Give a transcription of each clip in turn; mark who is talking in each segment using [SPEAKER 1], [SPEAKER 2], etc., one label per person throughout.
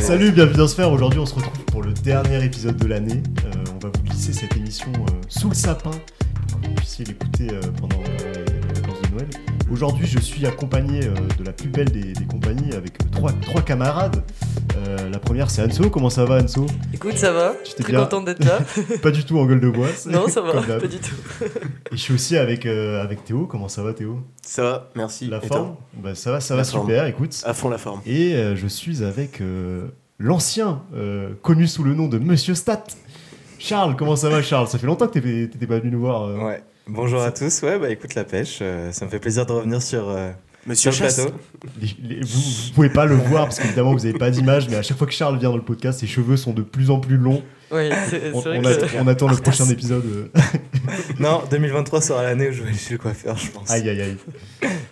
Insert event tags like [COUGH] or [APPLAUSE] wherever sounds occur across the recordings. [SPEAKER 1] Salut, bienvenue dans Sphère. Aujourd'hui, on se retrouve pour le dernier épisode de l'année. Euh, on va vous glisser cette émission euh, sous le sapin pour que vous puissiez l'écouter euh, pendant les vacances de Noël. Aujourd'hui, je suis accompagné euh, de la plus belle des, des compagnies avec euh, trois, trois camarades. Euh, la première, c'est Anso. Comment ça va, Anso
[SPEAKER 2] Écoute, ça va.
[SPEAKER 1] Je t'ai
[SPEAKER 2] Très
[SPEAKER 1] bien-
[SPEAKER 2] contente
[SPEAKER 1] [LAUGHS]
[SPEAKER 2] d'être là.
[SPEAKER 1] Pas du tout en gueule de bois. c'est
[SPEAKER 2] non, ça va,
[SPEAKER 1] comme d'hab.
[SPEAKER 2] pas du tout.
[SPEAKER 1] Et je suis aussi avec, euh, avec Théo. Comment ça va, Théo
[SPEAKER 3] Ça va, merci.
[SPEAKER 1] La
[SPEAKER 3] Et
[SPEAKER 1] forme Bah, Ça va, ça va
[SPEAKER 3] La
[SPEAKER 1] super,
[SPEAKER 3] forme.
[SPEAKER 1] écoute.
[SPEAKER 3] toi À fond la forme.
[SPEAKER 1] Et euh, je suis avec euh, l'ancien, euh, connu sous le nom de Monsieur Stat. Charles, comment ça va Charles Ça fait longtemps que t'étais t'étais pas venu nous voir. euh.
[SPEAKER 4] Ouais. Bonjour à tous, ouais, bah écoute la pêche, euh, ça me fait plaisir de revenir sur, euh, [LAUGHS]
[SPEAKER 3] Monsieur
[SPEAKER 4] sur le
[SPEAKER 3] Chasse.
[SPEAKER 4] plateau.
[SPEAKER 1] Les- les- vous, vous pouvez pas le voir parce qu'évidemment vous avez pas d'image, mais à chaque fois que Charles vient dans le podcast, ses cheveux sont de plus en plus longs.
[SPEAKER 2] Oui, c'est
[SPEAKER 1] On,
[SPEAKER 2] c'est vrai
[SPEAKER 1] on
[SPEAKER 2] que.
[SPEAKER 1] att- on attend le
[SPEAKER 2] Arthas.
[SPEAKER 1] prochain épisode. euh.
[SPEAKER 2] [LAUGHS]
[SPEAKER 4] Non, 2023 sera l'année où je vais aller chez le coiffeur, je pense.
[SPEAKER 1] Aïe aïe aïe.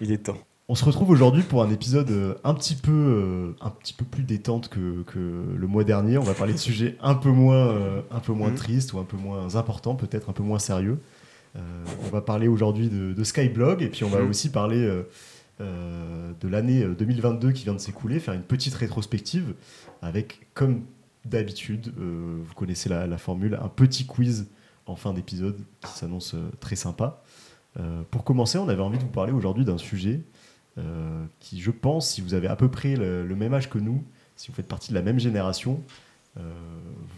[SPEAKER 4] Il est temps.
[SPEAKER 1] On se retrouve aujourd'hui pour un épisode euh, un petit peu, euh, un petit peu plus détente que, que le mois dernier. On va parler de sujets un peu moins, euh, un peu moins
[SPEAKER 3] Mhm.
[SPEAKER 1] tristes ou un peu moins importants, peut-être un peu moins sérieux. Euh, on va parler aujourd'hui de, de Skyblog et puis on va
[SPEAKER 3] Mhm.
[SPEAKER 1] aussi parler euh, euh, de l'année euh, 2022 qui vient de s'écouler, faire une petite rétrospective avec, comme d'habitude, euh, vous connaissez la, la formule, un petit quiz en fin d'épisode qui s'annonce euh, très sympa. Euh, pour commencer, on avait envie de vous parler aujourd'hui d'un sujet euh, qui, je pense, si vous avez à peu près le, le même âge que nous, si vous faites partie de la même génération, euh,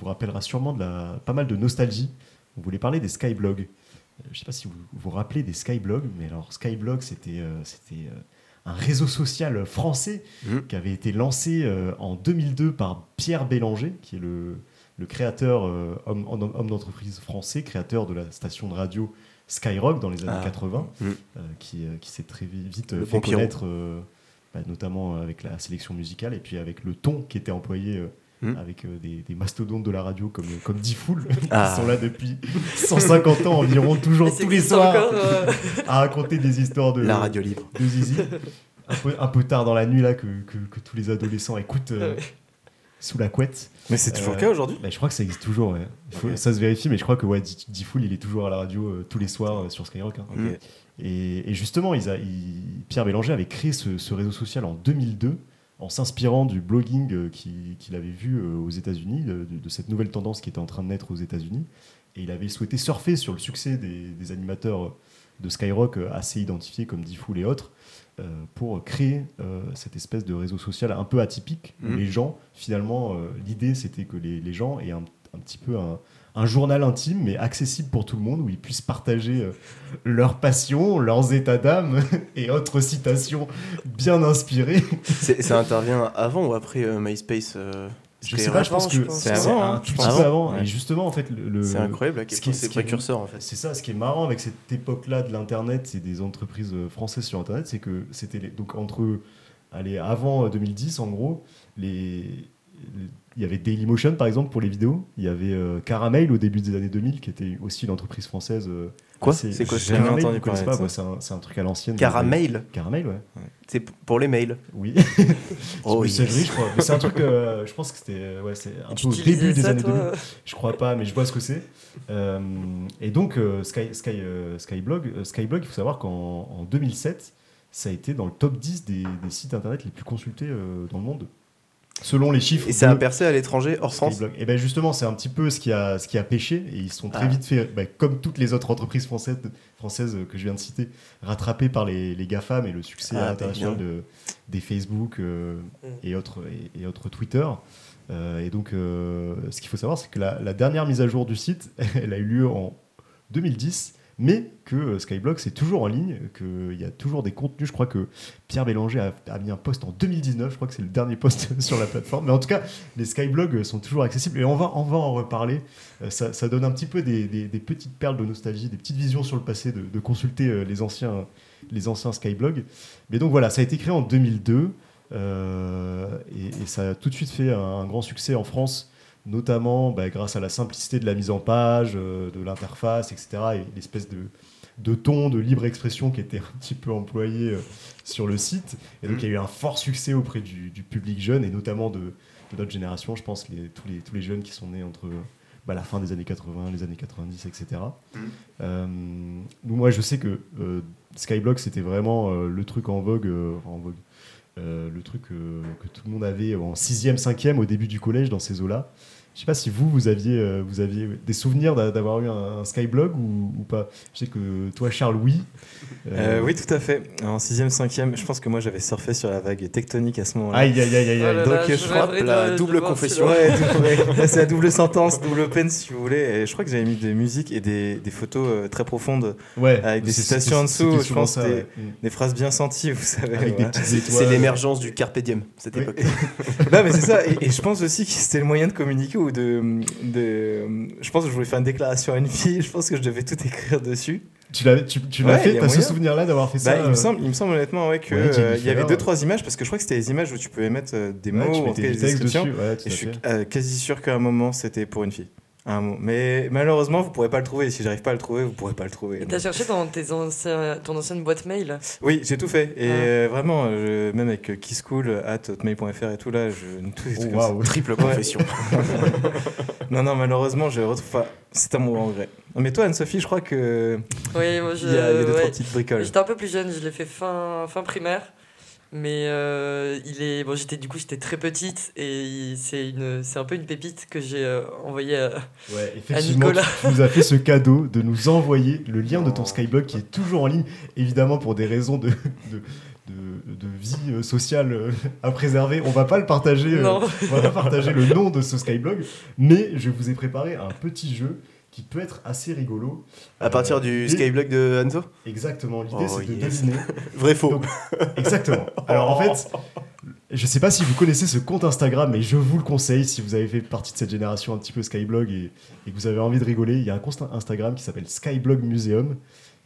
[SPEAKER 1] vous rappellera sûrement de la, pas mal de nostalgie. On voulait parler des skyblogs. Euh, je sais pas si vous vous rappelez des skyblogs, mais alors skyblog, c'était euh, c'était, euh, un réseau social français
[SPEAKER 3] Mhm.
[SPEAKER 1] qui avait été lancé euh, en 2002 par Pierre Bélanger, qui est le, le créateur, euh, homme, homme- homme d'entreprise français, créateur de la station de radio Skyrock dans les années
[SPEAKER 4] Ah.
[SPEAKER 1] 80,
[SPEAKER 3] Mhm.
[SPEAKER 1] euh, qui, euh, qui s'est très vi- vite
[SPEAKER 3] Le
[SPEAKER 1] euh, fait
[SPEAKER 3] bon Pierrot.
[SPEAKER 1] connaître, euh, bah, notamment avec la sélection musicale et puis avec le ton qui était employé euh,
[SPEAKER 3] Mhm.
[SPEAKER 1] avec euh, des, des mastodontes de la radio comme, euh, comme
[SPEAKER 3] [LAUGHS]
[SPEAKER 1] Difool,
[SPEAKER 3] Ah.
[SPEAKER 1] qui sont là depuis 150 ans environ,
[SPEAKER 2] Mais
[SPEAKER 1] toujours
[SPEAKER 2] c'est
[SPEAKER 1] tous les
[SPEAKER 2] existe
[SPEAKER 1] soirs,
[SPEAKER 2] encore, euh,
[SPEAKER 1] [LAUGHS] à raconter des histoires de,
[SPEAKER 3] La radio libre.
[SPEAKER 1] de Zizi. Un peu, un peu tard dans la nuit, là, que, que, que tous les adolescents écoutent euh,
[SPEAKER 2] Ah oui.
[SPEAKER 1] sous la couette.
[SPEAKER 4] Mais c'est toujours
[SPEAKER 1] Euh,
[SPEAKER 4] le cas aujourd'hui
[SPEAKER 1] Bah, je crois que ça existe toujours, ouais. Il faut-
[SPEAKER 4] Ok.
[SPEAKER 1] Ça se vérifie, mais je crois que ouais, Di- Difool, il est toujours à la radio euh, tous les soirs euh, sur Skyrock. hein.
[SPEAKER 4] Ok.
[SPEAKER 3] Mm.
[SPEAKER 1] Et, et justement, ils a- ils- Pierre Bélanger avait créé ce, ce réseau social en 2002 en s'inspirant du blogging euh, qui- qu'il avait vu euh, aux États-Unis, de, de- de cette nouvelle tendance qui était en train de naître aux États-Unis. Et il avait souhaité surfer sur le succès des, des animateurs de Skyrock euh, assez identifiés comme Diffoul et autres euh, pour créer euh, cette espèce de réseau social un peu atypique où
[SPEAKER 3] Mhm.
[SPEAKER 1] les gens, finalement, euh, l'idée c'était que les, les gens aient un, un petit peu un, un journal intime mais accessible pour tout le monde où ils puissent partager euh, leurs passions, leurs états d'âme [LAUGHS] et autres citations bien inspirées.
[SPEAKER 3] C'est- ça intervient avant ou après euh, MySpace euh,
[SPEAKER 1] Je
[SPEAKER 3] Skyrock
[SPEAKER 1] sais pas, je pense
[SPEAKER 2] avant,
[SPEAKER 1] que
[SPEAKER 2] je pense.
[SPEAKER 1] c'est
[SPEAKER 4] C'est avant,
[SPEAKER 1] un-
[SPEAKER 4] hein,
[SPEAKER 1] je
[SPEAKER 4] je
[SPEAKER 1] pense
[SPEAKER 3] pense.
[SPEAKER 1] que avant.
[SPEAKER 4] Ouais.
[SPEAKER 1] Et justement, en fait, le, le-
[SPEAKER 3] C'est incroyable à quel
[SPEAKER 1] ce qui-
[SPEAKER 3] point
[SPEAKER 1] ce
[SPEAKER 3] c'est
[SPEAKER 1] qui est-
[SPEAKER 3] précurseur en fait.
[SPEAKER 1] C'est ça, ce qui est marrant avec cette époque-là de l'Internet et des entreprises euh, françaises sur Internet, c'est que c'était les- donc entre allez, avant euh, 2010, en gros, les, les- il y avait Dailymotion par exemple pour les vidéos, il y avait euh, Caramel au début des années 2000 qui était aussi une entreprise française. euh,
[SPEAKER 3] Quoi
[SPEAKER 1] assez-
[SPEAKER 3] C'est quoi
[SPEAKER 4] J'ai
[SPEAKER 1] Caramel,
[SPEAKER 4] jamais
[SPEAKER 1] vous
[SPEAKER 4] entendu
[SPEAKER 1] connaissez pas,
[SPEAKER 4] parler de
[SPEAKER 1] moi, c'est un, c'est un truc à l'ancienne. euh,
[SPEAKER 3] Caramail,
[SPEAKER 1] Caramel, ouais.
[SPEAKER 3] c'est p- pour les mails.
[SPEAKER 1] Oui. [LAUGHS]
[SPEAKER 3] Oh,
[SPEAKER 1] Oui,
[SPEAKER 3] yes.
[SPEAKER 1] c'est vrai, je crois. Mais c'est un truc, euh, je pense que c'était euh, ouais, c'est un
[SPEAKER 2] tu
[SPEAKER 1] peu au début
[SPEAKER 2] utilisais
[SPEAKER 1] des
[SPEAKER 2] ça,
[SPEAKER 1] années
[SPEAKER 2] toi
[SPEAKER 1] 2000.
[SPEAKER 2] euh,
[SPEAKER 1] Je crois pas, mais je vois ce que c'est. Euh, et donc, euh, Sky, Sky, euh, Skyblog, euh, Skyblog, il faut savoir qu'en en 2007, ça a été dans le top 10 des, des sites internet les plus consultés euh, dans le monde, selon les chiffres.
[SPEAKER 3] Et ça a
[SPEAKER 1] de-
[SPEAKER 3] percé à l'étranger, hors France.
[SPEAKER 1] et ben justement, c'est un petit peu ce qui a, ce qui a pêché. Et ils se sont très
[SPEAKER 3] Ah.
[SPEAKER 1] vite fait, bah, comme toutes les autres entreprises françaises, françaises euh, que je viens de citer, rattrapées par les, les GAFAM et le succès
[SPEAKER 3] Ah,
[SPEAKER 1] international de- des Facebook euh,
[SPEAKER 2] Mm.
[SPEAKER 1] et, autres, et, et autres Twitter. Euh, et donc, euh, ce qu'il faut savoir, c'est que la, la dernière mise à jour du site, [LAUGHS] elle a eu lieu en 2010. Mais que euh, Skyblog, c'est toujours en ligne, qu'il y a toujours des contenus. Je crois que Pierre Bélanger a, a mis un post en 2019. Je crois que c'est le dernier post [LAUGHS] sur la plateforme. Mais en tout cas, les skyblogs sont toujours accessibles et on va, on va en reparler. Euh, ça, ça donne un petit peu des, des- des petites perles de nostalgie, des petites visions sur le passé, de, de consulter euh, les anciens, les anciens skyblogs. Mais donc voilà, ça a été créé en 2002 euh, et, et ça a tout de suite fait un, un grand succès en France, notamment bah, grâce à la simplicité de la mise en page, euh, de l'interface, etc. et l'espèce de de ton, de libre expression qui était un petit peu employé euh, sur le site. Et donc il y a eu un fort succès auprès du- du public jeune et notamment de, de notre génération, je pense, les, tous, les, tous les jeunes qui sont nés entre euh, bah, la fin des années 80, les années 90, etc. Euh, nous, moi, je sais que euh, Skyblog, c'était vraiment euh, le truc en vogue, euh, en vogue, euh, le truc euh, que tout le monde avait en 6e, 5e au début du collège dans ces eaux-là. Je sais pas si vous, vous aviez, euh, vous aviez des souvenirs d'a- d'avoir eu un, un Skyblog ou, ou pas. Je sais que toi, Charles, oui.
[SPEAKER 4] Euh, oui, tout à fait. En 6ème, 5ème, je pense que moi j'avais surfé sur la vague tectonique à ce moment-là.
[SPEAKER 1] Aïe, aïe, aïe, aïe,
[SPEAKER 2] Ah
[SPEAKER 1] aïe.
[SPEAKER 2] là
[SPEAKER 3] Donc,
[SPEAKER 2] là,
[SPEAKER 3] je frappe
[SPEAKER 2] rêverais
[SPEAKER 3] la
[SPEAKER 2] de- de
[SPEAKER 3] double
[SPEAKER 2] voir
[SPEAKER 3] confession.
[SPEAKER 2] celui-là.
[SPEAKER 4] Ouais, [LAUGHS] double- ouais, c'est la double sentence, double peine si vous voulez. Et je crois que j'avais mis des musiques et des, des photos euh, très profondes,
[SPEAKER 1] Ouais.
[SPEAKER 4] avec des
[SPEAKER 1] C'est-
[SPEAKER 4] citations en
[SPEAKER 1] c'est- c'était
[SPEAKER 4] dessous, je
[SPEAKER 1] souvent
[SPEAKER 4] pense, euh,
[SPEAKER 1] ça, ouais.
[SPEAKER 4] des phrases bien senties, vous savez.
[SPEAKER 1] Avec des
[SPEAKER 4] voilà.
[SPEAKER 1] petites étoiles.
[SPEAKER 3] C'est l'émergence du Carpe Diem, cette
[SPEAKER 1] euh, Oui. [LAUGHS]
[SPEAKER 3] époque.
[SPEAKER 4] Non, mais c'est ça. Et, et je pense aussi que c'était le moyen de communiquer ou de, de. Je pense que je voulais faire une déclaration à une fille. Je pense que je devais tout écrire dessus.
[SPEAKER 1] Tu l'avais, tu, tu l'as
[SPEAKER 4] Ouais,
[SPEAKER 1] fait,
[SPEAKER 4] y a
[SPEAKER 1] t'as ce
[SPEAKER 4] moyen.
[SPEAKER 1] souvenir-là d'avoir fait
[SPEAKER 4] Bah,
[SPEAKER 1] ça.
[SPEAKER 4] il, me
[SPEAKER 1] euh,
[SPEAKER 4] semble, il me semble honnêtement ouais, que
[SPEAKER 1] Ouais,
[SPEAKER 4] euh, il
[SPEAKER 1] Jennifer,
[SPEAKER 4] y avait
[SPEAKER 1] euh,
[SPEAKER 4] deux trois images parce que je crois que c'était des images où tu pouvais mettre euh, des mots
[SPEAKER 1] ouais, tu
[SPEAKER 4] ou en tout
[SPEAKER 1] mettais
[SPEAKER 4] cas
[SPEAKER 1] du
[SPEAKER 4] des
[SPEAKER 1] texte
[SPEAKER 4] descriptions.
[SPEAKER 1] dessus. Ouais, tout
[SPEAKER 4] Et
[SPEAKER 1] à
[SPEAKER 4] je suis
[SPEAKER 1] fait.
[SPEAKER 4] euh, quasi sûr qu'à un moment c'était pour une fille. À un moment. Mais malheureusement, vous pourrez pas le trouver. Si j'arrive pas à le trouver, vous pourrez pas le trouver.
[SPEAKER 2] Et T'as cherché dans tes anciens, ton ancienne boîte mail
[SPEAKER 4] Oui, j'ai tout fait. Et
[SPEAKER 2] Ah.
[SPEAKER 4] euh, vraiment, euh, je- même avec euh, Kisscool, euh, at hotmail.fr et tout là, je tous les
[SPEAKER 1] Oh,
[SPEAKER 4] trucs comme ça.
[SPEAKER 1] waouh.
[SPEAKER 3] Triple confession.
[SPEAKER 4] Non, non, malheureusement, je retrouve pas. C'est un mon regret. Mais toi, Anne-Sophie, je crois que
[SPEAKER 2] Oui, moi je.
[SPEAKER 4] il y a, il y a deux,
[SPEAKER 2] ouais.
[SPEAKER 4] trois petites bricoles.
[SPEAKER 2] J'étais un peu plus jeune, je l'ai fait fin, fin primaire. Mais euh, il est bon, j'étais du coup j'étais très petite et il- c'est une c'est un peu une pépite que j'ai euh, envoyée à,
[SPEAKER 1] Ouais, effectivement, tu,
[SPEAKER 2] Nicolas.
[SPEAKER 1] tu nous as fait ce cadeau de
[SPEAKER 4] [LAUGHS]
[SPEAKER 1] nous envoyer le lien de
[SPEAKER 4] Oh.
[SPEAKER 1] ton
[SPEAKER 3] Non.
[SPEAKER 1] Skyblog qui est toujours en ligne, évidemment pour des raisons de, de, de- de vie euh, sociale euh, à préserver. On va pas le partager, euh,
[SPEAKER 2] Non.
[SPEAKER 1] on va pas partager le nom de ce Skyblog, mais je vous ai préparé un petit jeu qui peut être assez rigolo. Euh,
[SPEAKER 3] À partir du
[SPEAKER 1] Et-
[SPEAKER 3] Skyblock de Hanzo
[SPEAKER 1] Exactement, l'idée
[SPEAKER 3] Oh,
[SPEAKER 1] c'est de
[SPEAKER 3] yes. [LAUGHS]
[SPEAKER 1] deviner
[SPEAKER 3] Vrai faux.
[SPEAKER 1] Donc- Exactement. Alors en fait, je sais pas si vous connaissez ce compte Instagram, mais je vous le conseille si vous avez fait partie de cette génération un petit peu Skyblog et, et que vous avez envie de rigoler. Il y a un compte Instagram qui s'appelle Skyblog Museum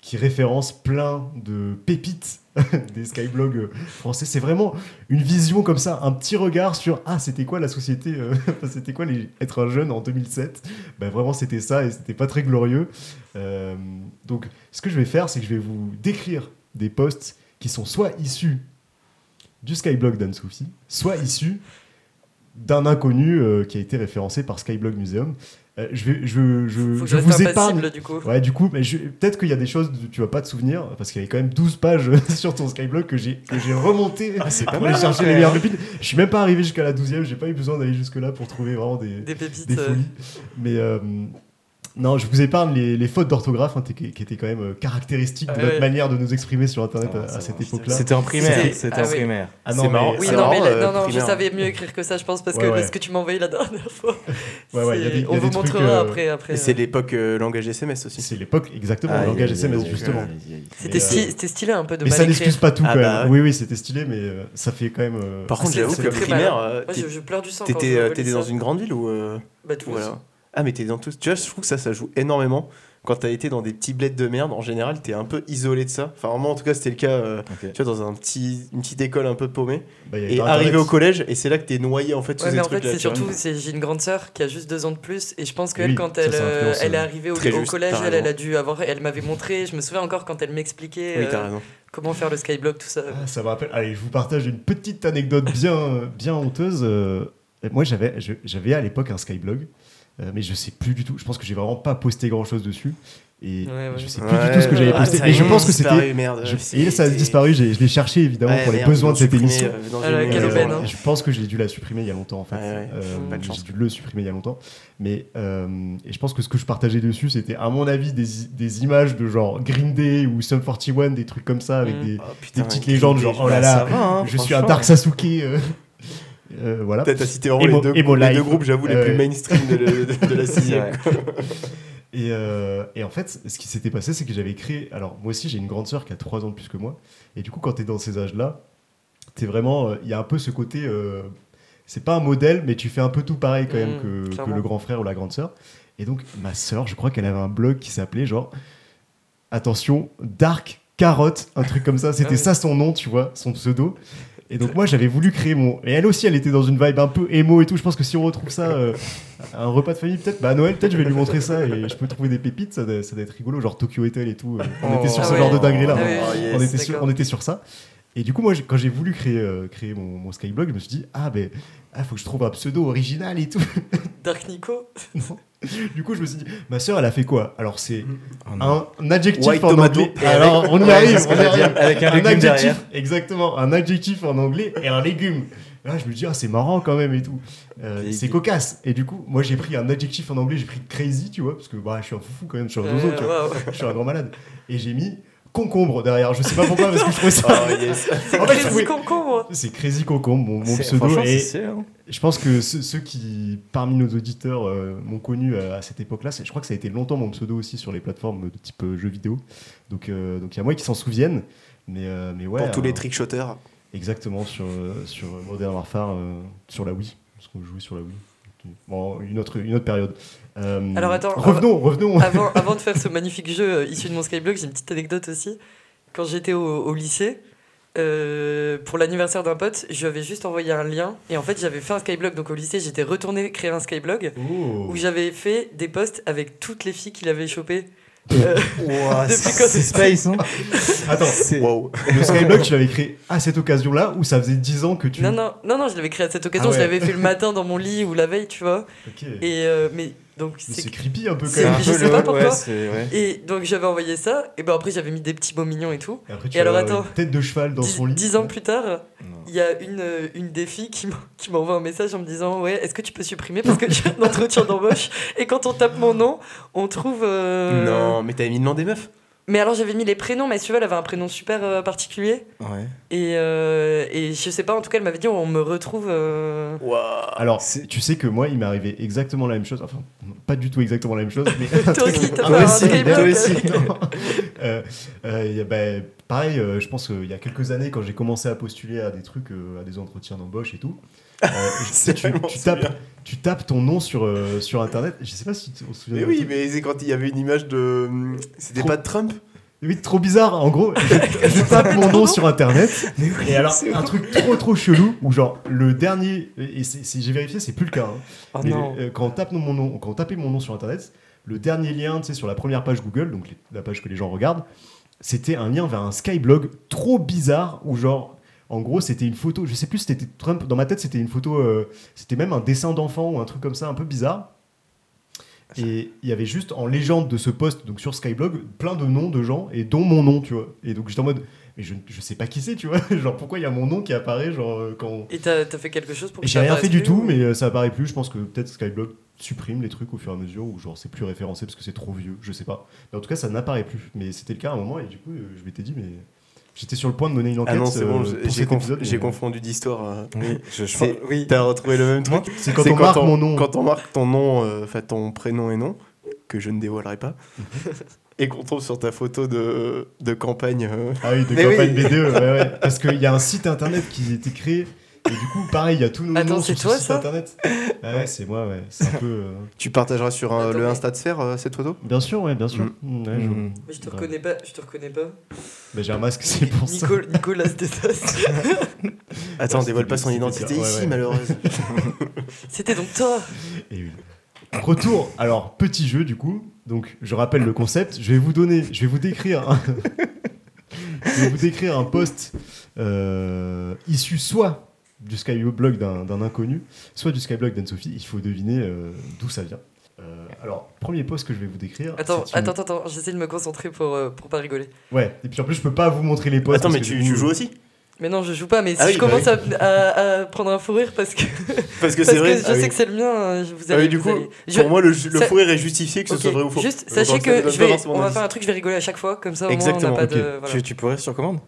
[SPEAKER 1] qui référence plein de pépites [LAUGHS] des skyblogs français. C'est vraiment une vision comme ça, un petit regard sur ah c'était quoi la société, euh, [LAUGHS] c'était quoi les- être un jeune en 2007. Ben vraiment c'était ça et c'était pas très glorieux. Euh, donc ce que je vais faire c'est que je vais vous décrire des posts qui sont soit issus du Skyblog d'Anne-Sophie, soit issus d'un inconnu euh, qui a été référencé par Skyblog Museum. Euh, je vais, je, je,
[SPEAKER 2] Faut que
[SPEAKER 1] je
[SPEAKER 2] je
[SPEAKER 1] vous
[SPEAKER 2] reste
[SPEAKER 1] épargne.
[SPEAKER 2] impassible du coup.
[SPEAKER 1] Ouais, du coup, mais je- peut-être qu'il y a des choses que tu vas pas te souvenir, parce qu'il y avait quand même 12 pages [LAUGHS] sur ton Skyblog que j'ai que j'ai remonté
[SPEAKER 3] Ah,
[SPEAKER 1] pour aller
[SPEAKER 4] mal,
[SPEAKER 1] chercher
[SPEAKER 4] quand
[SPEAKER 1] les
[SPEAKER 4] même.
[SPEAKER 1] meilleures pépites. Je suis même pas arrivé jusqu'à la 12e, j'ai pas eu besoin d'aller jusque-là pour trouver vraiment des,
[SPEAKER 2] Des pépites.
[SPEAKER 1] des
[SPEAKER 2] euh,
[SPEAKER 1] folies. Mais euh, non, je vous épargne les, les fautes d'orthographe hein, t- qui étaient quand même euh, caractéristiques de
[SPEAKER 2] Ah
[SPEAKER 1] notre
[SPEAKER 2] ouais.
[SPEAKER 1] manière de nous exprimer sur Internet
[SPEAKER 4] Ah,
[SPEAKER 1] à-
[SPEAKER 4] ça
[SPEAKER 1] à, cette
[SPEAKER 3] marche,
[SPEAKER 1] époque-là.
[SPEAKER 4] C'était en primaire.
[SPEAKER 2] C'était-
[SPEAKER 4] C'était
[SPEAKER 2] Ah
[SPEAKER 4] en
[SPEAKER 2] oui.
[SPEAKER 4] primaire.
[SPEAKER 1] Ah
[SPEAKER 3] c'est marrant.
[SPEAKER 1] mais-
[SPEAKER 2] Oui,
[SPEAKER 3] C'est
[SPEAKER 2] non, mais
[SPEAKER 3] marrant,
[SPEAKER 2] le-
[SPEAKER 3] euh,
[SPEAKER 2] non, non, je
[SPEAKER 3] primaire.
[SPEAKER 2] savais mieux écrire que ça, je pense, parce que
[SPEAKER 1] Ouais, ouais.
[SPEAKER 2] ce que tu m'as envoyé la dernière fois.
[SPEAKER 1] Ouais, ouais, il y a
[SPEAKER 2] c'est-
[SPEAKER 1] des- il y a
[SPEAKER 2] on
[SPEAKER 1] des
[SPEAKER 2] vous
[SPEAKER 1] trucs,
[SPEAKER 2] montrera
[SPEAKER 1] euh,
[SPEAKER 2] après. après
[SPEAKER 3] Et c'est
[SPEAKER 2] euh.
[SPEAKER 3] l'époque euh, langage SMS aussi.
[SPEAKER 1] C'est l'époque, exactement,
[SPEAKER 3] Ah,
[SPEAKER 4] Aïe,
[SPEAKER 1] le langage
[SPEAKER 4] aïe,
[SPEAKER 1] SMS,
[SPEAKER 4] aïe, aïe,
[SPEAKER 1] justement.
[SPEAKER 4] aïe, aïe, aïe.
[SPEAKER 2] C'était
[SPEAKER 1] euh,
[SPEAKER 2] sti- c'était stylé un peu de
[SPEAKER 1] Mais
[SPEAKER 2] mal
[SPEAKER 1] ça
[SPEAKER 2] écrire.
[SPEAKER 1] n'excuse pas tout,
[SPEAKER 3] Ah
[SPEAKER 1] quand
[SPEAKER 3] bah
[SPEAKER 1] même. Oui, oui, c'était stylé, mais euh, ça fait quand même. euh,
[SPEAKER 3] Par contre,
[SPEAKER 2] Ah, c'est-
[SPEAKER 3] j'avoue
[SPEAKER 2] c'est
[SPEAKER 3] que
[SPEAKER 2] très
[SPEAKER 3] primaire, euh,
[SPEAKER 2] Moi, je, je pleure du sang. quand
[SPEAKER 3] t'étais
[SPEAKER 2] je
[SPEAKER 3] euh,
[SPEAKER 2] relis
[SPEAKER 3] t'étais
[SPEAKER 2] ça.
[SPEAKER 3] dans une grande ville ou euh,
[SPEAKER 2] Bah, tout
[SPEAKER 3] voilà. Ah mais t'es dans tous. Tu vois, je trouve que ça, ça joue énormément. Quand t'as été dans des petits bleds de merde, en général, t'es un peu isolé de ça. Enfin, moi, en tout cas, c'était le cas. euh,
[SPEAKER 4] Ok.
[SPEAKER 3] tu vois, dans un petit, une petite école un peu paumée.
[SPEAKER 1] bah, il y avait
[SPEAKER 3] Et
[SPEAKER 1] pas Internet.
[SPEAKER 3] arrivé au collège, et c'est là que t'es noyé en fait sous
[SPEAKER 2] Ouais,
[SPEAKER 3] ces
[SPEAKER 2] mais en fait,
[SPEAKER 3] trucs-là.
[SPEAKER 2] c'est
[SPEAKER 3] tu vois.
[SPEAKER 2] surtout, c'est- j'ai une grande sœur qui a juste deux ans de plus, et je pense
[SPEAKER 1] Oui,
[SPEAKER 2] qu'elle, quand
[SPEAKER 1] ça,
[SPEAKER 2] elle,
[SPEAKER 1] ça
[SPEAKER 2] euh,
[SPEAKER 1] influence,
[SPEAKER 2] elle est
[SPEAKER 1] euh,
[SPEAKER 2] arrivée au,
[SPEAKER 3] très
[SPEAKER 2] au
[SPEAKER 3] juste,
[SPEAKER 2] collège,
[SPEAKER 3] t'as
[SPEAKER 2] elle, elle a
[SPEAKER 3] raison.
[SPEAKER 2] dû avoir, elle m'avait montré, je me souviens encore quand elle m'expliquait
[SPEAKER 3] Oui, t'as
[SPEAKER 2] euh,
[SPEAKER 3] raison.
[SPEAKER 2] comment faire le skyblock, tout ça.
[SPEAKER 1] Ah, ça me rappelle. Allez, je vous partage une petite anecdote bien, euh, bien honteuse. Euh, moi, j'avais, je- j'avais à l'époque un Skyblog, euh, mais je sais plus du tout. Je pense que j'ai vraiment pas posté grand chose dessus. Et
[SPEAKER 2] Ouais, ouais.
[SPEAKER 1] je sais plus du tout ce que j'avais
[SPEAKER 2] Ah,
[SPEAKER 1] posté.
[SPEAKER 2] ça
[SPEAKER 1] et
[SPEAKER 2] y
[SPEAKER 1] je
[SPEAKER 2] est,
[SPEAKER 1] pense que c'était.
[SPEAKER 3] disparu, merde,
[SPEAKER 1] je-
[SPEAKER 3] c'est-
[SPEAKER 1] et ça a
[SPEAKER 3] c'est-
[SPEAKER 1] disparu. j'ai- Je l'ai cherché évidemment
[SPEAKER 3] Ouais,
[SPEAKER 1] pour les
[SPEAKER 3] merde,
[SPEAKER 1] besoins de
[SPEAKER 3] ils l'ont
[SPEAKER 1] cette
[SPEAKER 3] supprimé,
[SPEAKER 1] émission.
[SPEAKER 3] euh, dans
[SPEAKER 2] Ah là,
[SPEAKER 3] une-
[SPEAKER 2] quelle
[SPEAKER 1] Euh,
[SPEAKER 2] aubaine, hein.
[SPEAKER 1] Je pense que j'ai dû la supprimer il y a longtemps en fait.
[SPEAKER 3] Ouais, ouais.
[SPEAKER 1] Euh,
[SPEAKER 3] Bonne chance.
[SPEAKER 1] J'ai dû le supprimer il y a longtemps. Mais euh, et je pense que ce que je partageais dessus, c'était à mon avis des, des images de genre Green Day ou Sum 41, des trucs comme ça avec
[SPEAKER 2] Mm.
[SPEAKER 1] des,
[SPEAKER 3] Oh, putain,
[SPEAKER 1] des petites
[SPEAKER 3] Green
[SPEAKER 1] légendes
[SPEAKER 3] Day,
[SPEAKER 1] genre
[SPEAKER 3] je-
[SPEAKER 1] oh là
[SPEAKER 4] Bah,
[SPEAKER 1] là,
[SPEAKER 4] ça va, hein,
[SPEAKER 1] je suis un
[SPEAKER 4] franchement.
[SPEAKER 1] Dark Sasuke. euh, euh, voilà.
[SPEAKER 3] T'as t'as cité
[SPEAKER 1] Emo-
[SPEAKER 3] vraiment les deux,
[SPEAKER 1] Emo
[SPEAKER 3] les deux
[SPEAKER 1] Life.
[SPEAKER 3] groupes, j'avoue,
[SPEAKER 1] Ouais.
[SPEAKER 3] les plus mainstream de, le- de- de la
[SPEAKER 4] C'est
[SPEAKER 3] sixième.
[SPEAKER 4] vrai.
[SPEAKER 1] Et, euh, et en fait, ce qui s'était passé, c'est que j'avais créé. Alors, moi aussi, j'ai une grande sœur qui a 3 ans de plus que moi. Et du coup, quand t'es dans ces âges-là, t'es vraiment. euh, Il y a un peu ce côté. euh, c'est pas un modèle, mais tu fais un peu tout pareil quand même
[SPEAKER 2] Mmh,
[SPEAKER 1] que- que,
[SPEAKER 2] clairement.
[SPEAKER 1] le grand frère ou la grande sœur. Et donc, ma sœur, je crois qu'elle avait un blog qui s'appelait genre. Attention, Dark Carotte, un truc comme ça. C'était
[SPEAKER 2] [LAUGHS] Ah oui.
[SPEAKER 1] ça son nom, tu vois, son pseudo. Et donc, moi, j'avais voulu créer mon. Et elle aussi, elle était dans une vibe un peu émo et tout. Je pense que si on retrouve ça. euh, un repas de famille peut-être bah à Noël peut-être je vais lui montrer ça et je peux trouver des pépites ça doit, ça doit être rigolo genre Tokyo Hotel et tout euh, on
[SPEAKER 4] Oh.
[SPEAKER 1] était sur
[SPEAKER 2] Ah
[SPEAKER 1] ce
[SPEAKER 2] ouais.
[SPEAKER 1] genre de dinguerie là
[SPEAKER 2] Ah ouais.
[SPEAKER 1] on,
[SPEAKER 2] Yes,
[SPEAKER 1] était sur,
[SPEAKER 2] d'accord.
[SPEAKER 1] on était sur ça Et du coup, moi, j'ai- quand j'ai voulu créer, euh, créer mon, mon Skyblog, je me suis dit, ah, ben, ah, faut que je trouve un pseudo original et tout. [LAUGHS]
[SPEAKER 2] Dark Nico
[SPEAKER 1] du coup, je me suis dit, ma sœur, elle a fait quoi Alors, c'est
[SPEAKER 4] Oh non.
[SPEAKER 1] un adjectif
[SPEAKER 3] White
[SPEAKER 1] en
[SPEAKER 3] tomato.
[SPEAKER 1] anglais.
[SPEAKER 4] Et
[SPEAKER 1] Alors,
[SPEAKER 4] avec-
[SPEAKER 1] on y
[SPEAKER 4] Ouais,
[SPEAKER 1] arrive,
[SPEAKER 4] c'est ce
[SPEAKER 1] on
[SPEAKER 4] que
[SPEAKER 1] y
[SPEAKER 4] j'allais dire,
[SPEAKER 1] arrive.
[SPEAKER 4] Avec un légume
[SPEAKER 1] adjectif,
[SPEAKER 4] derrière.
[SPEAKER 1] exactement, un adjectif en anglais et un légume. Là, je me dis, ah, c'est marrant quand même et tout. Euh,
[SPEAKER 4] Légume.
[SPEAKER 1] c'est cocasse. Et du coup, moi, j'ai pris un adjectif en anglais, j'ai pris crazy, tu vois, parce que bah, je suis un foufou quand même, je suis un
[SPEAKER 2] Euh,
[SPEAKER 1] zozo, tu vois.
[SPEAKER 2] waouh.
[SPEAKER 1] Je suis un grand malade. Et j'ai mis concombre derrière. Je sais pas pourquoi, parce que je trouvais ça.
[SPEAKER 3] Ah, yes.
[SPEAKER 2] C'est
[SPEAKER 1] En fait,
[SPEAKER 2] Crazy
[SPEAKER 1] oui.
[SPEAKER 2] Concombre
[SPEAKER 1] C'est Crazy Concombre, mon, mon
[SPEAKER 4] C'est-
[SPEAKER 1] pseudo.
[SPEAKER 4] franchement, c'est
[SPEAKER 1] Et
[SPEAKER 4] stylé, hein.
[SPEAKER 1] je pense que ceux, ceux qui, parmi nos auditeurs, euh, m'ont connu euh, à cette époque-là, c'est- je crois que ça a été longtemps mon pseudo aussi sur les plateformes de type euh, jeux vidéo. Donc euh, donc il y a moi qui s'en souviennent. Mais, euh, mais ouais.
[SPEAKER 3] Pour tous
[SPEAKER 1] euh,
[SPEAKER 3] les trickshotters.
[SPEAKER 1] Exactement, sur, euh, sur Modern Warfare, euh, sur la Wii. Parce qu'on jouait sur la Wii. Bon, une autre, une autre période. Euh,
[SPEAKER 2] Alors, attends, Ah,
[SPEAKER 1] Revenons, revenons.
[SPEAKER 2] avant, avant de faire ce magnifique jeu euh, issu de mon Skyblog, j'ai une petite anecdote aussi. Quand j'étais au, au lycée, euh, pour l'anniversaire d'un pote, je lui avais juste envoyé un lien. Et en fait, j'avais fait un Skyblog. Donc au lycée, j'étais retourné créer un Skyblog
[SPEAKER 1] Oh.
[SPEAKER 2] où j'avais fait des posts avec toutes les filles qu'il avait chopées.
[SPEAKER 4] Ouah,
[SPEAKER 2] Depuis
[SPEAKER 4] c'est
[SPEAKER 2] quand c'est-
[SPEAKER 4] c'est space, hein.
[SPEAKER 2] [LAUGHS]
[SPEAKER 1] Attends,
[SPEAKER 4] C'est-
[SPEAKER 3] Wow.
[SPEAKER 1] Le Skyblock, tu l'avais créé à cette occasion-là où ça faisait 10 ans que tu.
[SPEAKER 2] Non, non, non, non, je l'avais créé à cette occasion.
[SPEAKER 1] Ah ouais.
[SPEAKER 2] Je l'avais fait le matin dans mon lit ou la veille, tu vois.
[SPEAKER 1] Ok. Mais
[SPEAKER 2] Et euh, mais donc c'est
[SPEAKER 1] C'est creepy un peu quand
[SPEAKER 2] c'est-
[SPEAKER 4] un
[SPEAKER 1] même.
[SPEAKER 4] peu
[SPEAKER 2] je sais
[SPEAKER 4] le-
[SPEAKER 2] pas pourquoi.
[SPEAKER 4] ouais, c'est- ouais.
[SPEAKER 2] et donc j'avais envoyé ça. Et ben après, j'avais mis des petits mots mignons et tout.
[SPEAKER 1] Et après, tu
[SPEAKER 2] Et
[SPEAKER 1] as
[SPEAKER 2] alors,
[SPEAKER 1] une
[SPEAKER 2] attends.
[SPEAKER 1] tête de cheval dans
[SPEAKER 2] Dix-
[SPEAKER 1] son lit.
[SPEAKER 2] dix ans plus tard,
[SPEAKER 4] Non.
[SPEAKER 2] il y a une, euh, une des filles qui m'en- qui m'envoie un message en me disant Ouais, est-ce que tu peux supprimer Parce que j'ai un entretien d'embauche et quand on tape mon nom, on trouve. euh,
[SPEAKER 3] Non, mais t'avais mis le nom des meufs.
[SPEAKER 2] Mais alors j'avais mis les prénoms, mais si tu veux, elle avait un prénom super euh, particulier.
[SPEAKER 4] Ouais.
[SPEAKER 2] Et, euh, et je sais pas, en tout cas, elle m'avait dit On me retrouve. euh,
[SPEAKER 3] Waouh.
[SPEAKER 1] Alors,
[SPEAKER 4] C'est-
[SPEAKER 1] tu sais que moi, il m'est arrivé exactement la même chose. Enfin, pas du tout exactement la même chose, mais.
[SPEAKER 2] Toi
[SPEAKER 1] [LAUGHS]
[SPEAKER 2] aussi, t'as
[SPEAKER 1] Ah,
[SPEAKER 2] fait
[SPEAKER 1] ouais,
[SPEAKER 2] un
[SPEAKER 1] si,
[SPEAKER 2] Skyblock.
[SPEAKER 1] toi aussi, non. Euh, euh, il y a- bah, pareil, euh, je pense qu'il y a quelques années, quand j'ai commencé à postuler à des trucs, euh, à des entretiens d'embauche et tout, euh, je-
[SPEAKER 3] C'est
[SPEAKER 1] tu,
[SPEAKER 3] vraiment
[SPEAKER 1] tu tapes, tu tapes ton nom sur, euh, sur internet. Je sais pas si tu- on se souvient
[SPEAKER 3] Mais
[SPEAKER 2] Euh,
[SPEAKER 1] de
[SPEAKER 3] oui,
[SPEAKER 1] truc.
[SPEAKER 3] mais c'est quand il y avait une image de. hmm, C'était
[SPEAKER 1] Trop-
[SPEAKER 3] pas de Trump
[SPEAKER 1] Oui, trop bizarre. En gros, je, je tape mon nom sur internet.
[SPEAKER 4] Mais oui,
[SPEAKER 1] Et alors,
[SPEAKER 4] [LAUGHS] c'est-
[SPEAKER 1] un truc trop trop chelou où, genre, le dernier. Et c'est- c'est- j'ai vérifié, c'est plus le cas. hein.
[SPEAKER 2] Oh
[SPEAKER 4] Ah
[SPEAKER 1] Mais,
[SPEAKER 2] non.
[SPEAKER 1] euh, quand on tape mon nom, quand on tapait mon nom sur internet, le dernier lien, tu sais, sur la première page Google, donc les- la page que les gens regardent, c'était un lien vers un skyblog trop bizarre où genre. En gros, c'était une photo. Je sais plus si c'était Trump. Dans ma tête, c'était une photo. euh, c'était même un dessin d'enfant ou un truc comme ça, un peu bizarre. Et il y avait juste en légende de ce post, donc sur Skyblog, plein de noms de gens et dont mon nom, tu vois. Et donc j'étais en mode, mais je, je sais pas qui c'est, tu vois. [LAUGHS] genre pourquoi il y a mon nom qui apparaît, genre euh, quand.
[SPEAKER 2] Et t'as t'as fait quelque chose pour que
[SPEAKER 1] J'ai
[SPEAKER 2] ça
[SPEAKER 1] rien fait
[SPEAKER 2] apparaisse
[SPEAKER 1] du
[SPEAKER 2] plus,
[SPEAKER 1] tout,
[SPEAKER 2] ou-
[SPEAKER 1] mais euh, ça apparaît plus. Je pense que peut-être Skyblog supprime les trucs au fur et à mesure, ou genre c'est plus référencé parce que c'est trop vieux, je sais pas. Mais en tout cas, ça n'apparaît plus. Mais c'était le cas à un moment, et du coup, euh, je m'étais dit, mais j'étais sur le point de mener une enquête.
[SPEAKER 3] Ah non, c'est bon,
[SPEAKER 1] euh,
[SPEAKER 3] j'ai-
[SPEAKER 1] pour
[SPEAKER 3] j'ai
[SPEAKER 1] cet
[SPEAKER 3] conf-
[SPEAKER 1] épisode,
[SPEAKER 3] j'ai
[SPEAKER 1] mais-
[SPEAKER 3] confondu d'histoire. euh.
[SPEAKER 4] Oui, je, je
[SPEAKER 3] C'est-
[SPEAKER 4] pense- oui.
[SPEAKER 3] T'as retrouvé le même truc
[SPEAKER 1] C'est quand on marque mon nom.
[SPEAKER 3] Quand on marque ton nom, euh, enfin ton prénom et nom, que je ne
[SPEAKER 1] [LAUGHS]
[SPEAKER 3] dévoilerai pas, et qu'on tombe sur ta photo de, de campagne. euh,
[SPEAKER 1] Ah
[SPEAKER 3] [LAUGHS]
[SPEAKER 1] oui, de
[SPEAKER 4] Mais
[SPEAKER 1] campagne
[SPEAKER 4] oui.
[SPEAKER 1] BDE, ouais, ouais. Parce qu'il y a un site internet qui a été créé. Et du coup, pareil, il y a tous nos
[SPEAKER 2] Attends,
[SPEAKER 1] noms
[SPEAKER 2] c'est
[SPEAKER 1] sur ce
[SPEAKER 2] toi,
[SPEAKER 1] site
[SPEAKER 2] ça
[SPEAKER 1] internet. Ah ouais, c'est moi, ouais. C'est
[SPEAKER 3] [LAUGHS]
[SPEAKER 1] un peu. euh,
[SPEAKER 3] Tu partageras sur euh,
[SPEAKER 2] Attends,
[SPEAKER 3] le
[SPEAKER 2] mais-
[SPEAKER 3] Insta de Sphère euh, cette photo
[SPEAKER 1] Bien sûr, ouais, bien sûr. Mm, ouais, je-
[SPEAKER 4] Mm.
[SPEAKER 2] Mais je te
[SPEAKER 1] Ouais.
[SPEAKER 2] reconnais pas, je te reconnais pas.
[SPEAKER 1] Bah, j'ai un masque, [LAUGHS] c'est pour ça.
[SPEAKER 2] Nico- Nicolas Destas.
[SPEAKER 3] Attends,
[SPEAKER 1] Ouais,
[SPEAKER 3] dévoile pas
[SPEAKER 1] c'était-
[SPEAKER 3] son
[SPEAKER 1] c'était
[SPEAKER 3] identité
[SPEAKER 1] dur. Ouais,
[SPEAKER 3] ici,
[SPEAKER 1] ouais.
[SPEAKER 3] malheureusement.
[SPEAKER 2] C'était donc
[SPEAKER 1] [LAUGHS]
[SPEAKER 2] toi.
[SPEAKER 1] Et oui. Retour, alors petit jeu du coup. Donc je rappelle le concept. Je vais vous donner, je vais vous décrire. un- [LAUGHS] je vais vous décrire un poste euh, issu soit du Skyblog d'un d'un inconnu, soit du Skyblog d'Anne-Sophie. Il faut deviner euh, d'où ça vient. Euh, alors premier poste que je vais vous décrire.
[SPEAKER 2] Attends,
[SPEAKER 1] c'est une-
[SPEAKER 2] attends, attends, j'essaie de me concentrer pour, euh, pour pas rigoler.
[SPEAKER 1] Ouais. Et puis en plus je peux pas vous montrer les postes.
[SPEAKER 3] Attends,
[SPEAKER 1] parce
[SPEAKER 3] mais
[SPEAKER 1] que
[SPEAKER 3] tu,
[SPEAKER 1] du
[SPEAKER 3] tu
[SPEAKER 1] coup,
[SPEAKER 3] joues aussi
[SPEAKER 2] Mais non, je joue pas, mais si
[SPEAKER 3] Ah oui,
[SPEAKER 2] je
[SPEAKER 3] bah
[SPEAKER 2] commence à- à, à prendre un fou rire parce que,
[SPEAKER 3] Parce que
[SPEAKER 2] parce
[SPEAKER 3] c'est
[SPEAKER 2] que
[SPEAKER 3] vrai.
[SPEAKER 2] je
[SPEAKER 3] ah
[SPEAKER 2] sais
[SPEAKER 3] oui.
[SPEAKER 2] que c'est le mien, euh, je vous
[SPEAKER 3] Ah
[SPEAKER 2] allez,
[SPEAKER 3] oui, du
[SPEAKER 2] vous
[SPEAKER 3] coup,
[SPEAKER 2] allez- Je-
[SPEAKER 3] Pour moi, le, ju- le
[SPEAKER 2] ça-
[SPEAKER 3] fou rire est justifié que
[SPEAKER 2] ok,
[SPEAKER 3] ce soit vrai ou faux.
[SPEAKER 2] Juste,
[SPEAKER 3] Donc,
[SPEAKER 2] sachez
[SPEAKER 3] ça
[SPEAKER 2] que
[SPEAKER 3] donne
[SPEAKER 2] je
[SPEAKER 3] pas
[SPEAKER 2] vais,
[SPEAKER 3] forcément
[SPEAKER 2] on va
[SPEAKER 3] d'avis.
[SPEAKER 2] faire un truc, je vais rigoler à chaque fois, comme ça au moins on n'a
[SPEAKER 3] Exactement,
[SPEAKER 2] pas
[SPEAKER 3] ok.
[SPEAKER 2] de. Voilà.
[SPEAKER 4] Tu, tu peux rire sur commande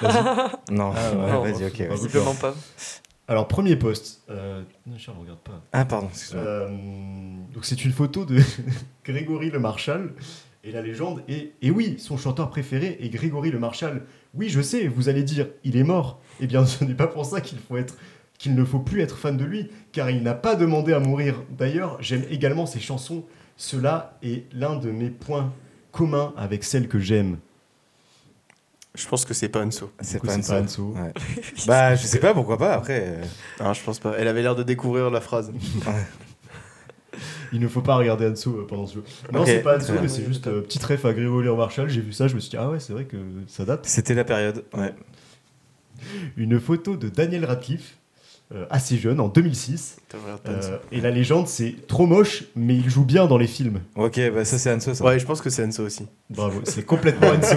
[SPEAKER 1] vas-y.
[SPEAKER 4] Non,
[SPEAKER 1] Ah, ouais,
[SPEAKER 2] ouais,
[SPEAKER 4] ouais, vas-y, ok.
[SPEAKER 1] ouais.
[SPEAKER 4] ouais.
[SPEAKER 2] Visiblement pas.
[SPEAKER 1] Alors premier poste. Euh... Non, Charles, regarde pas.
[SPEAKER 4] Ah, pardon, excuse-moi.
[SPEAKER 1] Euh, donc c'est une photo de [LAUGHS] Grégory Le Marchal. Et la légende est Et oui, son chanteur préféré est Grégory Le Marchal. Oui, je sais, vous allez dire, il est mort. Eh bien, [LAUGHS] ce n'est pas pour ça qu'il faut être qu'il ne faut plus être fan de lui, car il n'a pas demandé à mourir. D'ailleurs, j'aime également ses chansons. Cela est l'un de mes points communs avec celle que j'aime.
[SPEAKER 3] Je pense que c'est pas Anso.
[SPEAKER 1] Du
[SPEAKER 4] C'est
[SPEAKER 1] coup,
[SPEAKER 4] pas
[SPEAKER 1] c'est pas Anso.
[SPEAKER 4] Anso. Ouais.
[SPEAKER 3] [LAUGHS]
[SPEAKER 4] Bah, je sais pas, pourquoi pas, après. euh,
[SPEAKER 3] Ah, je pense pas. Elle avait l'air de découvrir la phrase.
[SPEAKER 1] Il ne faut pas regarder Anso euh, pendant ce jeu. Non,
[SPEAKER 4] Ok,
[SPEAKER 1] c'est pas Anso,
[SPEAKER 4] très bien.
[SPEAKER 1] mais c'est juste euh, petit ref à Grégory Le Marchal. J'ai vu ça, je me suis dit, ah ouais, c'est vrai que ça date.
[SPEAKER 4] C'était la période, ouais.
[SPEAKER 1] une photo de Daniel Radcliffe, euh, assez jeune, en 2006.
[SPEAKER 3] Putain, je regarde pas
[SPEAKER 1] Euh,
[SPEAKER 3] Hanso.
[SPEAKER 1] et la légende, c'est trop moche, mais il joue bien dans les films.
[SPEAKER 4] Ok, bah ça c'est Anso ça.
[SPEAKER 3] Euh, Ouais, je pense que c'est Hanso aussi.
[SPEAKER 1] Bravo, c'est complètement Enzo.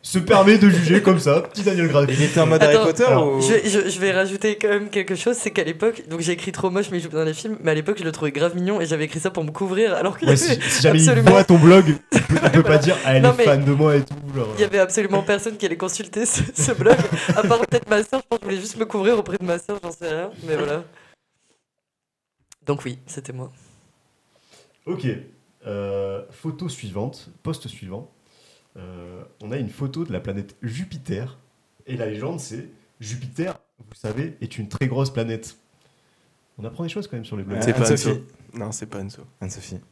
[SPEAKER 1] Se permet de juger comme ça, petit Daniel Radcliffe.
[SPEAKER 4] Il était en mode
[SPEAKER 2] Attends,
[SPEAKER 4] Harry Potter
[SPEAKER 1] alors,
[SPEAKER 3] oh.
[SPEAKER 4] ou
[SPEAKER 2] Je, vais- je- je vais rajouter quand même quelque chose, c'est qu'à l'époque, donc j'ai écrit trop moche mais je joue dans les films, mais à l'époque je le trouvais grave mignon et j'avais écrit ça pour me couvrir alors qu'il y
[SPEAKER 1] Ouais,
[SPEAKER 2] avait-
[SPEAKER 1] si, si jamais
[SPEAKER 2] absolument.
[SPEAKER 1] il voit ton blog, il peut, il peut
[SPEAKER 2] Voilà.
[SPEAKER 1] pas dire ah, elle
[SPEAKER 2] Non,
[SPEAKER 1] est
[SPEAKER 2] mais-
[SPEAKER 1] fan de moi et tout. genre.
[SPEAKER 2] Il y avait absolument personne qui allait consulter ce, ce blog, à part peut-être ma soeur. Je pense que je voulais juste me couvrir auprès de ma soeur, j'en sais rien, mais voilà. Donc, oui, c'était moi.
[SPEAKER 1] Ok. Euh, photo suivante, poste suivant. Euh, on a une photo de la planète Jupiter. Et la légende, c'est Jupiter, vous savez, est une très grosse planète. On apprend des choses quand même sur les blogs.
[SPEAKER 4] Ouais.
[SPEAKER 3] C'est pas
[SPEAKER 4] Anne-Sophie.
[SPEAKER 3] Hanso. Non, c'est pas Hanso.
[SPEAKER 4] Anne-Sophie.
[SPEAKER 1] Et bien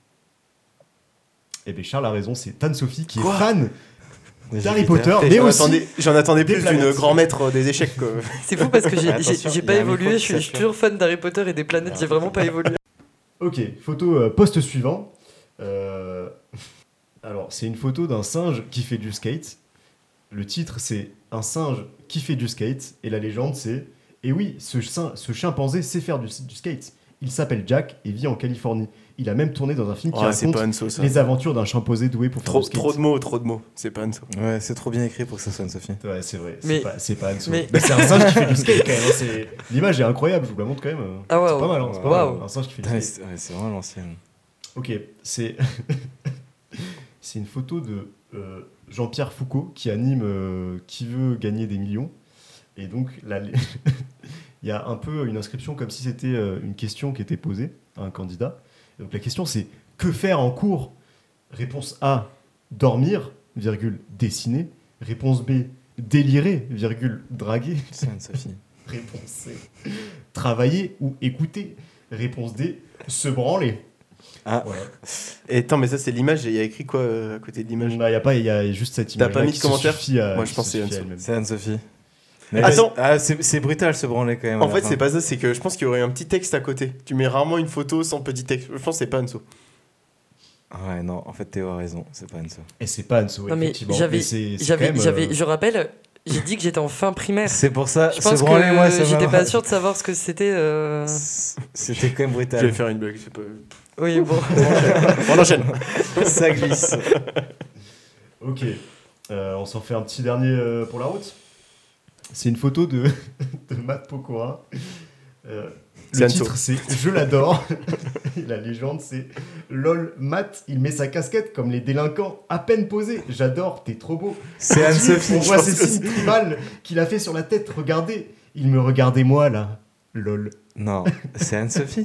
[SPEAKER 1] Eh ben, Charles a raison, c'est Tan Sophie qui
[SPEAKER 3] Quoi
[SPEAKER 1] est fan
[SPEAKER 4] Des
[SPEAKER 1] d'Harry
[SPEAKER 4] Jupiter.
[SPEAKER 1] Potter, mais
[SPEAKER 3] J'en
[SPEAKER 1] aussi.
[SPEAKER 3] attendais- J'en attendais
[SPEAKER 1] des
[SPEAKER 3] plus d'une
[SPEAKER 1] planètes.
[SPEAKER 3] grand maître des échecs.
[SPEAKER 1] [LAUGHS]
[SPEAKER 3] quoi.
[SPEAKER 2] C'est fou parce que j'ai- j'ai
[SPEAKER 4] Attention,
[SPEAKER 2] j'ai
[SPEAKER 4] il y
[SPEAKER 2] pas
[SPEAKER 4] a un
[SPEAKER 2] évolué, je
[SPEAKER 4] micro qui
[SPEAKER 2] suis je suis
[SPEAKER 4] sature.
[SPEAKER 2] toujours fan d'Harry Potter et des planètes, j'ai vraiment pas évolué.
[SPEAKER 1] Ok, photo euh, poste suivant. Euh, [LAUGHS] Alors, c'est une photo d'un singe qui fait du skate. Le titre, c'est Un singe qui fait du skate. Et la légende, c'est Et oui, ce, sin- ce chimpanzé sait faire du, du skate. Il s'appelle Jack et vit en Californie. Il a même tourné dans un film qui
[SPEAKER 3] Ouais, c'est
[SPEAKER 1] raconte
[SPEAKER 3] pas Hanso ça.
[SPEAKER 1] les aventures d'un chimpanzé doué pour
[SPEAKER 3] Trop,
[SPEAKER 1] faire du skate.
[SPEAKER 3] trop de mots, trop de mots. C'est pas Hanso.
[SPEAKER 4] hein. Ouais, c'est trop bien écrit pour que ça soit Anne-Sophie.
[SPEAKER 1] Ouais, c'est vrai,
[SPEAKER 2] Mais-
[SPEAKER 1] c'est pas, c'est pas Hanso.
[SPEAKER 2] mais-
[SPEAKER 1] Mais c'est un singe qui
[SPEAKER 2] [LAUGHS]
[SPEAKER 1] fait du skate quand même. hein, c'est- L'image est incroyable, je vous la montre quand même. euh.
[SPEAKER 2] Ah,
[SPEAKER 1] C'est pas
[SPEAKER 2] waouh.
[SPEAKER 1] mal, hein, c'est pas
[SPEAKER 2] Waouh.
[SPEAKER 1] mal, Un singe qui fait du
[SPEAKER 4] Putain, mais
[SPEAKER 1] skate.
[SPEAKER 4] C'est ouais, c'est vraiment l'ancienne.
[SPEAKER 1] Ok, c'est [LAUGHS] c'est une photo de euh, Jean-Pierre Foucault qui anime euh, Qui veut gagner des millions. Et donc, là, les- [LAUGHS] il y a un peu une inscription comme si c'était euh, une question qui était posée à un candidat. Et donc, la question, c'est que faire en cours Réponse A, dormir, virgule, dessiner. Réponse B, délirer, virgule, draguer. [LAUGHS]
[SPEAKER 4] C'est Anne-Sophie.
[SPEAKER 1] Réponse C, travailler ou écouter. Réponse D, se branler.
[SPEAKER 4] Ah.
[SPEAKER 1] Voilà.
[SPEAKER 3] Et attends, mais ça, c'est l'image. et Il y a écrit quoi euh, à côté de l'image
[SPEAKER 1] Il n'y a pas, il Bah, y a juste cette
[SPEAKER 3] T'as
[SPEAKER 1] image.
[SPEAKER 3] pas mis de commentaire
[SPEAKER 1] Moi, je pense
[SPEAKER 3] que c'est
[SPEAKER 4] C'est Anne-Sophie.
[SPEAKER 3] Attends.
[SPEAKER 4] Ah, c'est c'est brutal ce branler quand même.
[SPEAKER 3] En fait, c'est pas ça, c'est que je pense qu'il y aurait un petit texte à côté. Tu mets rarement une photo sans petit texte. Je pense que c'est pas Hanso.
[SPEAKER 4] Ouais, non, en fait, Théo a raison, c'est pas Anne-Sophie.
[SPEAKER 1] Et c'est pas Anso,
[SPEAKER 2] Non, mais
[SPEAKER 1] effectivement.
[SPEAKER 2] j'avais-
[SPEAKER 1] Mais c'est- c'est quand
[SPEAKER 2] J'avais,
[SPEAKER 1] même, euh,
[SPEAKER 2] j'avais- je rappelle, j'ai dit que j'étais en fin primaire.
[SPEAKER 4] C'est pour ça,
[SPEAKER 2] Je
[SPEAKER 4] ce
[SPEAKER 2] pense
[SPEAKER 4] branler, moi,
[SPEAKER 2] que
[SPEAKER 4] ça
[SPEAKER 2] j'étais
[SPEAKER 4] m'a- [LAUGHS]
[SPEAKER 2] pas sûr de savoir ce que c'était. euh,
[SPEAKER 4] C'était quand même
[SPEAKER 3] Je vais
[SPEAKER 4] brutal.
[SPEAKER 3] faire une blague. [LAUGHS] c'est Pas...
[SPEAKER 2] Oui, bon.
[SPEAKER 3] On enchaîne.
[SPEAKER 4] [LAUGHS] ça glisse.
[SPEAKER 1] Ok. Euh, on s'en fait un petit dernier euh, pour la route. C'est une photo de, [LAUGHS] de Matt Pokora. Euh,
[SPEAKER 3] C'est
[SPEAKER 1] le
[SPEAKER 3] Anso.
[SPEAKER 1] titre, c'est Je l'adore. [LAUGHS] Et la légende, c'est LOL, Matt, il met sa casquette comme les délinquants, à peine posée. J'adore, t'es trop beau.
[SPEAKER 3] [LAUGHS]
[SPEAKER 4] C'est Anne-Sophie.
[SPEAKER 1] On voit
[SPEAKER 4] je
[SPEAKER 1] ces
[SPEAKER 4] pense que-
[SPEAKER 1] signes tribales qu'il a fait sur la tête. Regardez, il me regardait moi là. LOL.
[SPEAKER 4] Non, c'est Anne-Sophie.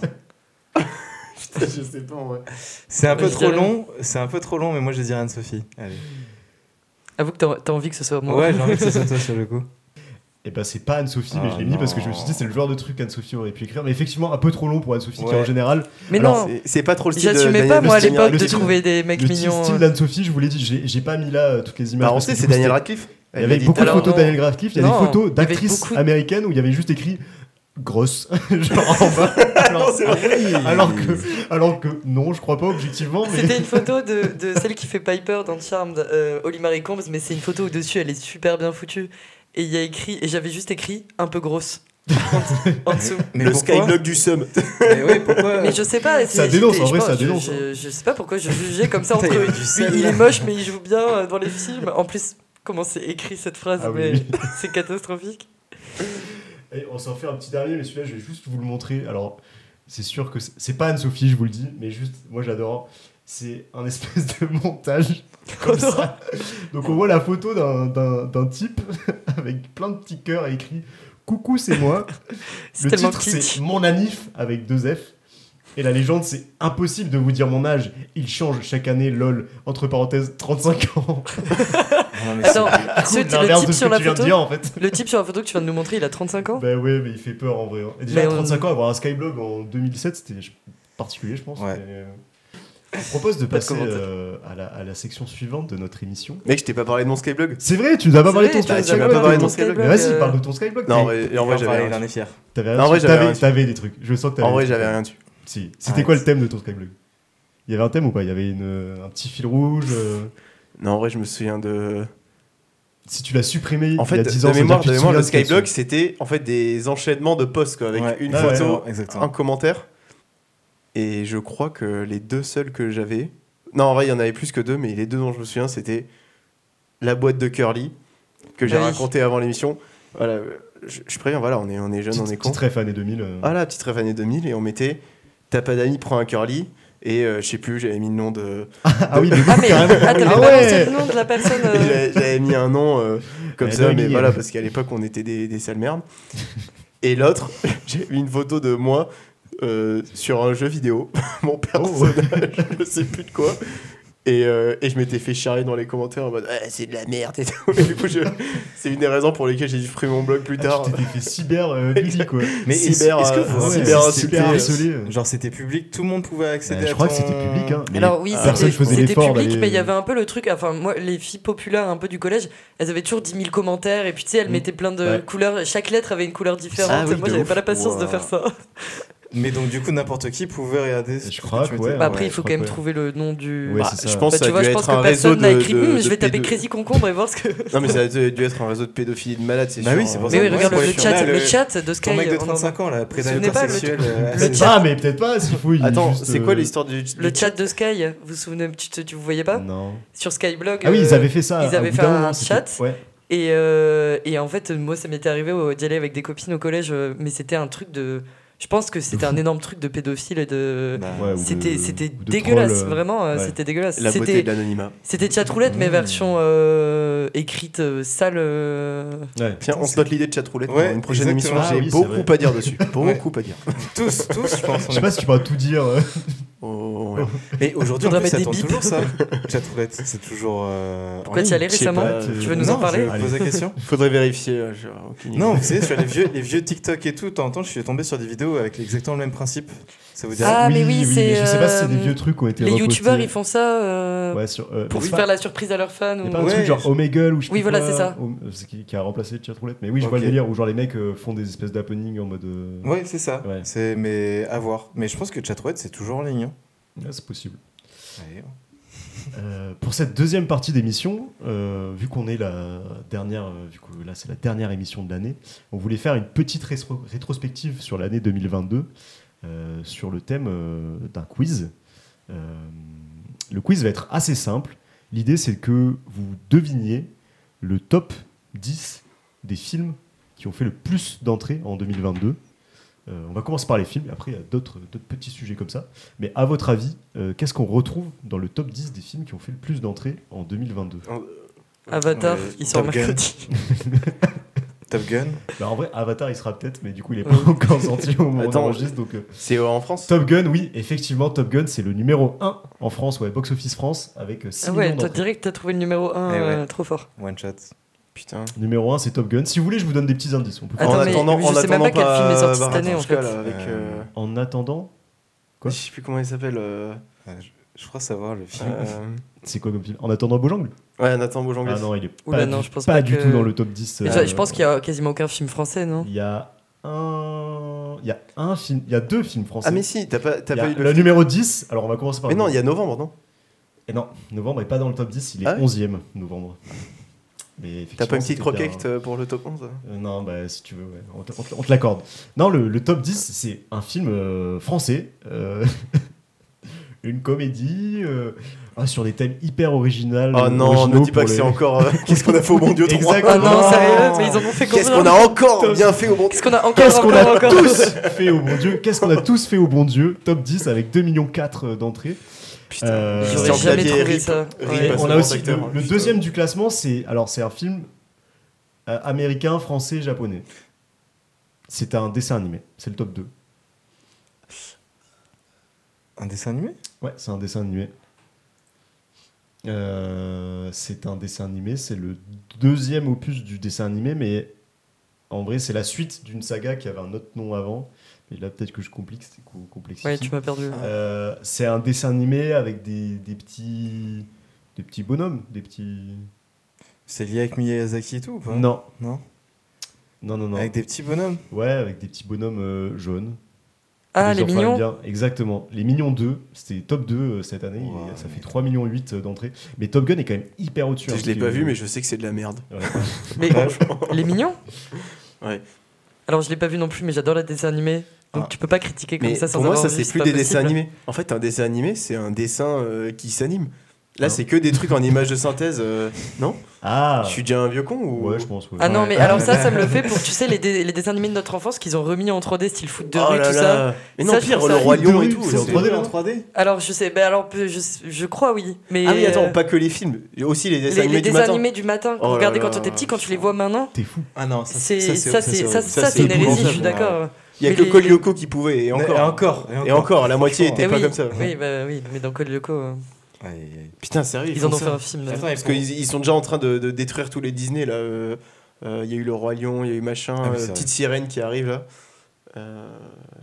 [SPEAKER 3] Putain, je sais pas en vrai.
[SPEAKER 4] C'est un peu
[SPEAKER 2] Je
[SPEAKER 4] trop
[SPEAKER 2] dirais-
[SPEAKER 4] long, c'est un peu trop long, mais moi je vais dire Anne-Sophie. Allez.
[SPEAKER 2] Avoue que t'as t'as envie que ce soit moi.
[SPEAKER 4] Ouais, j'ai envie que ce soit toi sur le coup.
[SPEAKER 1] Et ben c'est pas Anne-Sophie, mais
[SPEAKER 4] Ah,
[SPEAKER 1] je l'ai mis parce que je me
[SPEAKER 4] non.
[SPEAKER 1] suis dit c'est le genre de truc Anne-Sophie aurait pu écrire, mais effectivement un peu trop long pour Anne-Sophie qui
[SPEAKER 4] Ouais.
[SPEAKER 1] en général.
[SPEAKER 2] Mais
[SPEAKER 1] Alors,
[SPEAKER 2] non,
[SPEAKER 3] C'est- C'est pas trop le style de
[SPEAKER 2] j'assumais
[SPEAKER 3] Daniel
[SPEAKER 2] pas, moi, à
[SPEAKER 3] Radcliffe.
[SPEAKER 2] l'époque,
[SPEAKER 1] le
[SPEAKER 2] de
[SPEAKER 1] style-
[SPEAKER 2] trouver des mecs
[SPEAKER 1] Le style,
[SPEAKER 2] mignons.
[SPEAKER 1] style
[SPEAKER 2] euh.
[SPEAKER 1] d'Anne-Sophie, je vous l'ai dit, j'ai j'ai pas mis là euh, toutes les images.
[SPEAKER 3] Bah, on
[SPEAKER 1] parce
[SPEAKER 3] sait,
[SPEAKER 1] que
[SPEAKER 3] c'est
[SPEAKER 1] du coup,
[SPEAKER 3] Daniel Radcliffe.
[SPEAKER 1] Il y avait
[SPEAKER 3] dit-
[SPEAKER 1] beaucoup [LAUGHS]
[SPEAKER 2] Alors,
[SPEAKER 1] de photos
[SPEAKER 2] non.
[SPEAKER 1] de Daniel Radcliffe, il y a
[SPEAKER 2] Non,
[SPEAKER 1] des
[SPEAKER 2] il y
[SPEAKER 1] photos
[SPEAKER 2] avait
[SPEAKER 1] d'actrices
[SPEAKER 2] beaucoup de-
[SPEAKER 1] américaines où il y avait juste écrit grosse, [LAUGHS] genre en
[SPEAKER 2] [LAUGHS]
[SPEAKER 1] bas. Alors,
[SPEAKER 3] Ah
[SPEAKER 1] alors que, alors que non, je crois pas objectivement, mais [LAUGHS]
[SPEAKER 2] [LAUGHS] C'était une photo de, de celle qui fait Piper dans Charmed, euh, Holly Marie Combs, mais c'est une photo où dessus elle est super bien foutue. Et il y a écrit, et j'avais juste écrit un peu grosse en, en dessous.
[SPEAKER 4] Mais
[SPEAKER 3] le
[SPEAKER 4] pourquoi
[SPEAKER 3] Skyblock du Sum.
[SPEAKER 4] Mais ouais, pourquoi
[SPEAKER 2] Mais je sais pas.
[SPEAKER 1] Ça
[SPEAKER 2] c'est-
[SPEAKER 1] dénonce,
[SPEAKER 2] j'étais-
[SPEAKER 1] en
[SPEAKER 2] je
[SPEAKER 1] vrai,
[SPEAKER 2] pense-
[SPEAKER 1] ça
[SPEAKER 2] je-
[SPEAKER 1] dénonce, hein.
[SPEAKER 2] Je, je sais pas pourquoi je jugeais
[SPEAKER 3] [LAUGHS]
[SPEAKER 2] comme ça entre.
[SPEAKER 4] Putain, il y avait du
[SPEAKER 2] lui,
[SPEAKER 4] sel,
[SPEAKER 2] il
[SPEAKER 4] là.
[SPEAKER 2] est moche, mais il joue bien euh, dans les films. En plus, comment c'est écrit cette phrase,
[SPEAKER 1] Ah oui,
[SPEAKER 2] mais [LAUGHS]
[SPEAKER 1] oui.
[SPEAKER 2] c'est catastrophique.
[SPEAKER 1] Et Eh, on s'en fait un petit dernier, mais celui-là, je vais juste vous le montrer. Alors, c'est sûr que c'est- c'est pas Anne-Sophie, je vous le dis, mais juste, moi j'adore. C'est un espèce de [LAUGHS] montage [LAUGHS] comme ça. Donc, on voit la photo d'un- d'un d'un type [LAUGHS] avec plein de petits cœurs et écrit Coucou, c'est moi.
[SPEAKER 2] [LAUGHS] [LAUGHS] C'est
[SPEAKER 1] Le
[SPEAKER 2] tellement
[SPEAKER 1] titre,
[SPEAKER 2] kitsch.
[SPEAKER 1] c'est Mon anif avec deux F. Et la légende, c'est impossible de vous dire mon âge. Il change chaque année, lol. Entre parenthèses, 35
[SPEAKER 2] [LAUGHS]
[SPEAKER 1] ans.
[SPEAKER 4] Ah non, mais
[SPEAKER 1] [LAUGHS]
[SPEAKER 4] c'est-
[SPEAKER 2] Attends, ce- le
[SPEAKER 1] L'inverse
[SPEAKER 2] type
[SPEAKER 1] de ce
[SPEAKER 2] sur
[SPEAKER 1] que
[SPEAKER 2] la
[SPEAKER 1] tu viens de
[SPEAKER 2] photo.
[SPEAKER 1] dire, en fait.
[SPEAKER 2] Le type sur la photo que tu viens de nous montrer, il a 35 ans
[SPEAKER 1] Bah ouais, mais il fait peur en vrai. hein. Et déjà,
[SPEAKER 2] Mais Ben, on-
[SPEAKER 1] 35 ans, avoir un Skyblog en 2007, c'était je- particulier, je pense.
[SPEAKER 4] Ouais.
[SPEAKER 1] mais, euh, Je propose de passer
[SPEAKER 2] commentaire.
[SPEAKER 1] euh, à, la, à la section suivante de notre émission.
[SPEAKER 3] [LAUGHS] Mec, je t'ai pas parlé de mon Skyblog.
[SPEAKER 1] C'est vrai, tu nous as pas parlé de ton
[SPEAKER 3] t'as-
[SPEAKER 1] Skyblog.
[SPEAKER 3] tu m'as pas parlé de ton
[SPEAKER 1] Mais vas-y, parle de ton Skyblog.
[SPEAKER 3] Non, en
[SPEAKER 1] t'avais-
[SPEAKER 3] vrai, en vrai,
[SPEAKER 4] il en
[SPEAKER 3] j'avais
[SPEAKER 4] parlait,
[SPEAKER 3] rien.
[SPEAKER 4] il en est fier.
[SPEAKER 1] T'avais
[SPEAKER 3] en vrai, j'avais
[SPEAKER 1] t'avais-
[SPEAKER 3] rien dit.
[SPEAKER 1] t'avais des trucs. Je sens que t'avais.
[SPEAKER 3] En vrai,
[SPEAKER 1] des trucs.
[SPEAKER 3] j'avais rien dessus.
[SPEAKER 1] Si. C'était quoi
[SPEAKER 4] Arrête.
[SPEAKER 1] le thème de ton Skyblog Il y avait un thème ou pas Il y avait une, un petit fil rouge euh,
[SPEAKER 3] Non, en vrai, je me souviens de.
[SPEAKER 1] si tu l'as supprimé
[SPEAKER 3] En fait,
[SPEAKER 1] il y a 10 ans,
[SPEAKER 3] de
[SPEAKER 1] ça veut
[SPEAKER 3] mémoire,
[SPEAKER 1] dire que
[SPEAKER 3] de
[SPEAKER 1] tu te
[SPEAKER 3] mémoire, le
[SPEAKER 1] souviens de ce
[SPEAKER 3] Skyblock, c'était en fait des enchaînements de posts quoi, avec
[SPEAKER 4] Ouais.
[SPEAKER 3] une
[SPEAKER 1] Ah ouais,
[SPEAKER 3] photo,
[SPEAKER 4] ouais, exactement.
[SPEAKER 3] un commentaire. Et je crois que les deux seuls que j'avais. Non, en vrai, il y en avait plus que deux, mais les deux dont je me souviens, c'était la boîte de Curly, que j'ai
[SPEAKER 2] Ah oui.
[SPEAKER 3] raconté avant l'émission. Voilà, je, je préviens, voilà, on est, on est jeune, on est
[SPEAKER 1] Petite,
[SPEAKER 3] con.
[SPEAKER 1] petite ref année 2000. euh,
[SPEAKER 3] Ah là, petite rêve année 2000, et on mettait T'as pas d'amis, prends un Curly. Et euh, je sais plus, j'avais mis le nom de.
[SPEAKER 1] ah oui, mais [LAUGHS]
[SPEAKER 2] Ah,
[SPEAKER 1] carrément.
[SPEAKER 2] mais ah, t'avais
[SPEAKER 1] Ah
[SPEAKER 2] pas
[SPEAKER 1] ouais.
[SPEAKER 2] lancé le nom de la personne. euh,
[SPEAKER 3] [LAUGHS] J'avais j'avais mis un nom euh, comme
[SPEAKER 1] Elle
[SPEAKER 3] ça,
[SPEAKER 1] a
[SPEAKER 3] mais
[SPEAKER 1] mis,
[SPEAKER 3] voilà,
[SPEAKER 1] euh.
[SPEAKER 3] parce qu'à l'époque, on était des, des sales merdes. Et l'autre, [LAUGHS] j'ai mis une photo de moi euh, sur un jeu vidéo, [LAUGHS] mon personnage, je sais plus de quoi. Et, euh, et je m'étais fait charrer dans les commentaires en mode Ouais, c'est de la merde et tout. [LAUGHS] Et du coup, je- c'est une des raisons pour lesquelles j'ai dû supprimer mon blog plus tard.
[SPEAKER 1] Tu t'étais fait cyber euh, bully, quoi.
[SPEAKER 4] Mais est-ce-
[SPEAKER 3] Cyber,
[SPEAKER 4] est-ce que
[SPEAKER 3] euh,
[SPEAKER 4] vous-
[SPEAKER 1] ouais,
[SPEAKER 3] cyber
[SPEAKER 4] c'est-
[SPEAKER 3] insulté.
[SPEAKER 1] Cyber harcelé. euh.
[SPEAKER 4] Genre c'était public, tout le monde pouvait accéder
[SPEAKER 1] Euh,
[SPEAKER 4] à
[SPEAKER 1] je crois que
[SPEAKER 4] ton-
[SPEAKER 1] c'était public. Hein, mais
[SPEAKER 2] Alors oui,
[SPEAKER 3] Ah,
[SPEAKER 2] c'était
[SPEAKER 1] personne faisait
[SPEAKER 2] c'était
[SPEAKER 1] l'effort
[SPEAKER 2] public,
[SPEAKER 1] d'aller-
[SPEAKER 2] mais il y avait un peu le truc. Enfin, moi, les filles populaires un peu du collège, elles avaient toujours 10 000 commentaires et puis tu sais, elles
[SPEAKER 1] Mm.
[SPEAKER 2] mettaient plein de
[SPEAKER 1] Ouais.
[SPEAKER 2] couleurs. Chaque lettre avait une couleur différente.
[SPEAKER 3] Ah oui,
[SPEAKER 2] moi,
[SPEAKER 3] de
[SPEAKER 2] j'avais
[SPEAKER 3] ouf.
[SPEAKER 2] pas la patience de
[SPEAKER 3] Ouah.
[SPEAKER 2] faire ça.
[SPEAKER 4] Mais donc du coup n'importe qui pouvait regarder. ce
[SPEAKER 1] Je crois
[SPEAKER 4] tu
[SPEAKER 1] que
[SPEAKER 4] mettais.
[SPEAKER 1] ouais.
[SPEAKER 2] Bah, après,
[SPEAKER 1] ouais,
[SPEAKER 2] il
[SPEAKER 1] je
[SPEAKER 2] faut quand
[SPEAKER 1] crois
[SPEAKER 2] même
[SPEAKER 1] que ouais.
[SPEAKER 2] trouver le nom du.
[SPEAKER 1] Ouais,
[SPEAKER 3] Bah,
[SPEAKER 1] c'est ça.
[SPEAKER 3] je pense
[SPEAKER 2] Bah,
[SPEAKER 3] que ça
[SPEAKER 2] tu
[SPEAKER 3] a
[SPEAKER 2] vois,
[SPEAKER 3] dû
[SPEAKER 2] je
[SPEAKER 3] être
[SPEAKER 2] pense
[SPEAKER 3] un
[SPEAKER 2] que
[SPEAKER 3] réseau
[SPEAKER 2] personne
[SPEAKER 3] de,
[SPEAKER 2] n'a écrit.
[SPEAKER 3] de-
[SPEAKER 2] Hum,
[SPEAKER 3] de
[SPEAKER 2] Je vais taper
[SPEAKER 3] pédo-
[SPEAKER 2] Crazy Concombre et voir ce que.
[SPEAKER 3] Non, mais ça a dû être un réseau de pédophilie de malades, c'est
[SPEAKER 4] Bah
[SPEAKER 3] sûr.
[SPEAKER 4] oui, c'est pour
[SPEAKER 3] hein.
[SPEAKER 4] ça.
[SPEAKER 2] Mais oui,
[SPEAKER 4] Ouais,
[SPEAKER 2] regarde
[SPEAKER 4] ouais,
[SPEAKER 2] le
[SPEAKER 4] je
[SPEAKER 2] chat,
[SPEAKER 4] suis là,
[SPEAKER 2] le
[SPEAKER 4] le-
[SPEAKER 2] chat de Sky.
[SPEAKER 4] Ton euh, mec de
[SPEAKER 2] on en-
[SPEAKER 4] 35 ans là,
[SPEAKER 2] souvenez
[SPEAKER 4] prédateur
[SPEAKER 2] pas, le-
[SPEAKER 4] sexuel. euh, [LAUGHS]
[SPEAKER 2] le chat.
[SPEAKER 1] Ah, mais peut-être pas, s'il faut. il-
[SPEAKER 3] Attends,
[SPEAKER 1] juste,
[SPEAKER 3] c'est quoi
[SPEAKER 1] euh,
[SPEAKER 3] l'histoire du, du
[SPEAKER 2] Le chat de Sky, vous vous souvenez, tu, te- tu vous voyais pas
[SPEAKER 1] Non.
[SPEAKER 2] Sur Skyblog.
[SPEAKER 1] Ah oui, ils
[SPEAKER 2] euh,
[SPEAKER 1] avaient fait ça.
[SPEAKER 2] ils
[SPEAKER 1] à
[SPEAKER 2] avaient
[SPEAKER 1] bout
[SPEAKER 2] fait
[SPEAKER 1] d'un
[SPEAKER 2] un
[SPEAKER 1] moment, c'était-
[SPEAKER 2] chat.
[SPEAKER 1] Ouais.
[SPEAKER 2] Et, euh, et en fait, euh, moi, ça m'était arrivé au- d'y aller avec des copines au collège, euh, mais c'était un truc de. Je pense que c'était un énorme truc de pédophile et de.
[SPEAKER 4] Bah,
[SPEAKER 1] Ouais, ou de-
[SPEAKER 2] C'était c'était
[SPEAKER 1] ou de
[SPEAKER 2] dégueulasse,
[SPEAKER 1] troll, euh,
[SPEAKER 2] vraiment, euh,
[SPEAKER 1] ouais.
[SPEAKER 2] c'était dégueulasse.
[SPEAKER 3] La beauté
[SPEAKER 2] C'était
[SPEAKER 3] de l'anonymat.
[SPEAKER 2] c'était chat roulette, mais
[SPEAKER 4] Mmh.
[SPEAKER 2] version euh, écrite euh, sale. euh.
[SPEAKER 1] Ouais.
[SPEAKER 3] Tiens, on se note l'idée de chatroulette
[SPEAKER 4] Ouais,
[SPEAKER 3] pour une prochaine
[SPEAKER 4] exactement.
[SPEAKER 3] émission.
[SPEAKER 1] Ah
[SPEAKER 3] J'ai
[SPEAKER 1] oui, c'est
[SPEAKER 3] beaucoup
[SPEAKER 1] vrai.
[SPEAKER 3] à dire dessus. Beaucoup à dire.
[SPEAKER 4] Tous, tous, je pense.
[SPEAKER 1] Je
[SPEAKER 4] on
[SPEAKER 1] sais
[SPEAKER 4] est-
[SPEAKER 1] pas si tu pourras tout dire. euh.
[SPEAKER 3] Oh, ouais.
[SPEAKER 4] Mais aujourd'hui, en
[SPEAKER 2] Faudrait
[SPEAKER 4] plus, ça
[SPEAKER 2] mettre
[SPEAKER 4] tourne
[SPEAKER 2] des bips.
[SPEAKER 4] toujours ça. [LAUGHS] Chatroulette, c'est toujours. euh, en
[SPEAKER 2] Pourquoi
[SPEAKER 4] ligne.
[SPEAKER 2] tu y allais
[SPEAKER 3] je sais pas,
[SPEAKER 2] récemment
[SPEAKER 1] euh,
[SPEAKER 2] Tu veux nous
[SPEAKER 4] Non,
[SPEAKER 2] en parler
[SPEAKER 4] Je pose
[SPEAKER 1] [LAUGHS]
[SPEAKER 4] la question.
[SPEAKER 3] Faudrait vérifier. euh, j'ai aucune idée.
[SPEAKER 4] non, vous savez, sur les vieux, les vieux TikTok et tout, de temps en temps, je suis tombé sur des vidéos avec exactement le même principe. Ça vous dit
[SPEAKER 2] Ah,
[SPEAKER 4] rien
[SPEAKER 2] mais oui, c'est,
[SPEAKER 1] Je sais pas si c'est des
[SPEAKER 2] euh,
[SPEAKER 1] vieux trucs qui ont été
[SPEAKER 2] Les
[SPEAKER 1] repostés.
[SPEAKER 2] youtubeurs, ils font ça euh,
[SPEAKER 1] Ouais, sur. euh,
[SPEAKER 2] pour
[SPEAKER 1] c'est
[SPEAKER 2] faire
[SPEAKER 1] pas-
[SPEAKER 2] la surprise à leurs fans.
[SPEAKER 1] y a
[SPEAKER 2] ou-
[SPEAKER 1] pas un
[SPEAKER 4] Ouais,
[SPEAKER 1] truc genre
[SPEAKER 4] je-
[SPEAKER 1] Omegle ou je sais
[SPEAKER 2] Oui,
[SPEAKER 1] plus
[SPEAKER 2] voilà,
[SPEAKER 1] quoi,
[SPEAKER 2] c'est ça.
[SPEAKER 1] Om- ce qui, qui a remplacé le chat roulette. Mais oui, je vois
[SPEAKER 4] Ok.
[SPEAKER 1] le délire où genre les mecs euh, font des espèces d'happening en mode. euh,
[SPEAKER 4] Ouais, c'est ça.
[SPEAKER 1] Ouais.
[SPEAKER 4] C'est mais à voir. Mais je pense que Chatroulette, c'est toujours en ligne. hein.
[SPEAKER 1] ouais, c'est possible.
[SPEAKER 4] Ouais.
[SPEAKER 1] Euh, pour cette deuxième partie d'émission, euh, vu qu'on est la dernière, euh, vu que là c'est la dernière émission de l'année, on voulait faire une petite rétro- rétrospective sur l'année 2022 euh, sur le thème euh, d'un quiz. Euh, le quiz va être assez simple. L'idée c'est que vous deviniez le top 10 des films qui ont fait le plus d'entrées en 2022. Euh, on va commencer par les films, et après il y a d'autres d'autres petits sujets comme ça. Mais à votre avis, euh, qu'est-ce qu'on retrouve dans le top 10 des films qui ont fait le plus d'entrées en 2022
[SPEAKER 2] Avatar,
[SPEAKER 4] Ouais,
[SPEAKER 2] ils sont
[SPEAKER 4] Top Gun.
[SPEAKER 3] [LAUGHS]
[SPEAKER 2] mercredi.
[SPEAKER 4] Top Gun.
[SPEAKER 1] Bah, En vrai, Avatar, il sera peut-être, mais du coup, il est
[SPEAKER 3] [LAUGHS]
[SPEAKER 2] Ouais.
[SPEAKER 1] pas encore sorti au moment où on
[SPEAKER 3] Attends,
[SPEAKER 1] enregistre. Donc, euh,
[SPEAKER 3] C'est en France
[SPEAKER 1] Top Gun, oui, effectivement, Top Gun, c'est le numéro 1 en France, ouais, Box Office France, avec euh, 6
[SPEAKER 2] Ah ouais,
[SPEAKER 1] millions
[SPEAKER 2] toi
[SPEAKER 1] d'entrées.
[SPEAKER 2] direct, t'as trouvé le numéro 1,
[SPEAKER 4] Eh ouais.
[SPEAKER 2] trop fort.
[SPEAKER 4] One shot.
[SPEAKER 3] Putain.
[SPEAKER 1] Numéro 1, c'est Top Gun. Si vous voulez, je vous donne des petits indices. On peut
[SPEAKER 2] Attends,
[SPEAKER 3] en
[SPEAKER 1] faire-
[SPEAKER 2] mais
[SPEAKER 3] attendant,
[SPEAKER 2] je
[SPEAKER 3] en
[SPEAKER 2] sais même
[SPEAKER 3] attendant
[SPEAKER 2] pas quel
[SPEAKER 3] pas
[SPEAKER 2] film est sorti cette
[SPEAKER 3] Baratin
[SPEAKER 2] année, en
[SPEAKER 3] Scott,
[SPEAKER 2] fait.
[SPEAKER 3] là, avec, euh,
[SPEAKER 1] En attendant,
[SPEAKER 3] Je
[SPEAKER 1] quoi
[SPEAKER 3] sais plus comment il s'appelle. euh,
[SPEAKER 4] Euh, je- Je crois savoir le film.
[SPEAKER 3] euh,
[SPEAKER 1] c'est quoi comme film En attendant Beaujangle
[SPEAKER 3] Ouais, Nathan Beaujanglais.
[SPEAKER 1] Ah non, il est pas,
[SPEAKER 2] Oula,
[SPEAKER 1] du,
[SPEAKER 2] non, je pense
[SPEAKER 1] pas
[SPEAKER 2] pas
[SPEAKER 1] du
[SPEAKER 2] que-
[SPEAKER 1] tout dans le top 10.
[SPEAKER 2] Mais
[SPEAKER 1] euh,
[SPEAKER 2] je- je pense qu'il y a quasiment aucun film français, non
[SPEAKER 1] Il y a un. Il y a un film. Il y a deux films français.
[SPEAKER 3] Ah, mais si, t'as pas, t'as
[SPEAKER 1] Il y a
[SPEAKER 3] pas eu
[SPEAKER 1] le
[SPEAKER 3] le.
[SPEAKER 1] numéro 10, alors on va commencer par.
[SPEAKER 3] Mais
[SPEAKER 1] le
[SPEAKER 3] non, il y a novembre, non
[SPEAKER 1] Et non, novembre est pas dans le top 10, il est
[SPEAKER 3] Ah ouais
[SPEAKER 1] 11ème novembre. Mais
[SPEAKER 3] T'as pas
[SPEAKER 1] effectivement,
[SPEAKER 3] une petite
[SPEAKER 1] c'était
[SPEAKER 3] croquette euh, pour le top 11
[SPEAKER 1] un- Euh, Non, bah si tu veux, ouais, on te, on te- on te l'accorde. Non, le, le top 10, c'est un film euh, français, euh, [LAUGHS] une comédie, euh, ah, sur des thèmes hyper originaux.
[SPEAKER 3] Oh non, ne
[SPEAKER 1] originaux
[SPEAKER 3] dis pas
[SPEAKER 1] pour
[SPEAKER 3] que
[SPEAKER 1] les-
[SPEAKER 3] c'est encore. euh, [LAUGHS] Qu'est-ce qu'on a fait au bon Dieu 3
[SPEAKER 1] Exactement.
[SPEAKER 2] Ah non,
[SPEAKER 1] Oh.
[SPEAKER 2] sérieux, mais ils en ont fait
[SPEAKER 3] Qu'est-ce
[SPEAKER 2] combien
[SPEAKER 3] qu'on a encore bien fait au bon
[SPEAKER 2] Qu'est-ce qu'on a encore
[SPEAKER 1] Qu'est-ce qu'on a
[SPEAKER 2] encore, encore
[SPEAKER 1] tous fait au bon Dieu Qu'est-ce qu'on a tous fait au bon Dieu Top 10 avec 2,4 millions euh, d'entrées.
[SPEAKER 3] Putain,
[SPEAKER 1] Euh,
[SPEAKER 2] J'aurais
[SPEAKER 1] Christian
[SPEAKER 2] jamais
[SPEAKER 3] Clavier,
[SPEAKER 2] trouvé
[SPEAKER 3] rip,
[SPEAKER 2] ça.
[SPEAKER 3] rip,
[SPEAKER 2] Ouais.
[SPEAKER 1] Et
[SPEAKER 3] Parce
[SPEAKER 1] on
[SPEAKER 3] que
[SPEAKER 1] a
[SPEAKER 3] grand
[SPEAKER 1] aussi
[SPEAKER 3] acteur,
[SPEAKER 1] le,
[SPEAKER 3] hein,
[SPEAKER 1] le
[SPEAKER 3] putain.
[SPEAKER 1] deuxième du classement, c'est alors c'est un film euh, américain, français, japonais. C'est un dessin animé. C'est le top 2.
[SPEAKER 4] Un dessin animé
[SPEAKER 1] Ouais, c'est un dessin animé. Euh, c'est un dessin animé. C'est le deuxième opus du dessin animé, mais en vrai, c'est la suite d'une saga qui avait un autre nom avant. Mais là, peut-être que je complique. C'est co- complexifie.
[SPEAKER 2] Ouais, tu m'as perdu.
[SPEAKER 3] Ah,
[SPEAKER 1] Euh, c'est un dessin animé avec des, des petits des petits bonhommes, des petits.
[SPEAKER 4] C'est lié avec Miyazaki et tout ou pas
[SPEAKER 1] Non,
[SPEAKER 4] Non
[SPEAKER 1] non, non, non.
[SPEAKER 4] Avec des petits bonhommes
[SPEAKER 1] Ouais, avec des petits bonhommes euh, jaunes.
[SPEAKER 2] Ah, les
[SPEAKER 1] enfants aiment
[SPEAKER 2] mignons.
[SPEAKER 1] bien. Exactement. Les Mignons 2, c'était top 2 euh, cette année.
[SPEAKER 3] Wow,
[SPEAKER 1] Il- ça fait
[SPEAKER 3] mec.
[SPEAKER 1] 3,8 millions euh, d'entrées. Mais Top Gun est quand même hyper au-dessus. hein,
[SPEAKER 3] Je l'ai
[SPEAKER 1] qui-
[SPEAKER 3] pas vu, mais je sais que c'est de la merde.
[SPEAKER 1] Ouais.
[SPEAKER 2] Mais [LAUGHS] les mignons
[SPEAKER 3] [LAUGHS] Ouais.
[SPEAKER 2] Alors, je l'ai pas vu non plus, mais j'adore les dessins animés. Donc,
[SPEAKER 3] Ah.
[SPEAKER 2] tu peux pas critiquer comme
[SPEAKER 3] Mais
[SPEAKER 2] ça sans
[SPEAKER 3] pour moi,
[SPEAKER 2] avoir
[SPEAKER 3] ça,
[SPEAKER 2] vu,
[SPEAKER 3] c'est plus
[SPEAKER 2] pas
[SPEAKER 3] des
[SPEAKER 2] possible.
[SPEAKER 3] dessins animés. En fait, un dessin animé, c'est un dessin euh, qui s'anime. Là,
[SPEAKER 1] Non.
[SPEAKER 3] c'est que des trucs en images de synthèse. euh, non
[SPEAKER 1] Ah
[SPEAKER 3] Je suis déjà un vieux con ou
[SPEAKER 1] Ouais, je pense. ouais.
[SPEAKER 2] Ah non,
[SPEAKER 4] Ouais.
[SPEAKER 2] mais alors ça, ça
[SPEAKER 3] [LAUGHS]
[SPEAKER 2] me le fait pour, tu sais, les, dé- les dessins animés de notre enfance qu'ils ont remis en 3D, style foot de
[SPEAKER 3] Oh
[SPEAKER 2] rue,
[SPEAKER 3] là
[SPEAKER 2] tout ça.
[SPEAKER 3] là. Mais non,
[SPEAKER 2] Ça, je
[SPEAKER 3] pire,
[SPEAKER 2] trouve
[SPEAKER 3] le
[SPEAKER 2] ça
[SPEAKER 3] Roi
[SPEAKER 1] horrible.
[SPEAKER 3] Lion et
[SPEAKER 1] De
[SPEAKER 3] tout.
[SPEAKER 1] rue, c'est en
[SPEAKER 3] c'est-
[SPEAKER 1] 3D, là.
[SPEAKER 4] 3D
[SPEAKER 2] Alors, je sais, ben alors, peu- je, je crois, oui. Mais
[SPEAKER 3] Ah oui, attends,
[SPEAKER 2] euh,
[SPEAKER 3] pas que les films, aussi les
[SPEAKER 2] les,
[SPEAKER 3] dessins
[SPEAKER 2] les
[SPEAKER 3] animés du
[SPEAKER 2] dessins
[SPEAKER 3] matin.
[SPEAKER 2] animés du matin qu'on
[SPEAKER 3] Oh là
[SPEAKER 2] regardait
[SPEAKER 3] là
[SPEAKER 2] quand on était
[SPEAKER 3] là,
[SPEAKER 2] petit, quand tu les vois maintenant,
[SPEAKER 1] T'es fou.
[SPEAKER 4] Ah non, ça
[SPEAKER 2] c'est
[SPEAKER 4] c'est
[SPEAKER 2] ça, c'est ça,
[SPEAKER 4] horrible.
[SPEAKER 2] ça, c'est une
[SPEAKER 1] c'est
[SPEAKER 2] hérésie, je
[SPEAKER 1] épouvantable.
[SPEAKER 2] suis d'accord.
[SPEAKER 3] Il y a
[SPEAKER 2] Mais
[SPEAKER 3] que
[SPEAKER 2] les-
[SPEAKER 3] Kolioko qui pouvait, et
[SPEAKER 4] Et
[SPEAKER 3] encore.
[SPEAKER 4] encore, et encore,
[SPEAKER 3] Et encore, la moitié était
[SPEAKER 2] Eh
[SPEAKER 3] pas
[SPEAKER 2] oui,
[SPEAKER 3] comme ça.
[SPEAKER 2] Oui, bah oui, mais dans Code Lyoko, euh,
[SPEAKER 3] Putain, sérieux.
[SPEAKER 2] ils en
[SPEAKER 3] font
[SPEAKER 2] ont
[SPEAKER 3] ça.
[SPEAKER 2] fait un film.
[SPEAKER 4] Attends,
[SPEAKER 2] euh.
[SPEAKER 3] Parce
[SPEAKER 4] parce
[SPEAKER 3] qu'ils ils sont déjà en train de, de détruire tous les Disney là. euh, euh, Il y a eu le Roi Lion, il y a eu machin,
[SPEAKER 4] Ah oui,
[SPEAKER 3] euh,
[SPEAKER 4] c'est vrai.
[SPEAKER 3] petite sirène qui arrive là. Euh,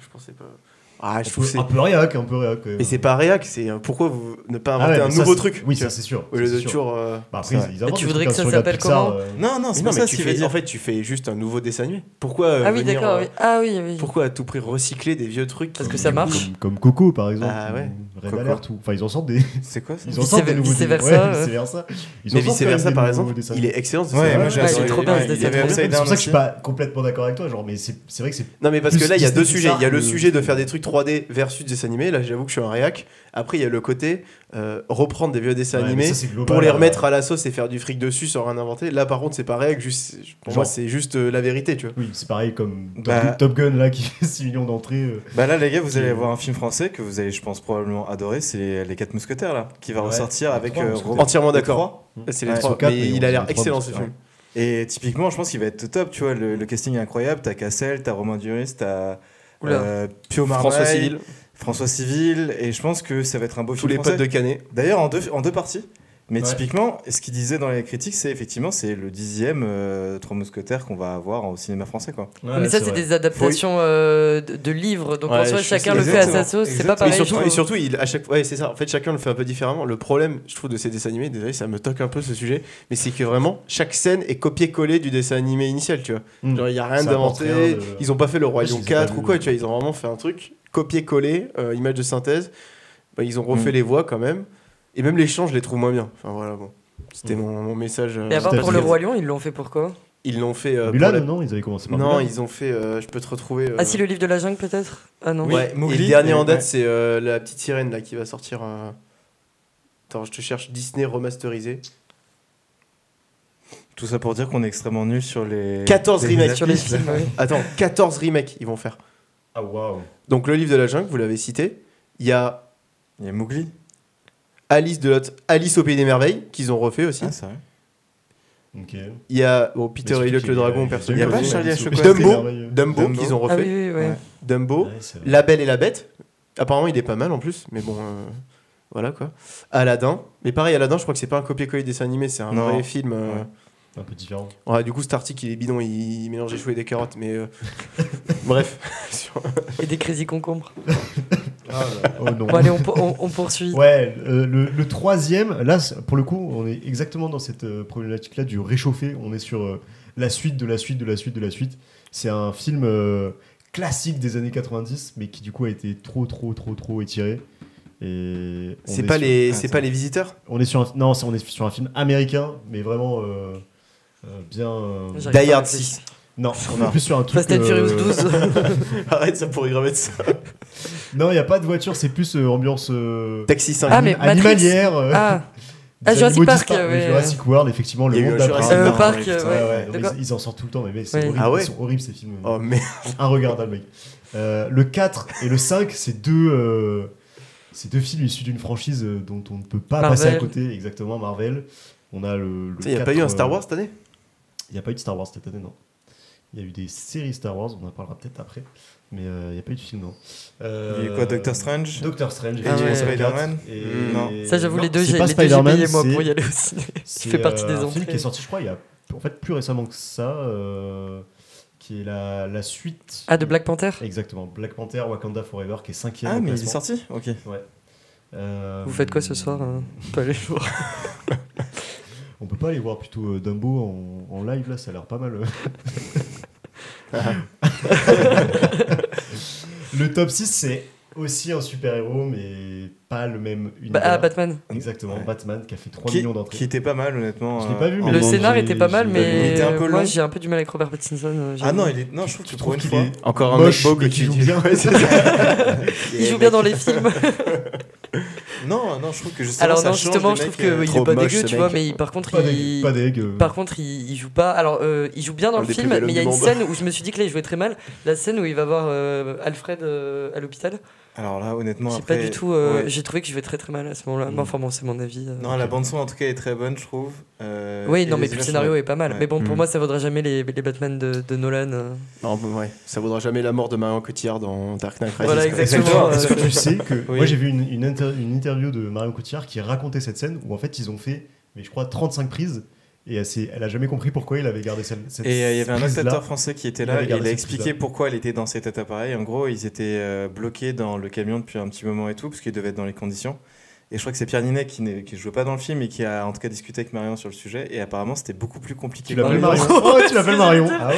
[SPEAKER 3] je pensais pas. Ah, je
[SPEAKER 1] Un
[SPEAKER 3] trouve que
[SPEAKER 1] peu-
[SPEAKER 3] c'est.
[SPEAKER 1] un peu réac, un peu réac. quand même.
[SPEAKER 3] Et c'est pas réac, c'est euh, pourquoi vous ne pas
[SPEAKER 1] Ah ouais,
[SPEAKER 3] inventer un
[SPEAKER 1] mais ça,
[SPEAKER 3] nouveau
[SPEAKER 1] c'est-
[SPEAKER 3] truc
[SPEAKER 1] Oui,
[SPEAKER 3] tu
[SPEAKER 1] ça
[SPEAKER 3] vois,
[SPEAKER 1] c'est sûr.
[SPEAKER 3] Au lieu
[SPEAKER 1] ça,
[SPEAKER 3] de
[SPEAKER 1] c'est sûr.
[SPEAKER 3] toujours. euh,
[SPEAKER 1] Bah après,
[SPEAKER 3] ça.
[SPEAKER 1] ils inventent
[SPEAKER 2] Mais tu
[SPEAKER 1] des
[SPEAKER 2] voudrais
[SPEAKER 1] trucs,
[SPEAKER 2] que ça
[SPEAKER 1] hein, sur la
[SPEAKER 2] s'appelle
[SPEAKER 1] Pixar,
[SPEAKER 2] comment
[SPEAKER 1] euh,
[SPEAKER 4] Non, non,
[SPEAKER 3] Mais
[SPEAKER 4] c'est
[SPEAKER 3] non,
[SPEAKER 4] pas
[SPEAKER 3] mais
[SPEAKER 4] ça ce
[SPEAKER 3] tu
[SPEAKER 4] qu'il
[SPEAKER 3] fais-
[SPEAKER 4] veut dire.
[SPEAKER 3] En fait, tu fais juste un nouveau dessin animé. Pourquoi euh,
[SPEAKER 2] Ah oui,
[SPEAKER 3] venir,
[SPEAKER 2] d'accord,
[SPEAKER 3] euh,
[SPEAKER 2] oui. Ah oui, oui.
[SPEAKER 3] Pourquoi à tout prix recycler des vieux trucs
[SPEAKER 2] Parce
[SPEAKER 3] qui-
[SPEAKER 2] que ça
[SPEAKER 3] du coup,
[SPEAKER 2] marche.
[SPEAKER 1] Comme, comme Coco par exemple.
[SPEAKER 3] Ah ouais,
[SPEAKER 1] ou Red
[SPEAKER 3] Coco.
[SPEAKER 1] Alert ou- Enfin, ils en Mm. sortent des.
[SPEAKER 4] C'est quoi ça
[SPEAKER 1] Ils en
[SPEAKER 2] Vice-
[SPEAKER 1] sortent des nouveaux.
[SPEAKER 2] vice-versa,
[SPEAKER 1] dessins. Ouais,
[SPEAKER 2] ouais.
[SPEAKER 1] vice-versa. Ils en
[SPEAKER 3] Mais
[SPEAKER 1] sortent
[SPEAKER 3] vice
[SPEAKER 1] quand même
[SPEAKER 3] versa,
[SPEAKER 1] des
[SPEAKER 3] par
[SPEAKER 1] nouveaux
[SPEAKER 3] exemple,
[SPEAKER 1] dessins.
[SPEAKER 3] il est excellent ce
[SPEAKER 4] Ouais,
[SPEAKER 3] dessin
[SPEAKER 4] moi
[SPEAKER 3] animé.
[SPEAKER 4] j'ai
[SPEAKER 2] Ouais,
[SPEAKER 4] adoré.
[SPEAKER 2] il est trop bien, ce dessin
[SPEAKER 4] Il y avait
[SPEAKER 2] animé.
[SPEAKER 1] C'est
[SPEAKER 4] Upside
[SPEAKER 1] pour
[SPEAKER 4] Down.
[SPEAKER 1] ça que je suis
[SPEAKER 4] aussi.
[SPEAKER 1] pas complètement d'accord avec toi, genre, mais c'est c'est vrai que c'est.
[SPEAKER 3] Non, mais parce
[SPEAKER 1] Plus
[SPEAKER 3] que là, il y a
[SPEAKER 1] Disney
[SPEAKER 3] deux sujets. Il y a le
[SPEAKER 1] Pixar que-
[SPEAKER 3] sujet de faire des trucs 3D versus dessin animé. Là, j'avoue que je suis un réac. Après, il y a le côté euh, reprendre des vieux dessins
[SPEAKER 1] Ouais, mais
[SPEAKER 3] animés
[SPEAKER 1] ça, c'est global,
[SPEAKER 3] pour les
[SPEAKER 1] euh,
[SPEAKER 3] remettre à la sauce et faire du fric dessus sans rien inventer. Là, par contre, c'est pas réac. Juste, pour
[SPEAKER 1] Genre.
[SPEAKER 3] moi, c'est juste euh, la vérité, tu vois.
[SPEAKER 1] Oui, c'est pareil comme Top,
[SPEAKER 4] Bah-
[SPEAKER 1] Top Gun là qui fait 6 millions d'entrées. euh.
[SPEAKER 4] Bah là, les gars, vous allez voir un film français que vous allez, je pense, probablement adorer. C'est les, les 4 Mousquetaires, là, qui va
[SPEAKER 1] Ouais,
[SPEAKER 4] ressortir
[SPEAKER 1] les
[SPEAKER 4] avec.
[SPEAKER 1] trois
[SPEAKER 4] euh,
[SPEAKER 1] mousquetaires.
[SPEAKER 4] Robert-
[SPEAKER 3] Entièrement
[SPEAKER 4] les
[SPEAKER 3] d'accord.
[SPEAKER 4] trois.
[SPEAKER 3] Là, C'est les
[SPEAKER 4] Ouais,
[SPEAKER 1] ils
[SPEAKER 3] trois.
[SPEAKER 1] sont quatre,
[SPEAKER 3] mais
[SPEAKER 1] mais
[SPEAKER 3] il
[SPEAKER 1] on
[SPEAKER 3] a
[SPEAKER 1] dit
[SPEAKER 3] l'air
[SPEAKER 1] les trois,
[SPEAKER 3] excellent
[SPEAKER 1] parce
[SPEAKER 3] ce
[SPEAKER 1] que-
[SPEAKER 3] film.
[SPEAKER 4] Et typiquement, je pense qu'il va être top. Tu vois, le, le casting est incroyable. T'as Cassel, t'as Romain Duris, t'as
[SPEAKER 2] Oula.
[SPEAKER 4] euh, Pio Marmaille,
[SPEAKER 3] François Civil,
[SPEAKER 4] François Civil. Et je pense que ça va être un beau
[SPEAKER 3] tous
[SPEAKER 4] film
[SPEAKER 3] les
[SPEAKER 4] français.
[SPEAKER 3] potes de Canet.
[SPEAKER 4] D'ailleurs, en deux, en deux parties. Mais
[SPEAKER 1] Ouais.
[SPEAKER 4] typiquement, ce qu'il disait dans les critiques, c'est effectivement c'est le dixième euh, Trois Mousquetaires qu'on va avoir au cinéma français, quoi.
[SPEAKER 2] mais ça, c'est des adaptations euh, de, de livres, donc en
[SPEAKER 3] Ouais,
[SPEAKER 2] soi,
[SPEAKER 3] je sais,
[SPEAKER 2] chacun le fait à
[SPEAKER 4] exactement.
[SPEAKER 2] sa sauce, c'est pas
[SPEAKER 3] Et
[SPEAKER 4] Exactement.
[SPEAKER 2] pareil.
[SPEAKER 3] surtout,
[SPEAKER 2] je
[SPEAKER 3] et
[SPEAKER 2] trouve.
[SPEAKER 3] surtout, il, à chaque fois, ouais, c'est ça. En fait, chacun le fait un peu différemment. Le problème, je trouve, de ces dessins animés, désolé, ça me toque un peu ce sujet, mais c'est que vraiment, chaque scène est copiée-collée du dessin animé initial, tu vois.
[SPEAKER 1] Mm.
[SPEAKER 3] Genre, il n'y a rien
[SPEAKER 1] Ça apporte
[SPEAKER 3] d'inventé.
[SPEAKER 1] rien de-
[SPEAKER 3] Ils ont pas fait le Roi
[SPEAKER 1] Ouais, je
[SPEAKER 3] Lion
[SPEAKER 1] les ai pas
[SPEAKER 3] 4 ou
[SPEAKER 1] vus.
[SPEAKER 3] quoi, tu vois. Ils ont vraiment fait un truc copier-coller, euh, image de synthèse. Bah, ils ont refait
[SPEAKER 4] Mm.
[SPEAKER 3] les voix quand même. Et même les chants, je les trouve moins bien. Enfin, voilà, bon. C'était
[SPEAKER 1] Mm.
[SPEAKER 3] mon, mon message. euh,
[SPEAKER 2] Et à part
[SPEAKER 1] Tout à
[SPEAKER 2] pour
[SPEAKER 1] fait.
[SPEAKER 2] le Roi Lion, ils l'ont fait pourquoi
[SPEAKER 3] Ils l'ont fait. euh, pour
[SPEAKER 1] Mulan,
[SPEAKER 3] la-
[SPEAKER 1] non, ils avaient commencé par
[SPEAKER 3] Non,
[SPEAKER 1] Mulan.
[SPEAKER 3] ils ont fait. euh, je peux te retrouver. euh,
[SPEAKER 2] Ah, si, le livre de la jungle, peut-être Ah non.
[SPEAKER 3] Ouais,
[SPEAKER 4] Mowgli,
[SPEAKER 3] et le dernier
[SPEAKER 4] et-
[SPEAKER 3] en date,
[SPEAKER 4] ouais.
[SPEAKER 3] c'est euh, la petite sirène là qui va sortir. euh, Attends, je te cherche Disney remasterisé.
[SPEAKER 4] Tout ça pour dire qu'on est extrêmement nul sur les
[SPEAKER 3] 14
[SPEAKER 4] les-
[SPEAKER 3] remakes.
[SPEAKER 2] Sur les films, oui.
[SPEAKER 4] [LAUGHS]
[SPEAKER 3] Attends, 14 remakes ils vont faire.
[SPEAKER 1] Ah waouh.
[SPEAKER 3] Donc le livre de la jungle, vous l'avez cité. Il y a
[SPEAKER 4] Il y a Mowgli.
[SPEAKER 3] Alice de l'autre, Alice au pays des merveilles qu'ils ont refait aussi.
[SPEAKER 4] Ah, c'est vrai.
[SPEAKER 1] Ok.
[SPEAKER 3] Il y a bon, Peter
[SPEAKER 1] Mais
[SPEAKER 3] et Luc
[SPEAKER 1] surtout qu'il
[SPEAKER 3] le
[SPEAKER 1] y a-
[SPEAKER 3] dragon,
[SPEAKER 1] il y a
[SPEAKER 3] personne.
[SPEAKER 4] Il y a
[SPEAKER 3] ne
[SPEAKER 4] pas
[SPEAKER 3] connaît.
[SPEAKER 4] Charlie à
[SPEAKER 1] Alice au
[SPEAKER 4] chocolat.
[SPEAKER 1] pays des
[SPEAKER 3] Dumbo,
[SPEAKER 1] merveilles.
[SPEAKER 3] Dumbo,
[SPEAKER 4] Dumbo.
[SPEAKER 3] qu'ils ont
[SPEAKER 2] Ah
[SPEAKER 3] refait.
[SPEAKER 2] oui, oui, ouais.
[SPEAKER 4] Ouais.
[SPEAKER 3] Dumbo,
[SPEAKER 1] Ouais, c'est vrai.
[SPEAKER 3] La Belle et la Bête. Apparemment, il est pas mal en plus, mais bon, euh, voilà quoi. Aladdin, mais pareil, Aladdin, je crois que c'est pas un copier-coller dessin animé, c'est un
[SPEAKER 4] Non.
[SPEAKER 3] vrai film. euh,
[SPEAKER 4] Ouais.
[SPEAKER 1] Un peu
[SPEAKER 3] [LAUGHS]
[SPEAKER 1] différent.
[SPEAKER 3] Ouais, du coup, cet article, il est bidon, il, il mélange des choux et des carottes, mais
[SPEAKER 1] [LAUGHS]
[SPEAKER 3] euh, bref. Sur-
[SPEAKER 2] Et des Crazy Concombres.
[SPEAKER 1] Oh non.
[SPEAKER 2] Bon, allez, on, pour- on- on poursuit.
[SPEAKER 1] Ouais, euh, le, le troisième, là, c'est- pour le coup, on est exactement dans cette euh, problématique-là du réchauffé. On est sur euh, la suite de la suite de la suite de la suite. C'est un film euh, classique des années 90, mais qui du coup a été trop, trop, trop, trop étiré. Et on
[SPEAKER 3] C'est
[SPEAKER 1] est
[SPEAKER 3] pas,
[SPEAKER 1] sur- hein.
[SPEAKER 3] les, c'est
[SPEAKER 4] Attends.
[SPEAKER 3] pas
[SPEAKER 1] [LAUGHS]
[SPEAKER 3] les visiteurs
[SPEAKER 1] On est sur un, non, c'est- on est sur un film américain, mais vraiment euh, euh, bien. euh,
[SPEAKER 2] J'arrive pas à
[SPEAKER 3] Die Hard
[SPEAKER 2] réfléchir.
[SPEAKER 3] 6.
[SPEAKER 1] non, on
[SPEAKER 4] Non.
[SPEAKER 1] est plus sur un truc.
[SPEAKER 2] Fast and
[SPEAKER 1] euh,
[SPEAKER 2] Furious 12.
[SPEAKER 3] Arrête, ça pourrait graver de ça.
[SPEAKER 1] Non, il n'y a pas de voiture, c'est plus euh, ambiance euh,
[SPEAKER 3] Taxi 5.
[SPEAKER 2] Ah, mais Matrix.
[SPEAKER 1] animalière. euh,
[SPEAKER 2] Ah,
[SPEAKER 1] des
[SPEAKER 2] Ah, Jurassic
[SPEAKER 1] animaux
[SPEAKER 2] Park,
[SPEAKER 1] disparus.
[SPEAKER 2] ouais.
[SPEAKER 1] Jurassic World, effectivement,
[SPEAKER 3] Il
[SPEAKER 1] le
[SPEAKER 3] y a eu
[SPEAKER 1] monde
[SPEAKER 3] un
[SPEAKER 1] d'après.
[SPEAKER 3] Jurassic
[SPEAKER 2] euh,
[SPEAKER 3] Park,
[SPEAKER 2] Park,
[SPEAKER 4] putain,
[SPEAKER 2] euh,
[SPEAKER 1] Ouais,
[SPEAKER 2] ouais.
[SPEAKER 1] ouais, non, mais
[SPEAKER 2] D'accord.
[SPEAKER 1] ils, ils en sortent tout le temps, mais, mais c'est
[SPEAKER 2] Ouais.
[SPEAKER 1] horrible.
[SPEAKER 3] Ah ouais
[SPEAKER 1] Ils sont horribles ces films.
[SPEAKER 3] Oh merde.
[SPEAKER 1] Inregardables, mec. Euh, le 4 et le 5, c'est deux, euh, c'est deux films issus d'une franchise euh, dont on ne peut pas
[SPEAKER 2] Marvel.
[SPEAKER 1] passer à côté, exactement, Marvel. On a le. le
[SPEAKER 3] Il n'y a
[SPEAKER 1] 4,
[SPEAKER 3] pas eu un Star
[SPEAKER 1] euh,
[SPEAKER 3] Wars cette année
[SPEAKER 1] Il n'y a pas eu de Star Wars cette année, non. Il y a eu des séries Star Wars, on en parlera peut-être après. Mais euh, il n'y a pas eu de film, non. Euh,
[SPEAKER 4] Il y a eu quoi, Doctor Strange
[SPEAKER 1] Doctor Strange.
[SPEAKER 4] Et
[SPEAKER 2] Ah ouais.
[SPEAKER 4] Spider-Man Hmm,
[SPEAKER 1] Et-
[SPEAKER 4] Non.
[SPEAKER 2] Ça, j'avoue, les deux,
[SPEAKER 1] c'est
[SPEAKER 2] j'ai
[SPEAKER 1] pas
[SPEAKER 2] les deux, j'ai
[SPEAKER 1] Spider-Man,
[SPEAKER 2] payé moi
[SPEAKER 1] c'est-
[SPEAKER 2] pour y aller aussi.
[SPEAKER 1] C'est
[SPEAKER 2] fais partie
[SPEAKER 1] euh,
[SPEAKER 2] des
[SPEAKER 1] un film
[SPEAKER 2] entrées.
[SPEAKER 1] qui est sorti, je crois, il y a en fait plus récemment que ça, euh, qui est la, la suite.
[SPEAKER 2] Ah, de Black Panther
[SPEAKER 1] Exactement, Black Panther, Wakanda Forever, qui est cinquième.
[SPEAKER 4] Ah,
[SPEAKER 1] au
[SPEAKER 4] mais il est
[SPEAKER 1] classement.
[SPEAKER 4] sorti Ok.
[SPEAKER 1] Euh,
[SPEAKER 2] Vous faites quoi ce soir hein Pas les jours.
[SPEAKER 1] On peut pas aller voir plutôt euh, Dumbo en, en live
[SPEAKER 4] [LAUGHS]
[SPEAKER 1] là, ça a l'air pas mal. euh. Le top 6, c'est aussi un super-héros, mais pas le même
[SPEAKER 2] Bah,
[SPEAKER 1] univers.
[SPEAKER 2] ah, Batman.
[SPEAKER 1] Exactement,
[SPEAKER 4] Ouais.
[SPEAKER 1] Batman qui a fait 3
[SPEAKER 4] qui,
[SPEAKER 1] millions d'entrées.
[SPEAKER 4] qui était pas mal, honnêtement.
[SPEAKER 1] Je l'ai
[SPEAKER 4] euh,
[SPEAKER 1] pas vu,
[SPEAKER 4] en-
[SPEAKER 1] mais-
[SPEAKER 2] Le
[SPEAKER 1] non,
[SPEAKER 2] scénar
[SPEAKER 1] j'ai-
[SPEAKER 2] était pas mal,
[SPEAKER 1] j'ai pas vu.
[SPEAKER 4] Il
[SPEAKER 2] mais
[SPEAKER 4] était un peu
[SPEAKER 2] moi
[SPEAKER 4] long.
[SPEAKER 2] j'ai un peu du mal avec Robert Pattinson. euh,
[SPEAKER 4] Ah
[SPEAKER 2] j'avoue.
[SPEAKER 4] non, il est... non, je trouve que tu trouves une
[SPEAKER 1] qu'il
[SPEAKER 4] fois.
[SPEAKER 1] est
[SPEAKER 3] Encore un mec
[SPEAKER 1] moche,
[SPEAKER 3] beau que
[SPEAKER 1] mais
[SPEAKER 3] tu
[SPEAKER 1] qui joue
[SPEAKER 3] dis.
[SPEAKER 1] bien.
[SPEAKER 4] [LAUGHS]
[SPEAKER 3] Ouais, c'est ça.
[SPEAKER 2] il joue bien dans les films.
[SPEAKER 4] Non, non, je trouve que justement.
[SPEAKER 2] Alors non,
[SPEAKER 4] ça change
[SPEAKER 2] justement,
[SPEAKER 4] des
[SPEAKER 2] je trouve
[SPEAKER 4] mecs, euh,
[SPEAKER 2] qu'il
[SPEAKER 3] trop
[SPEAKER 2] est pas
[SPEAKER 3] moche,
[SPEAKER 2] dégueu,
[SPEAKER 3] ce
[SPEAKER 2] tu vois,
[SPEAKER 3] mec.
[SPEAKER 2] mais il- par contre,
[SPEAKER 1] Pas
[SPEAKER 2] il.
[SPEAKER 1] dégueu. Pas euh. dégueu.
[SPEAKER 2] Par contre, il, il joue pas. Alors, euh, il joue bien dans
[SPEAKER 3] Un
[SPEAKER 2] le
[SPEAKER 3] des plus
[SPEAKER 2] film, mais
[SPEAKER 3] bel
[SPEAKER 2] il y a
[SPEAKER 3] homme
[SPEAKER 2] une
[SPEAKER 3] du
[SPEAKER 2] scène où je me suis dit que là, il jouait très mal. La scène où il va voir euh, Alfred euh, à l'hôpital.
[SPEAKER 4] Alors là, honnêtement,
[SPEAKER 2] J'ai
[SPEAKER 4] après.
[SPEAKER 2] pas du tout. euh,
[SPEAKER 4] ouais.
[SPEAKER 2] J'ai trouvé que je jouais très très mal à ce moment-là.
[SPEAKER 4] Mm.
[SPEAKER 2] Mais enfin, bon, c'est mon avis. euh.
[SPEAKER 4] Non, la bande-son en tout cas est très bonne, je trouve. Euh,
[SPEAKER 2] oui,
[SPEAKER 4] et
[SPEAKER 2] non, mais
[SPEAKER 4] les
[SPEAKER 2] puis le
[SPEAKER 4] images
[SPEAKER 2] scénario
[SPEAKER 4] sont-
[SPEAKER 2] est pas mal.
[SPEAKER 4] Ouais.
[SPEAKER 2] Mais bon, pour
[SPEAKER 1] Mm.
[SPEAKER 2] moi, ça vaudra jamais les, les Batman de, de Nolan. euh.
[SPEAKER 3] Non, bon, ouais, ça vaudra jamais la mort de Marion Cotillard dans Dark Knight Rises.
[SPEAKER 2] Voilà,
[SPEAKER 3] quoi.
[SPEAKER 2] exactement.
[SPEAKER 1] Est-ce que
[SPEAKER 2] euh,
[SPEAKER 1] tu sais que
[SPEAKER 4] Oui.
[SPEAKER 1] moi j'ai vu une, une inter- une interview de Marion Cotillard qui racontait cette scène où en fait ils ont fait mais je crois 35 prises et elle, s'est- elle a jamais compris pourquoi il avait gardé cette, cette
[SPEAKER 4] Et euh, il y avait un autre
[SPEAKER 1] prise-là.
[SPEAKER 4] acteur français qui était
[SPEAKER 1] Il
[SPEAKER 4] là
[SPEAKER 1] avait
[SPEAKER 4] et il
[SPEAKER 1] gardé
[SPEAKER 4] a
[SPEAKER 1] cette
[SPEAKER 4] expliqué
[SPEAKER 1] prise-là.
[SPEAKER 4] pourquoi elle était dans cet état pareil. En gros, ils étaient euh, bloqués dans le camion depuis un petit moment et tout, parce qu'ils devaient être dans les conditions. Et je crois que c'est Pierre Ninet qui ne qui joue pas dans le film et qui a en tout cas discuté avec Marion sur le sujet. Et apparemment, c'était beaucoup plus compliqué.
[SPEAKER 1] Tu l'appelles
[SPEAKER 4] que-
[SPEAKER 2] Ah oui,
[SPEAKER 1] Marion
[SPEAKER 2] non.
[SPEAKER 3] [LAUGHS]
[SPEAKER 1] Oh, tu l'appelles
[SPEAKER 2] C'est
[SPEAKER 1] Marion
[SPEAKER 2] ça.
[SPEAKER 1] Ah ouais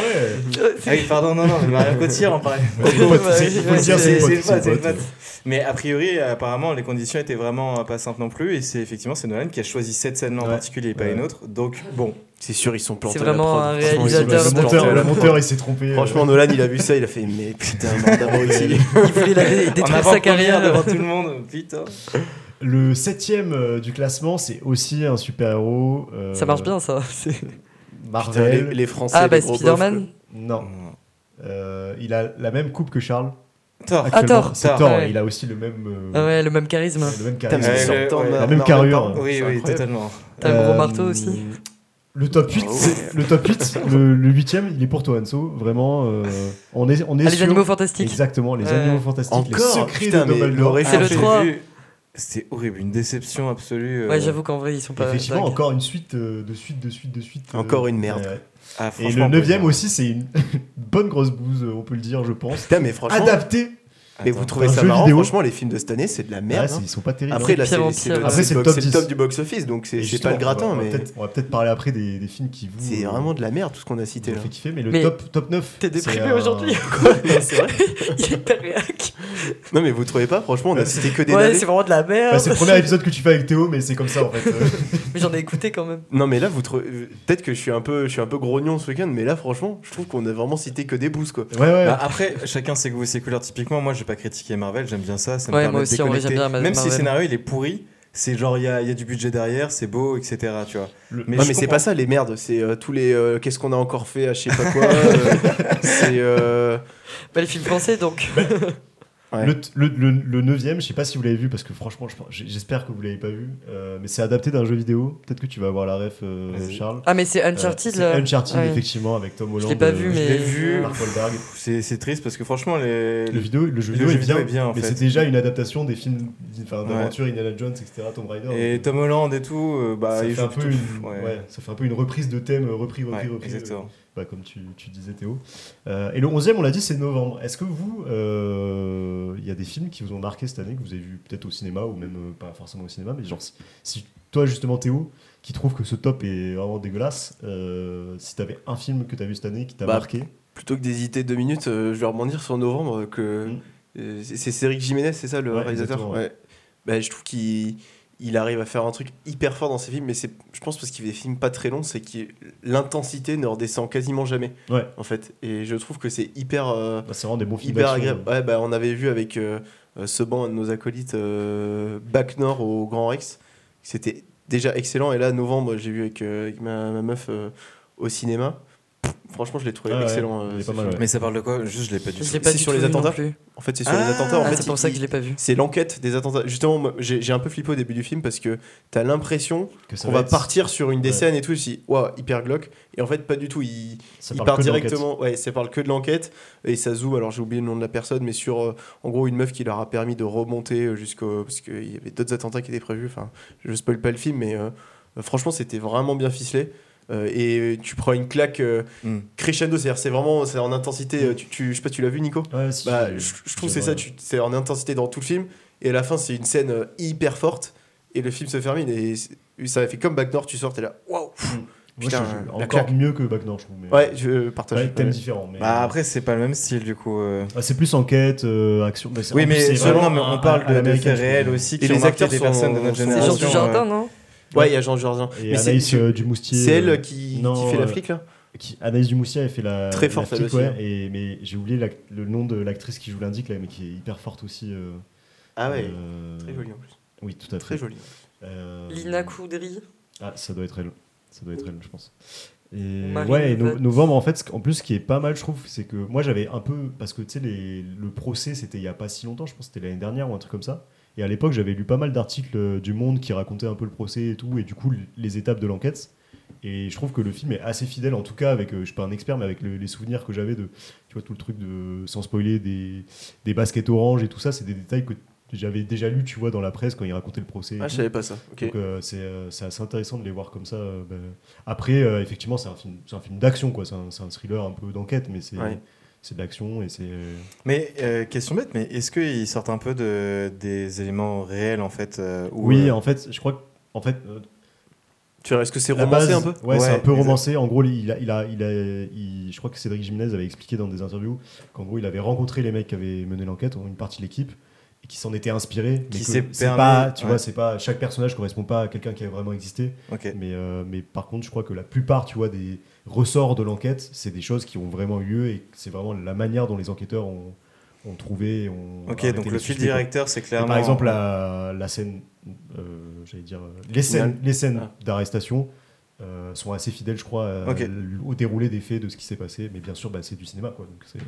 [SPEAKER 4] Ah oui, pardon, non, non, mais Marion Cotillard en parlait.
[SPEAKER 1] C'est une pote,
[SPEAKER 2] Ouais,
[SPEAKER 1] c'est- il faut
[SPEAKER 2] ouais,
[SPEAKER 1] le dire,
[SPEAKER 2] c'est-
[SPEAKER 1] c'est une
[SPEAKER 4] une
[SPEAKER 1] pote, c'est une
[SPEAKER 4] pote, c'est une
[SPEAKER 1] pote.
[SPEAKER 4] pote. Mais a priori, apparemment, les conditions étaient vraiment pas simples non plus. Et c'est effectivement, c'est Nolan qui a choisi cette scène-là en
[SPEAKER 1] Ouais.
[SPEAKER 4] particulet et pas
[SPEAKER 1] Ouais.
[SPEAKER 4] une autre. Donc, bon,
[SPEAKER 3] C'est sûr, ils sont plantés.
[SPEAKER 2] C'est vraiment
[SPEAKER 3] à la prod.
[SPEAKER 2] un
[SPEAKER 3] Franchement, ils sont
[SPEAKER 2] réalisateur
[SPEAKER 1] Le
[SPEAKER 3] plantés à
[SPEAKER 1] monteur,
[SPEAKER 3] la
[SPEAKER 1] le
[SPEAKER 3] prod.
[SPEAKER 1] monteur, il s'est trompé. euh.
[SPEAKER 3] Franchement, Nolan, il a vu ça, il a fait Mais putain, mort d'abruti.
[SPEAKER 2] Il voulait la dé- détruire
[SPEAKER 4] avant
[SPEAKER 2] sa carrière.
[SPEAKER 4] devant tout le monde, putain.
[SPEAKER 1] le septième euh, du classement, c'est aussi un super-héros. euh,
[SPEAKER 2] Ça marche bien, ça. c'est-
[SPEAKER 3] Putain, les,
[SPEAKER 1] Marvel.
[SPEAKER 3] les Français.
[SPEAKER 2] Ah,
[SPEAKER 3] les
[SPEAKER 2] bah,
[SPEAKER 3] gros
[SPEAKER 2] Spider-Man.
[SPEAKER 1] Non, Euh, il a la même coupe que Charles.
[SPEAKER 4] Thor.
[SPEAKER 1] actuellement.
[SPEAKER 2] Ah, Thor.
[SPEAKER 1] C'est
[SPEAKER 4] Thor,
[SPEAKER 1] Thor,
[SPEAKER 2] ouais.
[SPEAKER 1] il a aussi le même.
[SPEAKER 2] Ah
[SPEAKER 1] euh,
[SPEAKER 2] ouais, le même charisme.
[SPEAKER 1] Le même
[SPEAKER 3] Putain, mais
[SPEAKER 1] charisme.
[SPEAKER 4] Ouais,
[SPEAKER 3] ils
[SPEAKER 4] le-
[SPEAKER 3] sortent en-
[SPEAKER 4] ouais.
[SPEAKER 3] en-
[SPEAKER 1] La même
[SPEAKER 3] en-
[SPEAKER 1] carrure.
[SPEAKER 3] en-
[SPEAKER 4] Oui,
[SPEAKER 3] c'est
[SPEAKER 4] oui,
[SPEAKER 3] incroyable.
[SPEAKER 4] totalement.
[SPEAKER 2] T'as un
[SPEAKER 1] Euh,
[SPEAKER 2] gros marteau aussi.
[SPEAKER 1] Le top 8,
[SPEAKER 3] Ah ouais.
[SPEAKER 1] c'est- le top 8, le, le 8e, il est pour toi Anso, vraiment euh, on est on est
[SPEAKER 2] Ah, les
[SPEAKER 1] sur-
[SPEAKER 2] animaux fantastiques.
[SPEAKER 1] Exactement, les
[SPEAKER 2] Ouais.
[SPEAKER 1] animaux fantastiques,
[SPEAKER 3] Encore
[SPEAKER 1] les secrets
[SPEAKER 3] Putain,
[SPEAKER 1] de
[SPEAKER 3] mais
[SPEAKER 1] Dumbledore.
[SPEAKER 3] l'aurait-
[SPEAKER 2] C'est le
[SPEAKER 4] j'ai
[SPEAKER 2] 3.
[SPEAKER 4] vu- C'était horrible, une déception absolue. euh.
[SPEAKER 2] Ouais, j'avoue qu'en vrai, ils sont pas.
[SPEAKER 1] Effectivement,
[SPEAKER 2] dingues.
[SPEAKER 1] encore une suite euh, de suite de suite de suite. euh,
[SPEAKER 3] Encore une merde.
[SPEAKER 1] ouais.
[SPEAKER 4] Ah,
[SPEAKER 1] Et
[SPEAKER 4] franchement,
[SPEAKER 1] le
[SPEAKER 4] on peut dire.
[SPEAKER 1] 9e aussi, c'est une [LAUGHS] bonne grosse bouse, euh, on peut le dire, je pense.
[SPEAKER 3] Putain, mais franchement.
[SPEAKER 1] Adapté.
[SPEAKER 3] Mais
[SPEAKER 4] Attends.
[SPEAKER 3] vous trouvez
[SPEAKER 1] Un
[SPEAKER 3] ça
[SPEAKER 1] jeu
[SPEAKER 3] marrant
[SPEAKER 1] vidéo.
[SPEAKER 3] Franchement, les films de cette année, c'est de la
[SPEAKER 1] Ouais,
[SPEAKER 3] merde.
[SPEAKER 1] c'est-
[SPEAKER 3] hein.
[SPEAKER 1] ils sont pas terribles.
[SPEAKER 3] Après, là,
[SPEAKER 2] pire en
[SPEAKER 3] c'est c'est
[SPEAKER 2] pire.
[SPEAKER 3] le,
[SPEAKER 1] Après,
[SPEAKER 3] c'est
[SPEAKER 1] c'est
[SPEAKER 3] le
[SPEAKER 1] le
[SPEAKER 3] box-
[SPEAKER 1] top
[SPEAKER 3] c'est le top
[SPEAKER 1] 10.
[SPEAKER 3] du box-office, donc c'est c'est
[SPEAKER 1] Justement,
[SPEAKER 3] pas le gratin,
[SPEAKER 1] on va
[SPEAKER 3] mais
[SPEAKER 1] peut-être- on va peut-être parler après des, des films qui vous
[SPEAKER 3] c'est
[SPEAKER 1] euh,
[SPEAKER 3] vraiment de la merde tout ce qu'on a cité
[SPEAKER 1] vous
[SPEAKER 3] là.
[SPEAKER 1] fait kiffer mais le
[SPEAKER 2] Mais
[SPEAKER 1] top top 9
[SPEAKER 2] T'es
[SPEAKER 1] c'est euh,
[SPEAKER 2] déprimé
[SPEAKER 1] un-
[SPEAKER 2] aujourd'hui.
[SPEAKER 1] [LAUGHS]
[SPEAKER 3] [LAUGHS] c'est vrai.
[SPEAKER 2] [LAUGHS] Il est hyper réac.
[SPEAKER 3] Non, mais vous trouvez pas Franchement, on a cité que des
[SPEAKER 2] Ouais,
[SPEAKER 3] navets.
[SPEAKER 2] c'est vraiment de la merde.
[SPEAKER 1] Bah, c'est le premier épisode que tu fais avec Théo mais c'est comme ça en
[SPEAKER 2] [LAUGHS]
[SPEAKER 1] fait. euh.
[SPEAKER 2] Mais j'en ai écouté quand même.
[SPEAKER 3] Non, mais là, vous trouvez. Peut-être que je suis un peu, je suis un peu grognon ce week-end, mais là, franchement, je trouve qu'on a vraiment cité que des bouses quoi.
[SPEAKER 1] Ouais ouais.
[SPEAKER 4] Bah, après, chacun ses goûts et ses couleurs. Typiquement, moi, j'ai pas critiqué Marvel, j'aime bien ça. ça me
[SPEAKER 2] Ouais,
[SPEAKER 4] permet
[SPEAKER 2] moi
[SPEAKER 4] de
[SPEAKER 2] aussi, en vrai, j'aime
[SPEAKER 4] déconnecter.
[SPEAKER 2] bien Ma-
[SPEAKER 4] Même si le
[SPEAKER 2] Marvel.
[SPEAKER 4] scénario il est pourri, c'est genre, il y a, il y a du budget derrière, c'est beau, etc. Tu vois.
[SPEAKER 1] Le-
[SPEAKER 3] non,
[SPEAKER 4] je
[SPEAKER 3] mais c'est
[SPEAKER 4] comprends.
[SPEAKER 3] pas ça les merdes, c'est euh, tous les euh, qu'est-ce qu'on a encore fait à je sais
[SPEAKER 1] [LAUGHS]
[SPEAKER 3] pas quoi. euh, c'est. euh,
[SPEAKER 2] Bah, les films français, donc.
[SPEAKER 3] Ouais.
[SPEAKER 1] Le, t- le, le, le neuvième, je sais pas si vous l'avez vu parce que franchement, je pense- j- j'espère que vous l'avez pas vu, euh, mais c'est adapté d'un jeu vidéo. Peut-être que tu vas avoir la ref, euh,
[SPEAKER 4] Vas-y.
[SPEAKER 1] Charles.
[SPEAKER 2] Ah, mais c'est
[SPEAKER 1] Euh,
[SPEAKER 2] Uncharted
[SPEAKER 1] c'est
[SPEAKER 2] là.
[SPEAKER 1] Uncharted,
[SPEAKER 2] Ouais.
[SPEAKER 1] effectivement, avec Tom Holland.
[SPEAKER 2] Je l'ai pas vu,
[SPEAKER 1] euh,
[SPEAKER 2] mais.
[SPEAKER 4] l'ai vu.
[SPEAKER 1] Mark Wahlberg.
[SPEAKER 4] Pff, C'est c'est triste parce que franchement, les.
[SPEAKER 1] Le, vidéo, le jeu
[SPEAKER 4] le
[SPEAKER 1] vidéo,
[SPEAKER 4] jeu
[SPEAKER 1] est,
[SPEAKER 4] vidéo
[SPEAKER 1] bien,
[SPEAKER 4] est bien, en
[SPEAKER 1] mais
[SPEAKER 4] fait.
[SPEAKER 1] c'est déjà une adaptation des films enfin,
[SPEAKER 4] Ouais.
[SPEAKER 1] d'aventure Indiana Jones, etc., Tomb Raider.
[SPEAKER 4] Et
[SPEAKER 1] donc,
[SPEAKER 4] Tom Holland et tout, euh, bah,
[SPEAKER 1] ça,
[SPEAKER 4] il
[SPEAKER 1] fait un
[SPEAKER 4] joue
[SPEAKER 1] peu
[SPEAKER 4] tout-
[SPEAKER 1] une,
[SPEAKER 4] ouais.
[SPEAKER 1] ouais, ça fait un peu une reprise de thème, euh, repris,
[SPEAKER 4] Ouais,
[SPEAKER 1] repris, repris, euh,
[SPEAKER 4] exactement.
[SPEAKER 1] bah, comme tu, tu disais Théo. Euh, et le 11e, on l'a dit, c'est novembre. Est-ce que vous, euh, il y a des films qui vous ont marqué cette année, que vous avez vu peut-être au cinéma, ou même euh, pas forcément au cinéma, mais genre, si, si toi justement Théo, qui trouve que ce top est vraiment dégueulasse, euh, si t'avais un film que t'as vu cette année qui t'a
[SPEAKER 3] Bah,
[SPEAKER 1] marqué,
[SPEAKER 3] Plutôt que d'hésiter deux minutes, euh, je vais rebondir sur novembre euh, que
[SPEAKER 1] Mm.
[SPEAKER 3] euh, c'est- c'est Cédric Jiménez, c'est ça le
[SPEAKER 1] Ouais,
[SPEAKER 3] réalisateur.
[SPEAKER 1] exactement,
[SPEAKER 3] Ouais. Bah, je trouve qu'il il arrive à faire un truc hyper fort dans ses films, mais c'est je pense parce qu'il fait des films pas très longs, c'est que l'intensité ne redescend quasiment jamais.
[SPEAKER 1] Ouais.
[SPEAKER 3] En fait, et je trouve que c'est hyper euh,
[SPEAKER 1] Bah, c'est vraiment des bons films.
[SPEAKER 3] hyper
[SPEAKER 1] d'action,
[SPEAKER 3] agréable.
[SPEAKER 1] euh.
[SPEAKER 3] Ouais, bah, on avait vu avec euh, euh, ce banc un de nos acolytes euh, Bac Nord au Grand Rex, c'était déjà excellent. Et là, novembre, j'ai vu avec, euh, avec ma, ma meuf euh, au cinéma. Pff, Franchement, je l'ai trouvé
[SPEAKER 1] Ah ouais,
[SPEAKER 3] excellent. euh,
[SPEAKER 1] il est
[SPEAKER 3] ce
[SPEAKER 1] pas mal,
[SPEAKER 3] film.
[SPEAKER 1] ouais.
[SPEAKER 4] Mais ça parle de quoi Juste, je l'ai pas du
[SPEAKER 2] Je
[SPEAKER 4] tout.
[SPEAKER 2] l'ai pas
[SPEAKER 3] c'est
[SPEAKER 2] du
[SPEAKER 3] sur
[SPEAKER 2] tout
[SPEAKER 3] les
[SPEAKER 2] vu non
[SPEAKER 3] attentats.
[SPEAKER 2] plus.
[SPEAKER 3] En fait, c'est sur
[SPEAKER 4] Ah,
[SPEAKER 3] les attentats. En
[SPEAKER 2] Ah,
[SPEAKER 3] fait,
[SPEAKER 2] c'est
[SPEAKER 3] il-
[SPEAKER 2] pour ça que
[SPEAKER 3] il-
[SPEAKER 2] je l'ai pas vu.
[SPEAKER 3] c'est l'enquête des attentats. Justement, moi, j'ai j'ai un peu flippé au début du film parce que t'as l'impression
[SPEAKER 1] Que ça
[SPEAKER 3] qu'on va
[SPEAKER 1] être-
[SPEAKER 3] partir sur une des
[SPEAKER 1] Ouais.
[SPEAKER 3] scènes et tout. Je dis, waouh, hyper glauque. Et en fait, pas du tout. Il,
[SPEAKER 1] ça
[SPEAKER 3] il
[SPEAKER 1] parle
[SPEAKER 3] part
[SPEAKER 1] que de l'enquête.
[SPEAKER 3] directement. Ouais, ça parle que de l'enquête. Et ça zoome, alors j'ai oublié le nom de la personne, mais sur euh, en gros une meuf qui leur a permis de remonter euh, jusqu'au. Parce qu'il y avait d'autres attentats qui étaient prévus. Enfin, je spoil pas le film, mais euh, euh, franchement, c'était vraiment bien ficelé. Euh, et tu prends une claque euh,
[SPEAKER 1] Hmm.
[SPEAKER 4] Mm.
[SPEAKER 3] crescendo, c'est-à-dire c'est vraiment c'est en intensité. euh, tu, tu- je sais pas, tu l'as vu, Nico
[SPEAKER 1] Ouais, si,
[SPEAKER 3] bah,
[SPEAKER 1] j'ai-
[SPEAKER 3] je, je trouve que
[SPEAKER 1] j'ai-
[SPEAKER 3] c'est ça, tu- c'est en intensité dans tout le film, et à la fin c'est une scène euh, hyper forte, et le film se termine, et c'est- ça fait comme Back North, tu sors, t'es là, waouh, pff, Putain,
[SPEAKER 1] Moi, je- je-
[SPEAKER 3] la
[SPEAKER 1] encore
[SPEAKER 3] claque.
[SPEAKER 1] mieux que Backdoor, je trouve. mais-
[SPEAKER 3] Ouais, je
[SPEAKER 1] Ouais,
[SPEAKER 3] partage.
[SPEAKER 1] thème différent. Mais... euh,
[SPEAKER 4] Bah après c'est pas le même style du coup. euh.
[SPEAKER 1] Ah, c'est plus enquête, euh, action. bah, c'est- en
[SPEAKER 4] Oui
[SPEAKER 1] plus, c'est
[SPEAKER 4] mais
[SPEAKER 1] vraiment
[SPEAKER 4] seulement mais
[SPEAKER 1] un-
[SPEAKER 4] on parle
[SPEAKER 1] un- un
[SPEAKER 4] de, de
[SPEAKER 1] américain,
[SPEAKER 4] faits
[SPEAKER 1] je trouve.
[SPEAKER 4] réels aussi qui
[SPEAKER 3] les
[SPEAKER 4] ont marqué
[SPEAKER 3] acteurs
[SPEAKER 4] des
[SPEAKER 3] sont-
[SPEAKER 4] personnes de notre
[SPEAKER 3] sont-
[SPEAKER 2] C'est
[SPEAKER 4] génération.
[SPEAKER 2] genre du
[SPEAKER 4] euh.
[SPEAKER 2] jardin, non
[SPEAKER 3] Ouais, il y a Jean Jardin.
[SPEAKER 1] Et
[SPEAKER 3] Mais c'est
[SPEAKER 1] Anaïs euh, du Moustier.
[SPEAKER 3] c'est
[SPEAKER 1] euh,
[SPEAKER 3] elle qui,
[SPEAKER 1] non,
[SPEAKER 3] qui fait la
[SPEAKER 1] euh,
[SPEAKER 3] flic là
[SPEAKER 1] qui- Anaïs Dumoutier, elle fait la.
[SPEAKER 3] Très
[SPEAKER 1] la
[SPEAKER 3] forte, elle
[SPEAKER 1] petite,
[SPEAKER 3] aussi,
[SPEAKER 1] ouais,
[SPEAKER 3] hein.
[SPEAKER 1] et, mais j'ai oublié l'ac- le nom de l'actrice qui joue l'indique, là, mais qui est hyper forte aussi. euh,
[SPEAKER 3] Ah ouais,
[SPEAKER 1] euh,
[SPEAKER 3] très jolie en plus.
[SPEAKER 1] Oui, tout à fait.
[SPEAKER 3] Très jolie.
[SPEAKER 1] Euh,
[SPEAKER 2] Lina Koudri.
[SPEAKER 1] Ah, ça doit être elle. Ça doit être elle, je pense. Et
[SPEAKER 2] Marine
[SPEAKER 1] ouais, et
[SPEAKER 2] Le
[SPEAKER 1] no-
[SPEAKER 2] Pen.
[SPEAKER 1] novembre, en fait, ce qu- en plus, ce qui est pas mal, je trouve, c'est que moi, j'avais un peu. Parce que, tu sais, les- le procès, c'était il y a pas si longtemps, je pense que c'était l'année dernière ou un truc comme ça. Et à l'époque, j'avais lu pas mal d'articles euh, du Monde qui racontaient un peu le procès et tout, et du coup, l- les étapes de l'enquête. Et je trouve que le film est assez fidèle, en tout cas, avec, euh, je suis pas un expert, mais avec le- les souvenirs que j'avais de, tu vois, tout le truc de, sans spoiler, des, des baskets oranges et tout ça, c'est des détails que j'avais déjà lu, tu vois, dans la presse quand ils racontaient le procès. et
[SPEAKER 3] Ah,
[SPEAKER 1] tout.
[SPEAKER 3] je savais pas ça. Ok.
[SPEAKER 1] Donc euh, c'est euh, c'est assez intéressant de les voir comme ça. euh, bah. Après, euh, effectivement, c'est un film, c'est un film d'action, quoi. C'est un, c'est un thriller un peu d'enquête, mais c'est
[SPEAKER 3] Ouais.
[SPEAKER 1] c'est de l'action et c'est. euh,
[SPEAKER 4] Mais euh, question bête, mais est-ce qu'ils sortent un peu de, des éléments réels en fait euh, ou,
[SPEAKER 1] Oui,
[SPEAKER 4] euh,
[SPEAKER 1] en fait, je crois que. En fait, euh,
[SPEAKER 3] Tu vois, est-ce que c'est
[SPEAKER 1] la
[SPEAKER 3] romancé
[SPEAKER 1] base-
[SPEAKER 3] un peu
[SPEAKER 1] Ouais, c'est
[SPEAKER 4] Ouais,
[SPEAKER 1] un peu
[SPEAKER 4] exact.
[SPEAKER 1] romancé. En gros, il a, il a, il a, il- je crois que Cédric Jiménez avait expliqué dans des interviews qu'en gros, il avait rencontré les mecs qui avaient mené l'enquête, une partie de l'équipe, et qui s'en était inspiré.
[SPEAKER 4] Qui
[SPEAKER 1] que
[SPEAKER 4] s'est
[SPEAKER 1] c'est
[SPEAKER 4] permis-
[SPEAKER 1] pas, tu vois,
[SPEAKER 4] ouais.
[SPEAKER 1] c'est pas chaque personnage correspond pas à quelqu'un qui a vraiment existé.
[SPEAKER 4] ok.
[SPEAKER 1] Mais, euh, mais par contre, je crois que la plupart, tu vois, des ressorts de l'enquête, c'est des choses qui ont vraiment eu lieu et c'est vraiment la manière dont les enquêteurs ont, ont trouvé. et Ont
[SPEAKER 4] Ok,
[SPEAKER 1] arrêté
[SPEAKER 4] donc
[SPEAKER 1] les
[SPEAKER 4] le fil
[SPEAKER 1] suspects,
[SPEAKER 4] directeur c'est
[SPEAKER 1] quoi. Et
[SPEAKER 4] clairement.
[SPEAKER 1] Par exemple, la, la scène, euh, j'allais dire, euh, les scènes,
[SPEAKER 3] Finale.
[SPEAKER 1] les scènes
[SPEAKER 3] Ah.
[SPEAKER 1] d'arrestation euh, sont assez fidèles, je crois, à-
[SPEAKER 4] Ok.
[SPEAKER 1] au déroulé des faits, de ce qui s'est passé. Mais bien sûr, bah, c'est du cinéma, quoi. Donc c'est-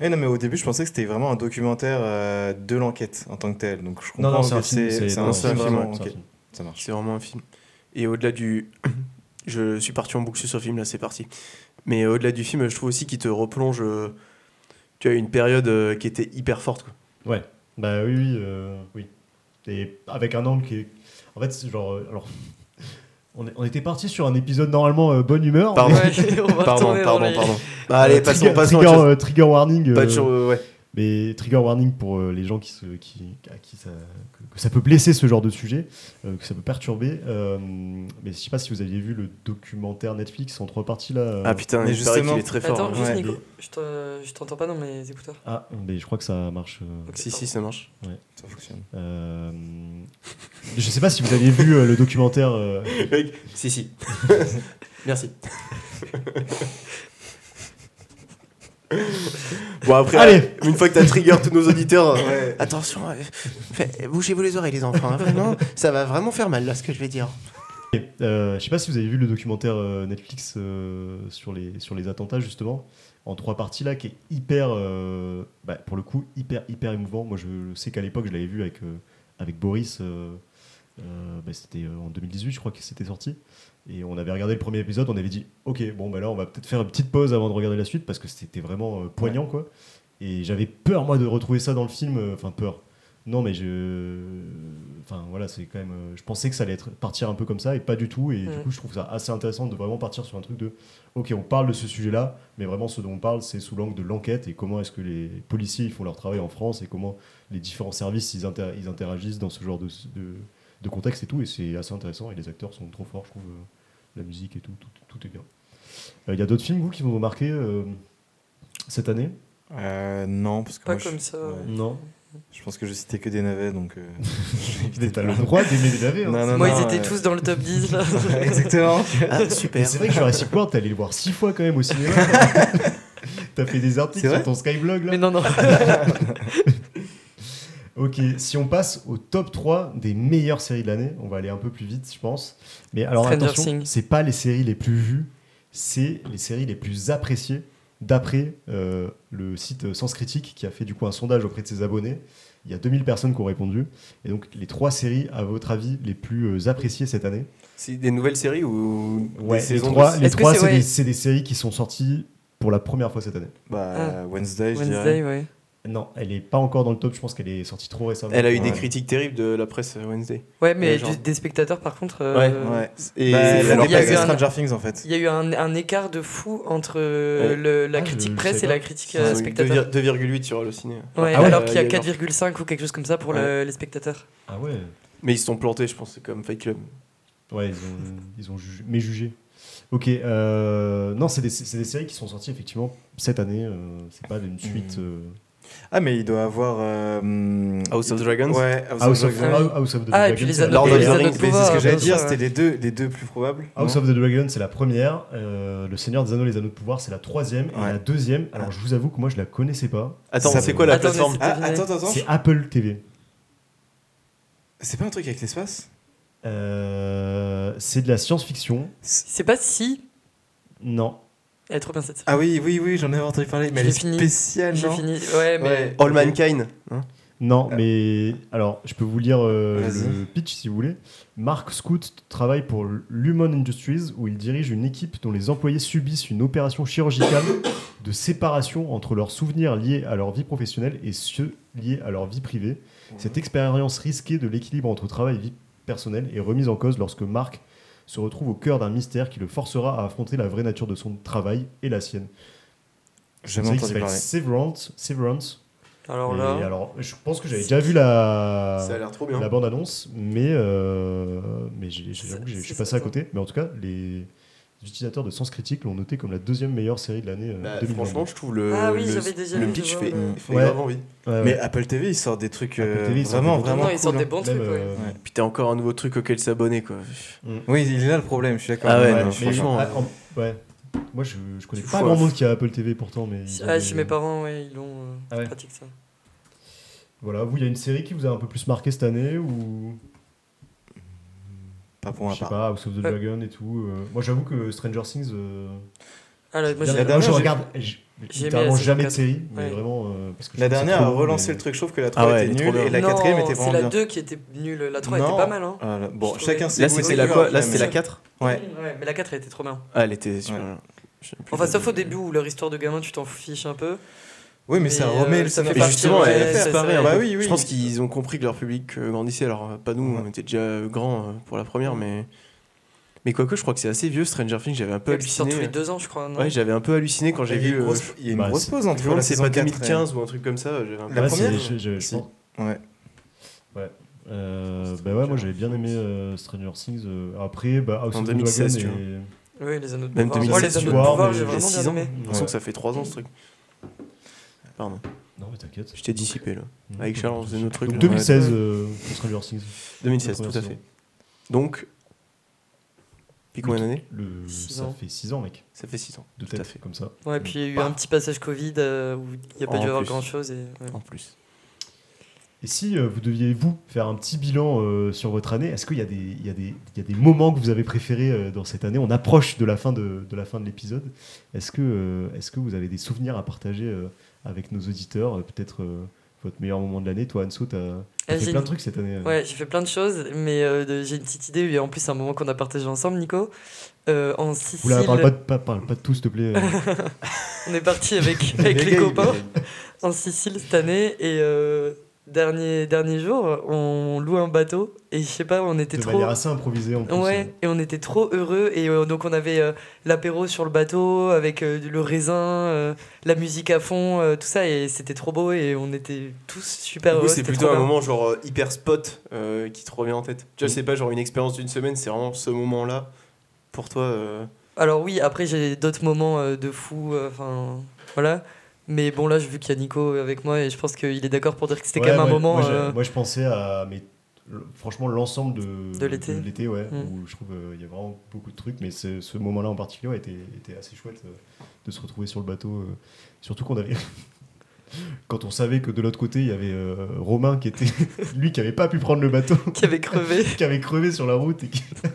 [SPEAKER 4] Eh non, mais au début, je pensais que c'était vraiment un documentaire euh, de l'enquête en tant que tel. Donc je comprends
[SPEAKER 1] Non, non, c'est
[SPEAKER 4] que
[SPEAKER 1] un film.
[SPEAKER 4] c'est c'est
[SPEAKER 1] non,
[SPEAKER 4] un
[SPEAKER 1] c'est
[SPEAKER 4] film.
[SPEAKER 1] film,
[SPEAKER 4] vraiment,
[SPEAKER 1] ouais, c'est un
[SPEAKER 4] ok,
[SPEAKER 1] film.
[SPEAKER 4] ça marche.
[SPEAKER 3] C'est vraiment un film. Et au-delà du. [COUGHS] je suis parti en boucle sur le film, là, c'est parti. Mais au-delà du film, je trouve aussi qu'il te replonge. euh, Tu as une période euh, qui était hyper forte. quoi.
[SPEAKER 1] Ouais, bah oui, oui, euh, oui. Et avec un angle qui est. En fait, c'est genre. euh, Alors. [LAUGHS] On, est- on était parti sur un épisode normalement euh, bonne humeur.
[SPEAKER 3] Pardon. [LAUGHS]
[SPEAKER 2] Ouais, on va
[SPEAKER 3] Pardon,
[SPEAKER 2] retourner dans
[SPEAKER 3] pardon,
[SPEAKER 2] les-
[SPEAKER 3] pardon. Bah, allez,
[SPEAKER 1] Euh,
[SPEAKER 3] passons,
[SPEAKER 1] trigger,
[SPEAKER 3] passons. à autre
[SPEAKER 1] Trigger,
[SPEAKER 3] chose.
[SPEAKER 1] euh, trigger warning. euh,
[SPEAKER 3] Pas de chose, euh, ouais.
[SPEAKER 1] mais trigger warning pour euh, les gens qui se, qui, à qui ça, que, que ça peut blesser ce genre de sujet, euh, que ça peut perturber. euh, mais je sais pas si vous aviez vu le documentaire Netflix en trois parties là. euh,
[SPEAKER 3] Ah putain,
[SPEAKER 4] mais
[SPEAKER 3] il paraît
[SPEAKER 4] justement-
[SPEAKER 3] qu'il est très fort.
[SPEAKER 2] Attends,
[SPEAKER 3] hein.
[SPEAKER 2] juste
[SPEAKER 4] Ouais,
[SPEAKER 2] Nico,
[SPEAKER 1] mais-
[SPEAKER 2] je te- je t'entends pas dans mes écouteurs.
[SPEAKER 1] ah, mais je crois que ça marche. euh,
[SPEAKER 2] Ok,
[SPEAKER 3] Si,
[SPEAKER 2] pardon.
[SPEAKER 3] si, ça marche.
[SPEAKER 4] Ça fonctionne.
[SPEAKER 1] euh, je sais pas si vous aviez vu euh, le documentaire.
[SPEAKER 3] [LAUGHS]
[SPEAKER 1] euh,
[SPEAKER 3] si, si. Merci. bon, après,
[SPEAKER 1] Allez.
[SPEAKER 3] une fois que t'as trigger tous nos auditeurs, attention, euh, fait- bougez-vous les oreilles, les enfants. hein, vraiment, ça va vraiment faire mal, là, ce que je vais dire.
[SPEAKER 1] Et, euh, je sais pas si vous avez vu le documentaire euh, Netflix euh, sur, les, sur les attentats justement en trois parties là qui est hyper euh, bah, pour le coup hyper hyper émouvant moi je sais qu'à l'époque je l'avais vu avec, euh, avec Boris euh, euh, bah, c'était euh, en 2018 je crois que c'était sorti et on avait regardé le premier épisode on avait dit ok bon bah là on va peut-être faire une petite pause avant de regarder la suite parce que c'était vraiment euh, poignant quoi et j'avais peur moi de retrouver ça dans le film euh, enfin peur non, mais je. Enfin, voilà, c'est quand même. euh, Je pensais que ça allait être partir un peu comme ça et pas du tout. Et du
[SPEAKER 2] Ouais.
[SPEAKER 1] coup, je trouve ça assez intéressant de vraiment partir sur un truc de. Ok, on parle de ce sujet-là, mais vraiment, ce dont on parle, c'est sous l'angle de l'enquête et comment est-ce que les policiers ils font leur travail en France et comment les différents services ils, inter- ils interagissent dans ce genre de, de, de contexte et tout. Et c'est assez intéressant. Et les acteurs sont trop forts, je trouve. euh, La musique et tout, tout, tout est bien. Euh, Il y a d'autres films, vous, qui vous marqué euh, cette année
[SPEAKER 4] Euh, non, parce que
[SPEAKER 2] Pas
[SPEAKER 4] moi,
[SPEAKER 2] comme
[SPEAKER 4] je,
[SPEAKER 2] ça.
[SPEAKER 4] ouais,
[SPEAKER 1] Non.
[SPEAKER 4] je pense que je citais que des navets, donc.
[SPEAKER 1] [LAUGHS]
[SPEAKER 4] euh, [LAUGHS] j'ai évité de
[SPEAKER 1] T'as le
[SPEAKER 4] parler.
[SPEAKER 1] droit d'aimer les navets, hein.
[SPEAKER 4] Non, non,
[SPEAKER 2] Moi,
[SPEAKER 4] non,
[SPEAKER 2] ils étaient
[SPEAKER 4] euh,
[SPEAKER 2] tous dans le top 10 là. [LAUGHS]
[SPEAKER 4] Exactement.
[SPEAKER 3] Ah, super.
[SPEAKER 1] Mais c'est vrai que Jurassic World, t'es allé le voir six fois quand même au
[SPEAKER 4] [LAUGHS]
[SPEAKER 1] cinéma. T'as fait des articles
[SPEAKER 4] C'est vrai
[SPEAKER 1] sur ton Skyblog là.
[SPEAKER 2] Mais non, non.
[SPEAKER 1] Ok, si on passe au top 3 des meilleures séries de l'année, on va aller un peu plus vite, je pense. Mais alors
[SPEAKER 2] Stranger
[SPEAKER 1] attention,
[SPEAKER 2] Things.
[SPEAKER 1] c'est pas les séries les plus vues, c'est les séries les plus appréciées d'après euh, le site Sens Critique qui a fait du coup un sondage auprès de ses abonnés. Il y a 2000 personnes qui ont répondu. Et donc les trois séries, à votre avis, les plus euh, appréciées cette année
[SPEAKER 3] C'est des nouvelles séries ou
[SPEAKER 1] Ouais,
[SPEAKER 3] des
[SPEAKER 1] les
[SPEAKER 3] saisons
[SPEAKER 1] trois,
[SPEAKER 3] de-
[SPEAKER 1] les
[SPEAKER 2] Est-ce que
[SPEAKER 1] trois,
[SPEAKER 2] c'est-
[SPEAKER 1] c'est
[SPEAKER 2] ouais.
[SPEAKER 1] des- c'est des séries qui sont sorties pour la première fois cette année.
[SPEAKER 4] Bah, Wednesday, je dirais.
[SPEAKER 2] Ah, Wednesday, ouais.
[SPEAKER 1] Non, elle est pas encore dans le top. Je pense qu'elle est sortie trop récemment.
[SPEAKER 3] Elle a eu des
[SPEAKER 4] Ouais.
[SPEAKER 3] critiques terribles de la presse euh, Wednesday.
[SPEAKER 2] Ouais, mais
[SPEAKER 3] Ouais, genre.
[SPEAKER 2] du- des spectateurs, par contre, euh,
[SPEAKER 3] Ouais,
[SPEAKER 4] Ouais.
[SPEAKER 3] Et
[SPEAKER 4] Bah,
[SPEAKER 3] elle
[SPEAKER 4] elle
[SPEAKER 3] leur
[SPEAKER 4] a
[SPEAKER 2] il y a
[SPEAKER 4] pas
[SPEAKER 3] passe-
[SPEAKER 2] eu
[SPEAKER 4] fait
[SPEAKER 2] un-
[SPEAKER 4] Stranger Things en fait.
[SPEAKER 2] il y a eu un, un écart de fou entre euh,
[SPEAKER 3] Ouais.
[SPEAKER 2] le- la
[SPEAKER 1] Ah, je-
[SPEAKER 2] critique
[SPEAKER 1] je
[SPEAKER 2] presse
[SPEAKER 1] sais
[SPEAKER 2] et la
[SPEAKER 1] pas.
[SPEAKER 2] critique
[SPEAKER 3] Ils
[SPEAKER 2] euh,
[SPEAKER 3] ont eu
[SPEAKER 2] spectateur.
[SPEAKER 3] 2,8 2,8 sur le ciné. euh,
[SPEAKER 2] Ouais,
[SPEAKER 1] Ah ouais.
[SPEAKER 2] alors qu'il y a
[SPEAKER 3] Il y a eu
[SPEAKER 2] 4,5 ou quelque chose comme ça pour le- les spectateurs.
[SPEAKER 1] Ah ouais.
[SPEAKER 3] Mais ils se sont plantés, je pense, c'est comme Fight Club.
[SPEAKER 1] Ouais, ils
[SPEAKER 4] [LAUGHS]
[SPEAKER 1] ont, ils ont jugé, mais jugé. Ok, euh, non, c'est des, c'est des séries qui sont sorties effectivement cette année. euh, c'est pas une suite.
[SPEAKER 4] Mm.
[SPEAKER 1] euh,
[SPEAKER 4] Ah, mais il doit avoir. euh,
[SPEAKER 3] House of
[SPEAKER 4] il-
[SPEAKER 3] Dragons
[SPEAKER 4] Ouais, House,
[SPEAKER 1] House,
[SPEAKER 4] of
[SPEAKER 1] of,
[SPEAKER 4] Dragons.
[SPEAKER 2] Dragons.
[SPEAKER 1] House of the
[SPEAKER 2] Ah, et
[SPEAKER 1] Dragon,
[SPEAKER 2] puis les
[SPEAKER 1] c'est la-
[SPEAKER 3] Lord
[SPEAKER 2] anneaux
[SPEAKER 3] of
[SPEAKER 2] les
[SPEAKER 3] the
[SPEAKER 2] anneaux
[SPEAKER 3] Rings,
[SPEAKER 2] de
[SPEAKER 4] Mais
[SPEAKER 2] pouvoir. hein,
[SPEAKER 4] c'est ce que j'allais
[SPEAKER 2] bien
[SPEAKER 4] dire,
[SPEAKER 2] sûr,
[SPEAKER 4] c'était
[SPEAKER 2] ouais.
[SPEAKER 4] les deux, les deux plus probables.
[SPEAKER 1] House
[SPEAKER 4] non
[SPEAKER 1] of the Dragon, c'est la première. euh, le Seigneur des Anneaux, les Anneaux de Pouvoir, c'est la troisième. Et
[SPEAKER 4] Ouais.
[SPEAKER 1] la deuxième, alors
[SPEAKER 4] Ouais.
[SPEAKER 1] je vous avoue que moi je la connaissais pas.
[SPEAKER 3] Attends,
[SPEAKER 4] Ça
[SPEAKER 3] c'est
[SPEAKER 4] peut-
[SPEAKER 3] quoi la
[SPEAKER 2] Attends, mais
[SPEAKER 3] plateforme
[SPEAKER 4] Ah,
[SPEAKER 2] Devinez.
[SPEAKER 4] attends, attends, attends.
[SPEAKER 1] C'est Apple TV.
[SPEAKER 4] C'est pas un truc avec l'espace
[SPEAKER 1] Euh, c'est de la science-fiction.
[SPEAKER 2] C'est pas si.
[SPEAKER 1] Non.
[SPEAKER 2] Elle est trop bien cette série.
[SPEAKER 4] Ah oui, oui, oui, j'en avais entendu parler, mais elle
[SPEAKER 2] J'ai
[SPEAKER 4] est
[SPEAKER 2] fini.
[SPEAKER 4] spéciale,
[SPEAKER 2] J'ai
[SPEAKER 4] non
[SPEAKER 2] fini. Ouais, mais.
[SPEAKER 4] Ouais.
[SPEAKER 3] All Mankind. hein
[SPEAKER 1] Non,
[SPEAKER 4] Euh.
[SPEAKER 1] mais alors je peux vous lire euh,
[SPEAKER 4] Vas-y.
[SPEAKER 1] le pitch si vous voulez. Mark Scout travaille pour Lumon Industries où il dirige une équipe dont les employés subissent une opération chirurgicale de séparation entre leurs souvenirs liés à leur vie professionnelle et ceux liés à leur vie privée. Cette expérience risquée de l'équilibre entre travail et vie personnelle est remise en cause lorsque Mark se retrouve au cœur d'un mystère qui le forcera à affronter la vraie nature de son travail et la sienne. C'est
[SPEAKER 4] J'ai jamais entendu parler.
[SPEAKER 1] Severance. Severance.
[SPEAKER 2] Alors
[SPEAKER 1] Et
[SPEAKER 2] là.
[SPEAKER 1] alors, je pense que j'avais déjà vu la,
[SPEAKER 3] Ça a l'air trop bien.
[SPEAKER 1] Euh, la bande-annonce, mais, euh, mais j'ai- j'ai- j'avoue que j'ai- je suis
[SPEAKER 2] C'est
[SPEAKER 1] passé
[SPEAKER 2] ça,
[SPEAKER 1] à côté. Mais en tout cas, les utilisateurs de Sens Critique l'ont noté comme la deuxième meilleure série de l'année euh,
[SPEAKER 3] Bah,
[SPEAKER 1] 2022.
[SPEAKER 3] franchement, je trouve le,
[SPEAKER 2] Ah oui,
[SPEAKER 3] le,
[SPEAKER 2] j'avais déjà
[SPEAKER 3] le
[SPEAKER 2] vu, je
[SPEAKER 3] pitch
[SPEAKER 2] vois,
[SPEAKER 3] fait,
[SPEAKER 2] le-
[SPEAKER 3] fait
[SPEAKER 1] Ouais.
[SPEAKER 3] grave envie.
[SPEAKER 1] Ouais, ouais.
[SPEAKER 4] Mais Apple TV, il sort des trucs
[SPEAKER 1] Apple
[SPEAKER 4] euh,
[SPEAKER 1] TV, ils sortent
[SPEAKER 4] vraiment,
[SPEAKER 1] des bons
[SPEAKER 4] vraiment
[SPEAKER 2] non, ils sortent
[SPEAKER 4] cool,
[SPEAKER 2] des
[SPEAKER 4] hein.
[SPEAKER 2] bons
[SPEAKER 1] Même,
[SPEAKER 2] trucs, ouais.
[SPEAKER 1] euh,
[SPEAKER 4] Ouais.
[SPEAKER 3] Putain, encore un nouveau truc auquel s'abonner quoi.
[SPEAKER 4] Oui, il est là le problème, je suis d'accord.
[SPEAKER 3] Ah ouais,
[SPEAKER 1] ouais,
[SPEAKER 3] non,
[SPEAKER 1] mais-
[SPEAKER 3] franchement,
[SPEAKER 1] ah, en- ouais. Moi, je, je connais
[SPEAKER 3] C'est
[SPEAKER 1] pas
[SPEAKER 3] fou,
[SPEAKER 1] grand
[SPEAKER 3] hein.
[SPEAKER 1] monde qui a Apple TV pourtant, mais ils
[SPEAKER 2] Ah,
[SPEAKER 1] avaient-
[SPEAKER 2] chez mes parents, ouais, ils l'ont. euh,
[SPEAKER 1] Ah ouais.
[SPEAKER 2] pratique ça.
[SPEAKER 1] Voilà, vous, il y a une série qui vous a un peu plus marqué cette année ou
[SPEAKER 4] Pas pour
[SPEAKER 1] je
[SPEAKER 4] ma
[SPEAKER 1] sais
[SPEAKER 4] part.
[SPEAKER 1] pas, House of the
[SPEAKER 2] Ouais.
[SPEAKER 1] Dragon et tout. euh, Moi, j'avoue que Stranger Things. euh,
[SPEAKER 2] Ah, là, moi,
[SPEAKER 1] la
[SPEAKER 2] j'ai-
[SPEAKER 1] dernière, je
[SPEAKER 4] j'ai-
[SPEAKER 1] regarde j'ai-
[SPEAKER 2] j'ai
[SPEAKER 1] littéralement
[SPEAKER 2] aimé la
[SPEAKER 1] jamais de
[SPEAKER 2] saison
[SPEAKER 1] série, mais
[SPEAKER 2] Ouais.
[SPEAKER 1] vraiment. euh, parce que je
[SPEAKER 4] La
[SPEAKER 1] trouve ça
[SPEAKER 4] dernière
[SPEAKER 1] trop
[SPEAKER 4] a
[SPEAKER 1] long,
[SPEAKER 4] relancé
[SPEAKER 1] mais-
[SPEAKER 4] le truc, je trouve que la 3
[SPEAKER 3] ouais, elle est
[SPEAKER 4] était
[SPEAKER 3] trop
[SPEAKER 4] nulle
[SPEAKER 3] bien.
[SPEAKER 4] et la
[SPEAKER 2] Non,
[SPEAKER 4] 4 était vraiment
[SPEAKER 2] C'est la
[SPEAKER 4] bien.
[SPEAKER 2] 2 qui était nulle, la 3
[SPEAKER 4] Non.
[SPEAKER 2] était pas mal. Hein.
[SPEAKER 4] Voilà. Bon,
[SPEAKER 2] Je
[SPEAKER 4] chacun
[SPEAKER 2] trouvais-
[SPEAKER 4] ses
[SPEAKER 3] Là,
[SPEAKER 4] goûts,
[SPEAKER 3] c'était
[SPEAKER 4] ses
[SPEAKER 3] la
[SPEAKER 4] couleurs,
[SPEAKER 3] quoi Là,
[SPEAKER 4] mais-
[SPEAKER 3] c'était la 4
[SPEAKER 4] Ouais.
[SPEAKER 2] Mmh, mais la 4 elle était trop bien.
[SPEAKER 3] Ah, elle était super. Je sais plus
[SPEAKER 2] Enfin,
[SPEAKER 3] le-
[SPEAKER 2] sauf au début où leur histoire de gamin, tu t'en fiches un peu.
[SPEAKER 4] Oui, mais ça
[SPEAKER 2] Mais, euh,
[SPEAKER 4] remet le
[SPEAKER 2] ça fait
[SPEAKER 3] Mais
[SPEAKER 4] scénario.
[SPEAKER 2] partie,
[SPEAKER 3] justement,
[SPEAKER 2] ouais,
[SPEAKER 3] elle
[SPEAKER 2] ça-
[SPEAKER 3] disparaît.
[SPEAKER 2] ça-
[SPEAKER 3] un peu.
[SPEAKER 4] Bah oui, oui.
[SPEAKER 3] Je pense qu'ils ont compris que leur public euh, grandissait. Alors, euh, pas nous,
[SPEAKER 4] Ouais.
[SPEAKER 3] on était déjà euh, grands euh, pour la première, mais. Mais quoique, je crois que c'est assez vieux Stranger Things. J'avais un peu
[SPEAKER 2] Ouais, Ils sortent tous les
[SPEAKER 3] halluciné.
[SPEAKER 2] deux ans, je crois. non
[SPEAKER 3] Ouais, j'avais un peu halluciné quand j'ai
[SPEAKER 4] Il y a
[SPEAKER 3] vu.
[SPEAKER 4] une
[SPEAKER 3] euh,
[SPEAKER 4] grosse- Il y a une
[SPEAKER 1] bah,
[SPEAKER 4] grosse
[SPEAKER 1] c'est-
[SPEAKER 4] pause
[SPEAKER 3] Je
[SPEAKER 4] entre
[SPEAKER 3] me demande
[SPEAKER 4] la
[SPEAKER 3] si c'est
[SPEAKER 4] saison
[SPEAKER 3] pas
[SPEAKER 4] 4 et-
[SPEAKER 3] 2015 ou un truc comme ça. j'avais un peu-
[SPEAKER 4] La
[SPEAKER 1] Ouais,
[SPEAKER 4] première
[SPEAKER 1] c'est- je- je- je
[SPEAKER 3] Si.
[SPEAKER 1] pense-
[SPEAKER 4] Ouais.
[SPEAKER 1] Ouais. Euh, bah ouais, moi j'avais bien aimé euh, Stranger Things. euh, après, bah, House
[SPEAKER 3] En
[SPEAKER 1] of the
[SPEAKER 3] 2016,
[SPEAKER 1] Dragon
[SPEAKER 3] tu
[SPEAKER 1] et-
[SPEAKER 2] Oui, les anneaux de
[SPEAKER 3] Même
[SPEAKER 2] pouvoir.
[SPEAKER 3] 2016,
[SPEAKER 2] Moi, Oh, les
[SPEAKER 1] tu
[SPEAKER 2] anneaux de
[SPEAKER 1] vois,
[SPEAKER 2] pouvoir,
[SPEAKER 1] mais j'ai
[SPEAKER 2] j'ai
[SPEAKER 3] Il y a
[SPEAKER 2] vraiment
[SPEAKER 3] 6
[SPEAKER 2] bien
[SPEAKER 3] ans.
[SPEAKER 2] aimé.
[SPEAKER 3] De toute façon, ça fait 3 ans ce truc. Pardon,
[SPEAKER 1] Non, mais t'inquiète.
[SPEAKER 3] je t'ai dissipé là. Avec Charles, on faisait nos trucs.
[SPEAKER 1] Donc
[SPEAKER 3] là.
[SPEAKER 1] 2016 euh, pour Stranger Things.
[SPEAKER 3] 2016,
[SPEAKER 1] La
[SPEAKER 3] tout à
[SPEAKER 1] première
[SPEAKER 3] fait. Donc. Puis combien d'années
[SPEAKER 1] Le...
[SPEAKER 2] Six
[SPEAKER 1] Ça
[SPEAKER 2] ans.
[SPEAKER 1] fait 6 ans, mec.
[SPEAKER 3] Ça fait 6 ans.
[SPEAKER 1] De
[SPEAKER 3] Tout à
[SPEAKER 1] tête,
[SPEAKER 3] fait.
[SPEAKER 1] comme ça.
[SPEAKER 2] Ouais, puis il y a eu un petit passage Covid euh, où il n'y a pas
[SPEAKER 3] En
[SPEAKER 2] dû avoir
[SPEAKER 3] plus.
[SPEAKER 2] grand chose. Et, ouais. Eh,
[SPEAKER 3] En plus.
[SPEAKER 1] Et si euh, vous deviez, vous, faire un petit bilan euh, sur votre année, est-ce qu'il y, a des- il y, a des- il y a des moments que vous avez préférés euh, dans cette année On approche de la fin de, de la fin de l'épisode. Est-ce que, euh, est-ce que vous avez des souvenirs à partager euh, avec nos auditeurs Euh, Peut-être euh, votre meilleur moment de l'année Toi, Anso, t'as t'as
[SPEAKER 2] Ah,
[SPEAKER 1] fait
[SPEAKER 2] j'ai
[SPEAKER 1] plein de
[SPEAKER 2] une-
[SPEAKER 1] trucs cette année. euh.
[SPEAKER 2] Ouais, j'ai fait plein de choses, mais euh, de- j'ai une petite idée. Et en plus, c'est un moment qu'on a partagé ensemble, Nico. Euh, en Sicile,
[SPEAKER 1] Oula, parle pas, de, pas- parle pas de tout, s'il te
[SPEAKER 2] [LAUGHS]
[SPEAKER 1] plaît. euh.
[SPEAKER 2] on est parti avec, avec
[SPEAKER 4] Les
[SPEAKER 2] les
[SPEAKER 4] gars, ils-
[SPEAKER 2] copains
[SPEAKER 3] Bah
[SPEAKER 2] en Sicile cette année. Et euh, dernier, dernier jour, on loue un bateau. Et je sais pas, on était
[SPEAKER 1] de
[SPEAKER 2] trop.
[SPEAKER 1] manière assez improvisée en plus.
[SPEAKER 2] Ouais, et on était trop heureux. Et euh, donc, on avait euh, l'apéro sur le bateau avec euh, le raisin, euh, la musique à fond, euh, tout ça. Et c'était trop beau. Et on était tous
[SPEAKER 3] Du
[SPEAKER 2] super
[SPEAKER 3] coup,
[SPEAKER 2] heureux.
[SPEAKER 3] c'est
[SPEAKER 2] c'était
[SPEAKER 3] plutôt
[SPEAKER 2] trop
[SPEAKER 3] un
[SPEAKER 2] bien.
[SPEAKER 3] moment genre euh, hyper spot euh, qui te revient en tête. Tu vois, c'est pas genre une expérience d'une semaine, c'est vraiment ce moment-là. Pour toi, euh,
[SPEAKER 2] Alors, oui, après, j'ai d'autres moments euh, de fou. euh, Enfin, voilà. Mais bon, là, vu qu'il y a Nico avec moi, et je pense qu'il est d'accord pour dire que c'était
[SPEAKER 1] Ouais,
[SPEAKER 2] quand même
[SPEAKER 1] moi-
[SPEAKER 2] un moment.
[SPEAKER 1] Moi, j'ai- [LAUGHS]
[SPEAKER 2] euh,
[SPEAKER 1] moi, je pensais à. Mais, le- franchement, l'ensemble de,
[SPEAKER 2] De l'été.
[SPEAKER 1] ouais,
[SPEAKER 2] Mm.
[SPEAKER 1] où je trouve euh, il y a vraiment beaucoup de trucs, mais ce, ce moment-là en particulier était, était assez chouette euh, de se retrouver sur le bateau. euh, surtout qu'on avait. [LAUGHS] Quand on savait que de l'autre côté, il y avait euh, Romain qui était. [LAUGHS] lui qui avait pas pu prendre le bateau, [LAUGHS]
[SPEAKER 2] qui avait crevé.
[SPEAKER 1] qui avait crevé sur la route et qui. [LAUGHS]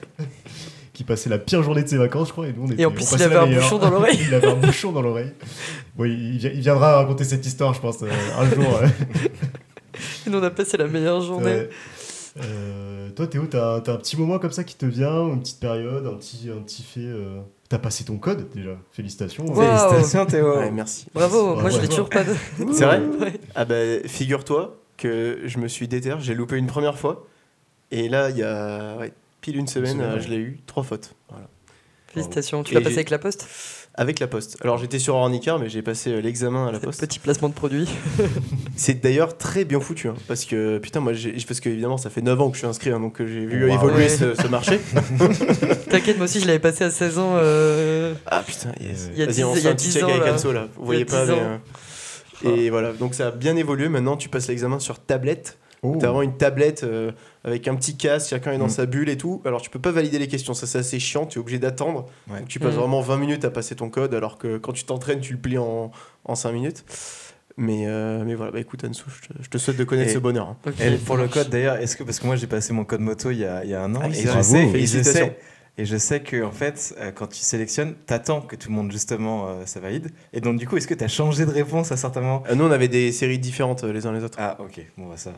[SPEAKER 1] qui passait la pire journée de ses vacances, je crois. Et, nous, on était,
[SPEAKER 2] en
[SPEAKER 1] on
[SPEAKER 2] plus, il
[SPEAKER 1] passait
[SPEAKER 2] avait
[SPEAKER 1] la
[SPEAKER 2] un
[SPEAKER 1] meilleure. [LAUGHS]
[SPEAKER 2] bouchon dans l'oreille.
[SPEAKER 1] il avait un bouchon dans l'oreille. Bon, il, il vi- il viendra raconter cette histoire, je pense, euh, un jour. euh.
[SPEAKER 2] Et nous, on a passé la meilleure journée.
[SPEAKER 1] Ouais. Euh, toi, Théo, t'as t'as un petit moment comme ça qui te vient, une petite période, un petit, un petit fait. euh, T'as passé ton code déjà, félicitations.
[SPEAKER 2] Wow.
[SPEAKER 1] Ouais.
[SPEAKER 4] Félicitations, Théo.
[SPEAKER 3] ouais, merci.
[SPEAKER 2] Bravo, moi, je
[SPEAKER 1] Ouais.
[SPEAKER 2] l'ai toujours pas. de-
[SPEAKER 3] C'est vrai
[SPEAKER 2] Ouais.
[SPEAKER 3] Ah bah, figure-toi que je me suis déter, j'ai loupé une première fois. Et là, il y a ouais, pile une semaine,
[SPEAKER 1] semaine,
[SPEAKER 3] euh,
[SPEAKER 1] ouais.
[SPEAKER 3] je l'ai eu, trois fautes. Voilà.
[SPEAKER 2] Félicitations. Tu
[SPEAKER 3] Et
[SPEAKER 2] l'as passé
[SPEAKER 3] j'ai-
[SPEAKER 2] avec la poste
[SPEAKER 3] Avec la poste. Alors j'étais sur Ornicar, mais j'ai passé euh, l'examen à [LAUGHS] la poste.
[SPEAKER 2] Petit placement de produit.
[SPEAKER 3] C'est d'ailleurs très bien foutu, hein, parce que putain, moi, j'ai- parce que évidemment, ça fait 9 ans que je suis inscrit, hein, donc euh, j'ai vu
[SPEAKER 4] Wow.
[SPEAKER 3] évoluer
[SPEAKER 2] Ouais.
[SPEAKER 3] ce, ce marché.
[SPEAKER 2] T'inquiète, moi aussi, je l'avais passé à 16 ans. euh,
[SPEAKER 3] Ah putain, yes.
[SPEAKER 2] Il y a
[SPEAKER 3] Vas-y,
[SPEAKER 2] 10
[SPEAKER 3] on
[SPEAKER 2] il y
[SPEAKER 3] fait
[SPEAKER 2] a
[SPEAKER 3] un petit
[SPEAKER 2] 10
[SPEAKER 3] check
[SPEAKER 2] ans,
[SPEAKER 3] avec
[SPEAKER 2] là.
[SPEAKER 3] Anso là. Vous
[SPEAKER 2] Il y
[SPEAKER 3] voyez
[SPEAKER 2] a
[SPEAKER 3] pas,
[SPEAKER 2] 10
[SPEAKER 3] mais.
[SPEAKER 2] ans. Ah.
[SPEAKER 3] euh, Et voilà, donc ça a bien évolué. Maintenant, tu passes l'examen sur tablette.
[SPEAKER 1] Oh.
[SPEAKER 3] T'as vraiment une tablette euh, avec un petit casque, chacun est dans
[SPEAKER 4] Mm.
[SPEAKER 3] sa bulle et tout. Alors, tu peux pas valider les questions, ça c'est assez chiant, tu es obligé d'attendre.
[SPEAKER 4] Ouais.
[SPEAKER 3] Donc, tu passes
[SPEAKER 2] Mm.
[SPEAKER 3] vraiment 20 minutes à passer ton code, alors que quand tu t'entraînes, tu le plies en, en 5 minutes. Mais, euh, mais voilà, bah écoute, Anso, je te, je te souhaite de connaître
[SPEAKER 4] Et-
[SPEAKER 3] ce bonheur. hein.
[SPEAKER 2] ok,
[SPEAKER 4] Et pour
[SPEAKER 2] ça
[SPEAKER 4] le
[SPEAKER 2] marche.
[SPEAKER 4] code d'ailleurs, est-ce que parce que moi j'ai passé mon code moto il y a, il y a un an
[SPEAKER 3] Ah oui,
[SPEAKER 4] et,
[SPEAKER 3] c'est
[SPEAKER 4] je
[SPEAKER 1] vrai.
[SPEAKER 4] sais,
[SPEAKER 1] Bravo.
[SPEAKER 4] et je
[SPEAKER 3] Félicitations.
[SPEAKER 4] sais et je sais que en fait euh, quand tu sélectionnes, t'attends que tout le monde justement euh, ça valide. Et donc du coup, est-ce que t'as changé de réponse à certains moments
[SPEAKER 3] Euh, Nous, on avait des séries différentes euh, les uns les autres.
[SPEAKER 4] Ah ok, bon bah ça.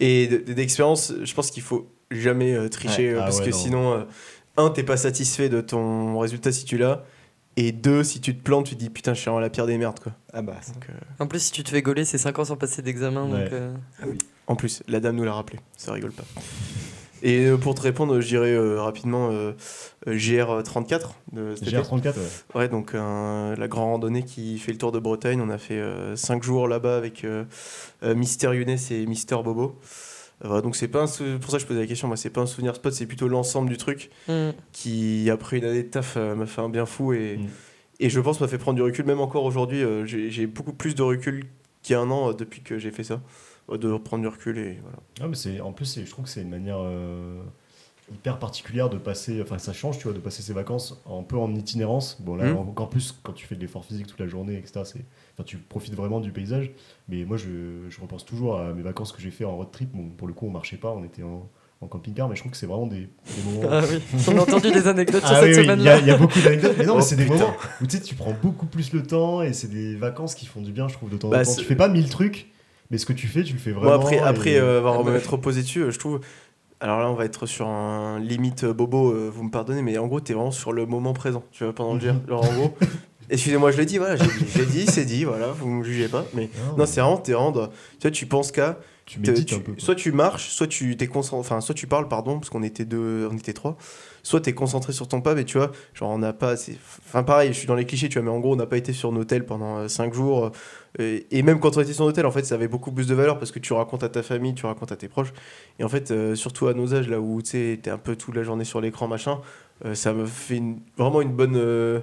[SPEAKER 3] Et d- d'expérience, je pense qu'il faut jamais euh, tricher
[SPEAKER 1] Ouais.
[SPEAKER 3] euh,
[SPEAKER 1] Ah
[SPEAKER 3] parce
[SPEAKER 1] ouais,
[SPEAKER 3] que
[SPEAKER 1] non.
[SPEAKER 3] sinon, euh, un, t'es pas satisfait de ton résultat si tu l'as. Et deux, si tu te plantes, tu te dis putain, je suis en la pire des merdes quoi.
[SPEAKER 4] Ah bah ça.
[SPEAKER 3] Donc, euh,
[SPEAKER 2] En plus, si tu te fais gauler, c'est 5 ans sans passer d'examen.
[SPEAKER 1] Ouais.
[SPEAKER 2] donc, euh,
[SPEAKER 3] en plus, la dame nous l'a rappelé, ça rigole pas. Et euh, pour te répondre, je dirais euh, rapidement euh, euh, GR34 de cet été.
[SPEAKER 1] GR34, ouais.
[SPEAKER 3] Ouais, donc un- la grande randonnée qui fait le tour de Bretagne. On a fait 5 jours là-bas avec euh, euh, Mister Younes et Mister Bobo. Euh, voilà, donc c'est pas un sou- pour ça que je posais la question. Moi, c'est pas un souvenir spot, c'est plutôt l'ensemble du truc
[SPEAKER 2] hmm.
[SPEAKER 3] qui, après une année de taf, euh, m'a fait un bien fou et,
[SPEAKER 1] Mm.
[SPEAKER 3] et je pense m'a fait prendre du recul. Même encore aujourd'hui, euh, j'ai j'ai beaucoup plus de recul qu'il y a un an euh, depuis que j'ai fait ça, euh, de reprendre du recul et voilà.
[SPEAKER 1] Non, mais c'est, en plus, c'est- je trouve que c'est une manière euh, hyper particulière de passer, enfin ça change, tu vois, de passer ses vacances un peu en itinérance. Bon, là,
[SPEAKER 3] Mhm.
[SPEAKER 1] encore plus quand tu fais de l'effort physique toute la journée, etc. C'est, enfin, tu profites vraiment du paysage. Mais moi, je, je repense toujours à mes vacances que j'ai fait en road trip. Bon, pour le coup, on marchait pas, on était en, en camping-car, mais je trouve que c'est vraiment des, des moments.
[SPEAKER 2] Ah
[SPEAKER 3] [LAUGHS]
[SPEAKER 2] oui, on a entendu des anecdotes sur
[SPEAKER 1] Ah
[SPEAKER 2] cette
[SPEAKER 1] oui, oui, il y,
[SPEAKER 2] semaine-là.
[SPEAKER 1] a- il y a beaucoup d'anecdotes, mais non,
[SPEAKER 3] Oh,
[SPEAKER 1] mais c'est des
[SPEAKER 3] putain.
[SPEAKER 1] moments où tu sais, tu prends beaucoup plus le temps et c'est des vacances qui font du bien, je trouve, de temps en
[SPEAKER 3] Bah,
[SPEAKER 1] temps.
[SPEAKER 3] c'est-
[SPEAKER 1] Tu fais pas mille trucs, mais ce que tu fais, tu le fais
[SPEAKER 3] Moi,
[SPEAKER 1] vraiment.
[SPEAKER 3] après, après
[SPEAKER 1] et-
[SPEAKER 3] euh, avoir
[SPEAKER 2] Ah,
[SPEAKER 3] me
[SPEAKER 2] bah.
[SPEAKER 3] être reposé dessus, euh, je trouve. Alors là, on va être sur un limite euh, bobo, euh, vous me pardonnez, mais en gros, t'es vraiment sur le moment présent, tu vois, pendant le GR.
[SPEAKER 1] Mhm.
[SPEAKER 3] Alors en
[SPEAKER 1] [LAUGHS]
[SPEAKER 3] gros, excusez-moi, je le dis, voilà, j'ai j'ai dit, c'est dit, voilà, vous me jugez pas, mais.
[SPEAKER 1] Non,
[SPEAKER 3] Non, c'est vraiment, t'es vraiment. dans- Tu vois, tu penses qu'à.
[SPEAKER 1] Ah tu
[SPEAKER 3] te-
[SPEAKER 1] médites
[SPEAKER 3] tu-
[SPEAKER 1] un peu. quoi.
[SPEAKER 3] Soit tu marches, soit tu t'es concentré. Enfin, soit tu parles, pardon, parce qu'on était deux, on était trois. Soit t'es concentré sur ton pas, mais tu vois, genre on n'a pas. c'est- Enfin, pareil, je suis dans les clichés, tu vois, mais en gros, on n'a pas été sur nos hôtels pendant euh, cinq jours. euh, et même quand on était sur nos hôtels, en fait, ça avait beaucoup plus de valeur parce que tu racontes à ta famille, tu racontes à tes proches. Et en fait, euh, surtout à nos âges, là où tu sais, t'es un peu toute la journée sur l'écran, machin, euh, ça me fait une- vraiment une bonne. euh,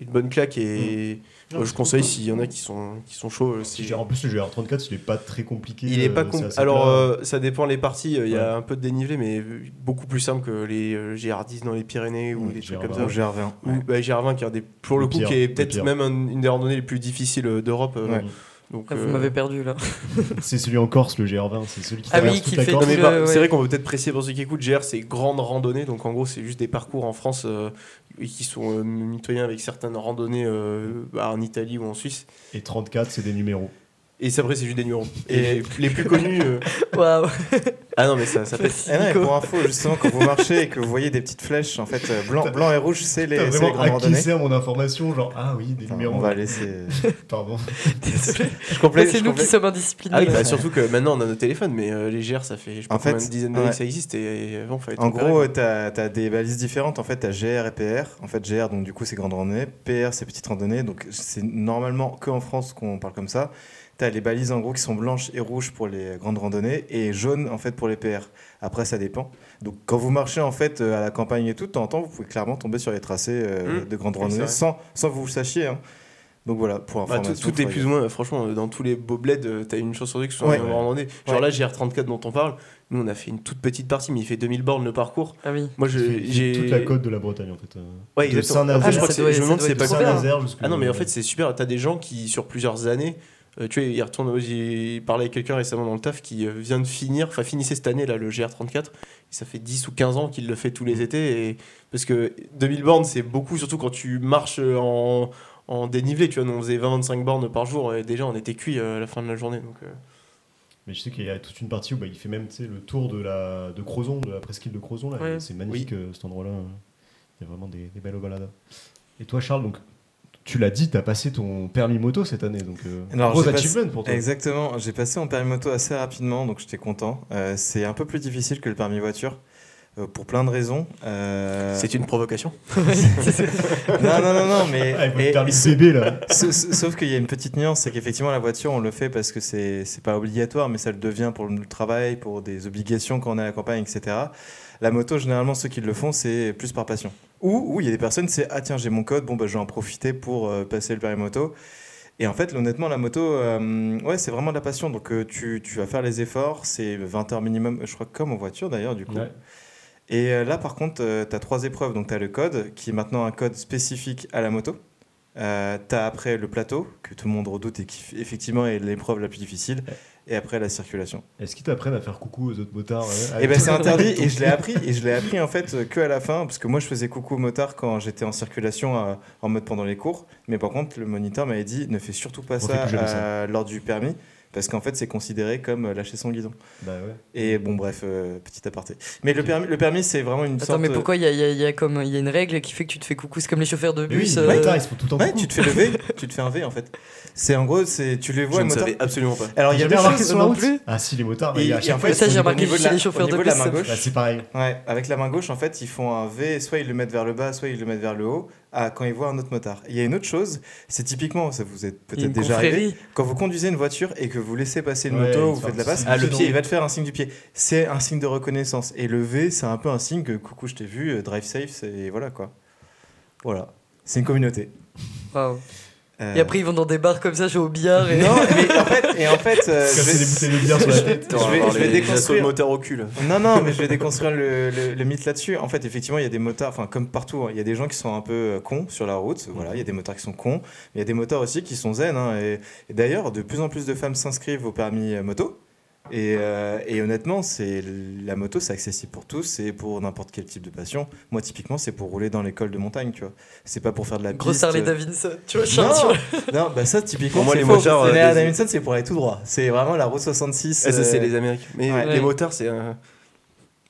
[SPEAKER 3] une bonne claque et
[SPEAKER 1] Non,
[SPEAKER 3] euh, je
[SPEAKER 1] c'est
[SPEAKER 3] conseille
[SPEAKER 1] cool.
[SPEAKER 3] s'il y en a qui sont qui sont chauds euh,
[SPEAKER 1] Si
[SPEAKER 3] c'est-
[SPEAKER 1] j'ai- En plus, le GR34, il est pas très compliqué.
[SPEAKER 3] il est
[SPEAKER 1] euh,
[SPEAKER 3] pas
[SPEAKER 1] c'est
[SPEAKER 3] compl-
[SPEAKER 1] assez
[SPEAKER 3] Alors,
[SPEAKER 1] plat.
[SPEAKER 3] euh, ça dépend les parties. euh, Il y a un peu de dénivelé, mais euh, beaucoup plus simple que les euh, GR10 dans les Pyrénées ou
[SPEAKER 1] Ouais,
[SPEAKER 3] des trucs
[SPEAKER 1] GR20.
[SPEAKER 3] comme ça.
[SPEAKER 4] Au GR20.
[SPEAKER 3] Ou bah, GR20 qui est un des, pour
[SPEAKER 1] Le
[SPEAKER 3] le coup,
[SPEAKER 1] pire,
[SPEAKER 3] qui est
[SPEAKER 1] le
[SPEAKER 3] peut-être
[SPEAKER 1] pire.
[SPEAKER 3] même un- une des randonnées les plus difficiles euh, d'Europe. euh,
[SPEAKER 4] Ouais.
[SPEAKER 3] Donc,
[SPEAKER 2] Ah, vous
[SPEAKER 3] euh,
[SPEAKER 2] m'avez perdu
[SPEAKER 3] [LAUGHS]
[SPEAKER 2] là.
[SPEAKER 1] c'est celui en Corse, le GR20. C'est celui qui
[SPEAKER 2] Ah
[SPEAKER 1] traverse
[SPEAKER 2] oui, qui
[SPEAKER 1] toute la
[SPEAKER 2] fait
[SPEAKER 1] Corse.
[SPEAKER 3] non, mais
[SPEAKER 2] le-
[SPEAKER 3] par-
[SPEAKER 2] ouais.
[SPEAKER 3] c'est vrai qu'on peut peut-être préciser pour ceux qui écoutent, GR c'est grande randonnée, donc en gros c'est juste des parcours en France euh, et qui sont euh, mitoyens avec certaines randonnées euh, bah, en Italie ou en Suisse.
[SPEAKER 1] Et 34, c'est des numéros.
[SPEAKER 3] Et c'est après c'est juste des numéros. Et les plus connus... euh,
[SPEAKER 2] Waouh,
[SPEAKER 3] Ah non mais ça, [LAUGHS] ça pète.
[SPEAKER 2] merci
[SPEAKER 4] Eh non, et
[SPEAKER 2] Nico.
[SPEAKER 4] pour info, justement, quand vous marchez et que vous voyez des petites flèches, en fait, euh, blanc, blanc et rouge, c'est les,
[SPEAKER 1] T'as
[SPEAKER 4] c'est les
[SPEAKER 1] vraiment
[SPEAKER 4] grandes
[SPEAKER 1] à qui
[SPEAKER 4] randonnées.
[SPEAKER 1] sert mon information Genre, ah oui, des
[SPEAKER 4] Enfin,
[SPEAKER 1] numéros.
[SPEAKER 4] on va laisser. euh,
[SPEAKER 1] Pardon.
[SPEAKER 2] Désolé.
[SPEAKER 3] Je
[SPEAKER 2] Là,
[SPEAKER 3] complète-
[SPEAKER 2] Bah, C'est
[SPEAKER 3] je
[SPEAKER 2] nous
[SPEAKER 3] complète-
[SPEAKER 2] qui sommes
[SPEAKER 3] Ah oui,
[SPEAKER 2] indisciplinés.
[SPEAKER 3] bah,
[SPEAKER 4] Ouais.
[SPEAKER 3] surtout que maintenant on a nos téléphones, mais euh, les GR ça fait je sais pas
[SPEAKER 4] En fait,
[SPEAKER 3] combien de dizaines d'années
[SPEAKER 4] ouais.
[SPEAKER 3] que ça existe et euh, avant fallait
[SPEAKER 4] En
[SPEAKER 3] tempérer,
[SPEAKER 4] gros,
[SPEAKER 3] quoi.
[SPEAKER 4] tu as, des balises différentes. En fait, tu as GR et PR. En fait, GR, donc du coup, c'est grande randonnée. PR, c'est petite randonnée. Donc, c'est normalement que en France qu'on parle comme ça. Tu as les balises, en gros, qui sont blanches et rouges pour les grandes randonnées et jaunes, en fait, pour les PR. Après, ça dépend. Donc, quand vous marchez, en fait, euh, à la campagne et tout, de temps en temps, vous pouvez clairement tomber sur les tracés euh,
[SPEAKER 3] Mmh.
[SPEAKER 4] de grandes
[SPEAKER 3] Oui, c'est
[SPEAKER 4] randonnées
[SPEAKER 3] vrai.
[SPEAKER 4] sans, sans que vous le sachiez. hein. Donc, voilà, pour
[SPEAKER 3] Bah, tout,
[SPEAKER 4] information.
[SPEAKER 3] tout est
[SPEAKER 4] faut-
[SPEAKER 3] plus ou moins, euh, franchement, euh, dans tous les beaux bleds, euh, t'as une chance sur deux qui sont
[SPEAKER 4] Ouais.
[SPEAKER 3] en randonnée. Genre
[SPEAKER 4] Ouais.
[SPEAKER 3] là, GR34 dont on parle, nous on a fait une toute petite partie, mais il fait 2000 bornes le parcours.
[SPEAKER 2] Ah oui.
[SPEAKER 3] Moi
[SPEAKER 1] Il
[SPEAKER 3] je-
[SPEAKER 1] fait
[SPEAKER 3] j'ai.
[SPEAKER 1] toute la côte de la Bretagne, en fait. euh,
[SPEAKER 3] Ouais,
[SPEAKER 1] de
[SPEAKER 3] exactement. Après, je
[SPEAKER 2] Ah, mais
[SPEAKER 1] Saint-Nazaire.
[SPEAKER 3] crois
[SPEAKER 2] ça
[SPEAKER 3] que c'est-
[SPEAKER 2] doit-
[SPEAKER 3] je me
[SPEAKER 2] ça
[SPEAKER 3] demande si
[SPEAKER 2] doit
[SPEAKER 3] c'est
[SPEAKER 2] être
[SPEAKER 3] pas
[SPEAKER 2] trop
[SPEAKER 3] ça.
[SPEAKER 2] bien.
[SPEAKER 1] Saint-Nazaire jusque-
[SPEAKER 3] Ah non, mais en fait, c'est super. T'as des gens qui, sur plusieurs années, euh, tu vois, ils retournent. J'ai parlé avec quelqu'un récemment dans le taf qui euh, vient de finir, enfin, finissait cette année, là, le GR34. Et ça fait 10 ou 15 ans qu'il le fait tous les étés. Et... Parce que 2000 bornes, c'est beaucoup, surtout quand tu marches euh, en, en dénivelé. Tu vois, nous, on faisait 20-25 bornes par jour. Et déjà, on était cuit à la fin de la journée. Donc, euh,
[SPEAKER 1] Mais je sais qu'il y a toute une partie où bah, il fait même tu sais, le tour de la de Crozon, de la presqu'île de Crozon. là.
[SPEAKER 2] Ouais.
[SPEAKER 1] C'est magnifique euh, cet endroit-là. Il y a vraiment des, des belles balades. Et toi, Charles, donc, tu l'as dit, tu as passé ton permis moto cette année. Donc, euh,
[SPEAKER 4] Alors,
[SPEAKER 1] gros
[SPEAKER 4] j'ai passé-
[SPEAKER 1] achievement pour toi.
[SPEAKER 4] Exactement, j'ai passé en permis moto assez rapidement, donc j'étais content. Euh, c'est un peu plus difficile que le permis voiture. euh, pour plein de raisons. euh,
[SPEAKER 1] [LAUGHS]
[SPEAKER 3] C'est une provocation.
[SPEAKER 4] Non, non, non, non, mais.
[SPEAKER 1] Ah, il faut
[SPEAKER 4] et-
[SPEAKER 1] le permis de bébé
[SPEAKER 4] [LAUGHS]
[SPEAKER 1] là.
[SPEAKER 4] sa- sa- Sauf qu'il y a une petite nuance, c'est qu'effectivement, la voiture, on le fait parce que c'est c'est pas obligatoire, mais ça le devient pour le travail, pour des obligations quand on est à la campagne, etc. La moto, généralement, ceux qui le font, c'est plus par passion. Ou ou il y a des personnes, c'est Ah, tiens, j'ai mon code, bon, bah, je vais en profiter pour euh, passer le permis moto. Et en fait, honnêtement, la moto, euh, ouais, c'est vraiment de la passion. Donc, euh, tu, tu vas faire les efforts, c'est 20 heures minimum, je crois, comme en voiture d'ailleurs, du coup.
[SPEAKER 1] Ouais.
[SPEAKER 4] Et euh, là, par contre, tu as trois épreuves. Donc, tu as le code, qui est maintenant un code spécifique à la moto. Euh, tu as après le plateau, que tout le monde redoute et qui, effectivement, est l'épreuve la plus difficile. Et après, la circulation.
[SPEAKER 1] Est-ce qu'ils t'apprennent à faire coucou aux autres motards euh,
[SPEAKER 4] Et
[SPEAKER 1] avec-
[SPEAKER 4] ben c'est interdit,
[SPEAKER 1] [LAUGHS]
[SPEAKER 4] et je l'ai appris, et je l'ai appris en fait euh, que à la fin, parce que moi, je faisais coucou au motard quand j'étais en circulation, euh, en mode pendant les cours. Mais par contre, le moniteur m'avait dit, ne fais surtout pas
[SPEAKER 1] On fait
[SPEAKER 4] ça,
[SPEAKER 1] plus jamais ça.
[SPEAKER 4] euh, lors du permis, parce qu'en fait, c'est considéré comme euh, lâcher son guidon.
[SPEAKER 1] Bah ouais.
[SPEAKER 4] Et bon, bref, euh, petit aparté. Mais le permis, le permis c'est vraiment une
[SPEAKER 2] Attends,
[SPEAKER 4] sorte... euh,
[SPEAKER 2] mais pourquoi il y a, il y a- il y a comme il y a une règle qui fait que tu te fais coucou C'est comme les chauffeurs de
[SPEAKER 1] Mais oui,
[SPEAKER 3] bah,
[SPEAKER 2] bus.
[SPEAKER 1] les
[SPEAKER 2] euh,
[SPEAKER 1] motards, ils se font tout le temps
[SPEAKER 4] Ouais,
[SPEAKER 1] coucou.
[SPEAKER 4] tu te fais lever, tu te fais un V en fait. C'est en gros, c'est tu les vois,
[SPEAKER 3] je
[SPEAKER 4] le
[SPEAKER 3] ne
[SPEAKER 4] moteur.
[SPEAKER 3] savais absolument pas.
[SPEAKER 4] Alors il y
[SPEAKER 1] J'ai
[SPEAKER 4] a deux
[SPEAKER 1] bien remarqué
[SPEAKER 4] choses
[SPEAKER 1] sur la
[SPEAKER 2] non
[SPEAKER 1] route.
[SPEAKER 2] plus.
[SPEAKER 1] Ah si, les motards, mais
[SPEAKER 4] Et-
[SPEAKER 1] il y a
[SPEAKER 4] et
[SPEAKER 1] à chaque
[SPEAKER 4] en
[SPEAKER 1] fois,
[SPEAKER 4] fait,
[SPEAKER 1] ils se
[SPEAKER 2] ça, j'ai
[SPEAKER 1] font
[SPEAKER 4] au
[SPEAKER 2] remarqué
[SPEAKER 4] niveau
[SPEAKER 2] chez
[SPEAKER 4] de la-
[SPEAKER 2] les chauffeurs
[SPEAKER 4] au
[SPEAKER 2] de
[SPEAKER 4] niveau
[SPEAKER 2] bus.
[SPEAKER 4] de la main gauche.
[SPEAKER 1] Ah, c'est pareil.
[SPEAKER 4] Ouais, avec la main gauche, en fait, ils font un V, soit ils le mettent vers le bas, soit ils le mettent vers le haut, à, quand ils voient un autre motard. Il y a une autre chose, c'est typiquement, ça vous est
[SPEAKER 2] il y a
[SPEAKER 4] peut-être
[SPEAKER 2] une
[SPEAKER 4] déjà arrivé,
[SPEAKER 2] confrérie.
[SPEAKER 4] quand vous conduisez une voiture et que vous laissez passer une
[SPEAKER 1] Ouais,
[SPEAKER 4] moto
[SPEAKER 1] il
[SPEAKER 4] ou
[SPEAKER 1] te
[SPEAKER 4] vous
[SPEAKER 1] fait
[SPEAKER 4] faites
[SPEAKER 1] un
[SPEAKER 4] la
[SPEAKER 1] petit
[SPEAKER 4] passe,
[SPEAKER 1] signe
[SPEAKER 4] ah,
[SPEAKER 1] du
[SPEAKER 4] le
[SPEAKER 1] pied
[SPEAKER 4] pied,
[SPEAKER 1] dans-
[SPEAKER 4] il va te faire un signe du pied. C'est un signe de reconnaissance. Et le V, c'est un peu un signe que coucou, je t'ai vu, euh, drive safe, c'est voilà quoi. Voilà. C'est une communauté.
[SPEAKER 2] Waouh.
[SPEAKER 4] Euh,
[SPEAKER 2] Et après, ils vont dans des bars comme ça, jouer au billard. Et...
[SPEAKER 4] Non, mais en [LAUGHS] fait, et en fait euh, je
[SPEAKER 1] Casser
[SPEAKER 4] vais-
[SPEAKER 1] des bouteilles de bière sur la tête.
[SPEAKER 4] Je vais- je vais déconstruire.
[SPEAKER 3] le moteur au cul. là.
[SPEAKER 4] Non, non, mais je vais déconstruire le, le- le mythe là-dessus. En fait, effectivement, il y a des motards, enfin, comme partout, hein, il y a des gens qui sont un peu euh, cons sur la route. Voilà, il y a des motards qui sont cons. Mais il y a des motards aussi qui sont zen. hein. et et d'ailleurs, de plus en plus de femmes s'inscrivent au permis euh, moto. Et, euh, et honnêtement, c'est la moto, c'est accessible pour tous, c'est pour n'importe quel type de passion. Moi, typiquement, c'est pour rouler dans l'école de montagne, tu vois. C'est pas pour faire de la
[SPEAKER 2] Gros
[SPEAKER 4] piste. euh,
[SPEAKER 2] Harley Davidson. [LAUGHS] Tu vois, je suis un
[SPEAKER 4] non,
[SPEAKER 2] petit peu-
[SPEAKER 4] non, bah ça typiquement
[SPEAKER 3] Pour moi,
[SPEAKER 4] c'est
[SPEAKER 3] les
[SPEAKER 4] faux.
[SPEAKER 3] motards,
[SPEAKER 4] Mais
[SPEAKER 3] euh,
[SPEAKER 4] la
[SPEAKER 3] des-
[SPEAKER 4] Davidson c'est pour aller tout droit. C'est vraiment la route 66.
[SPEAKER 3] Ah, ça, c'est
[SPEAKER 4] euh,
[SPEAKER 3] les Américains. Mais
[SPEAKER 4] Ouais.
[SPEAKER 3] les motards, c'est un-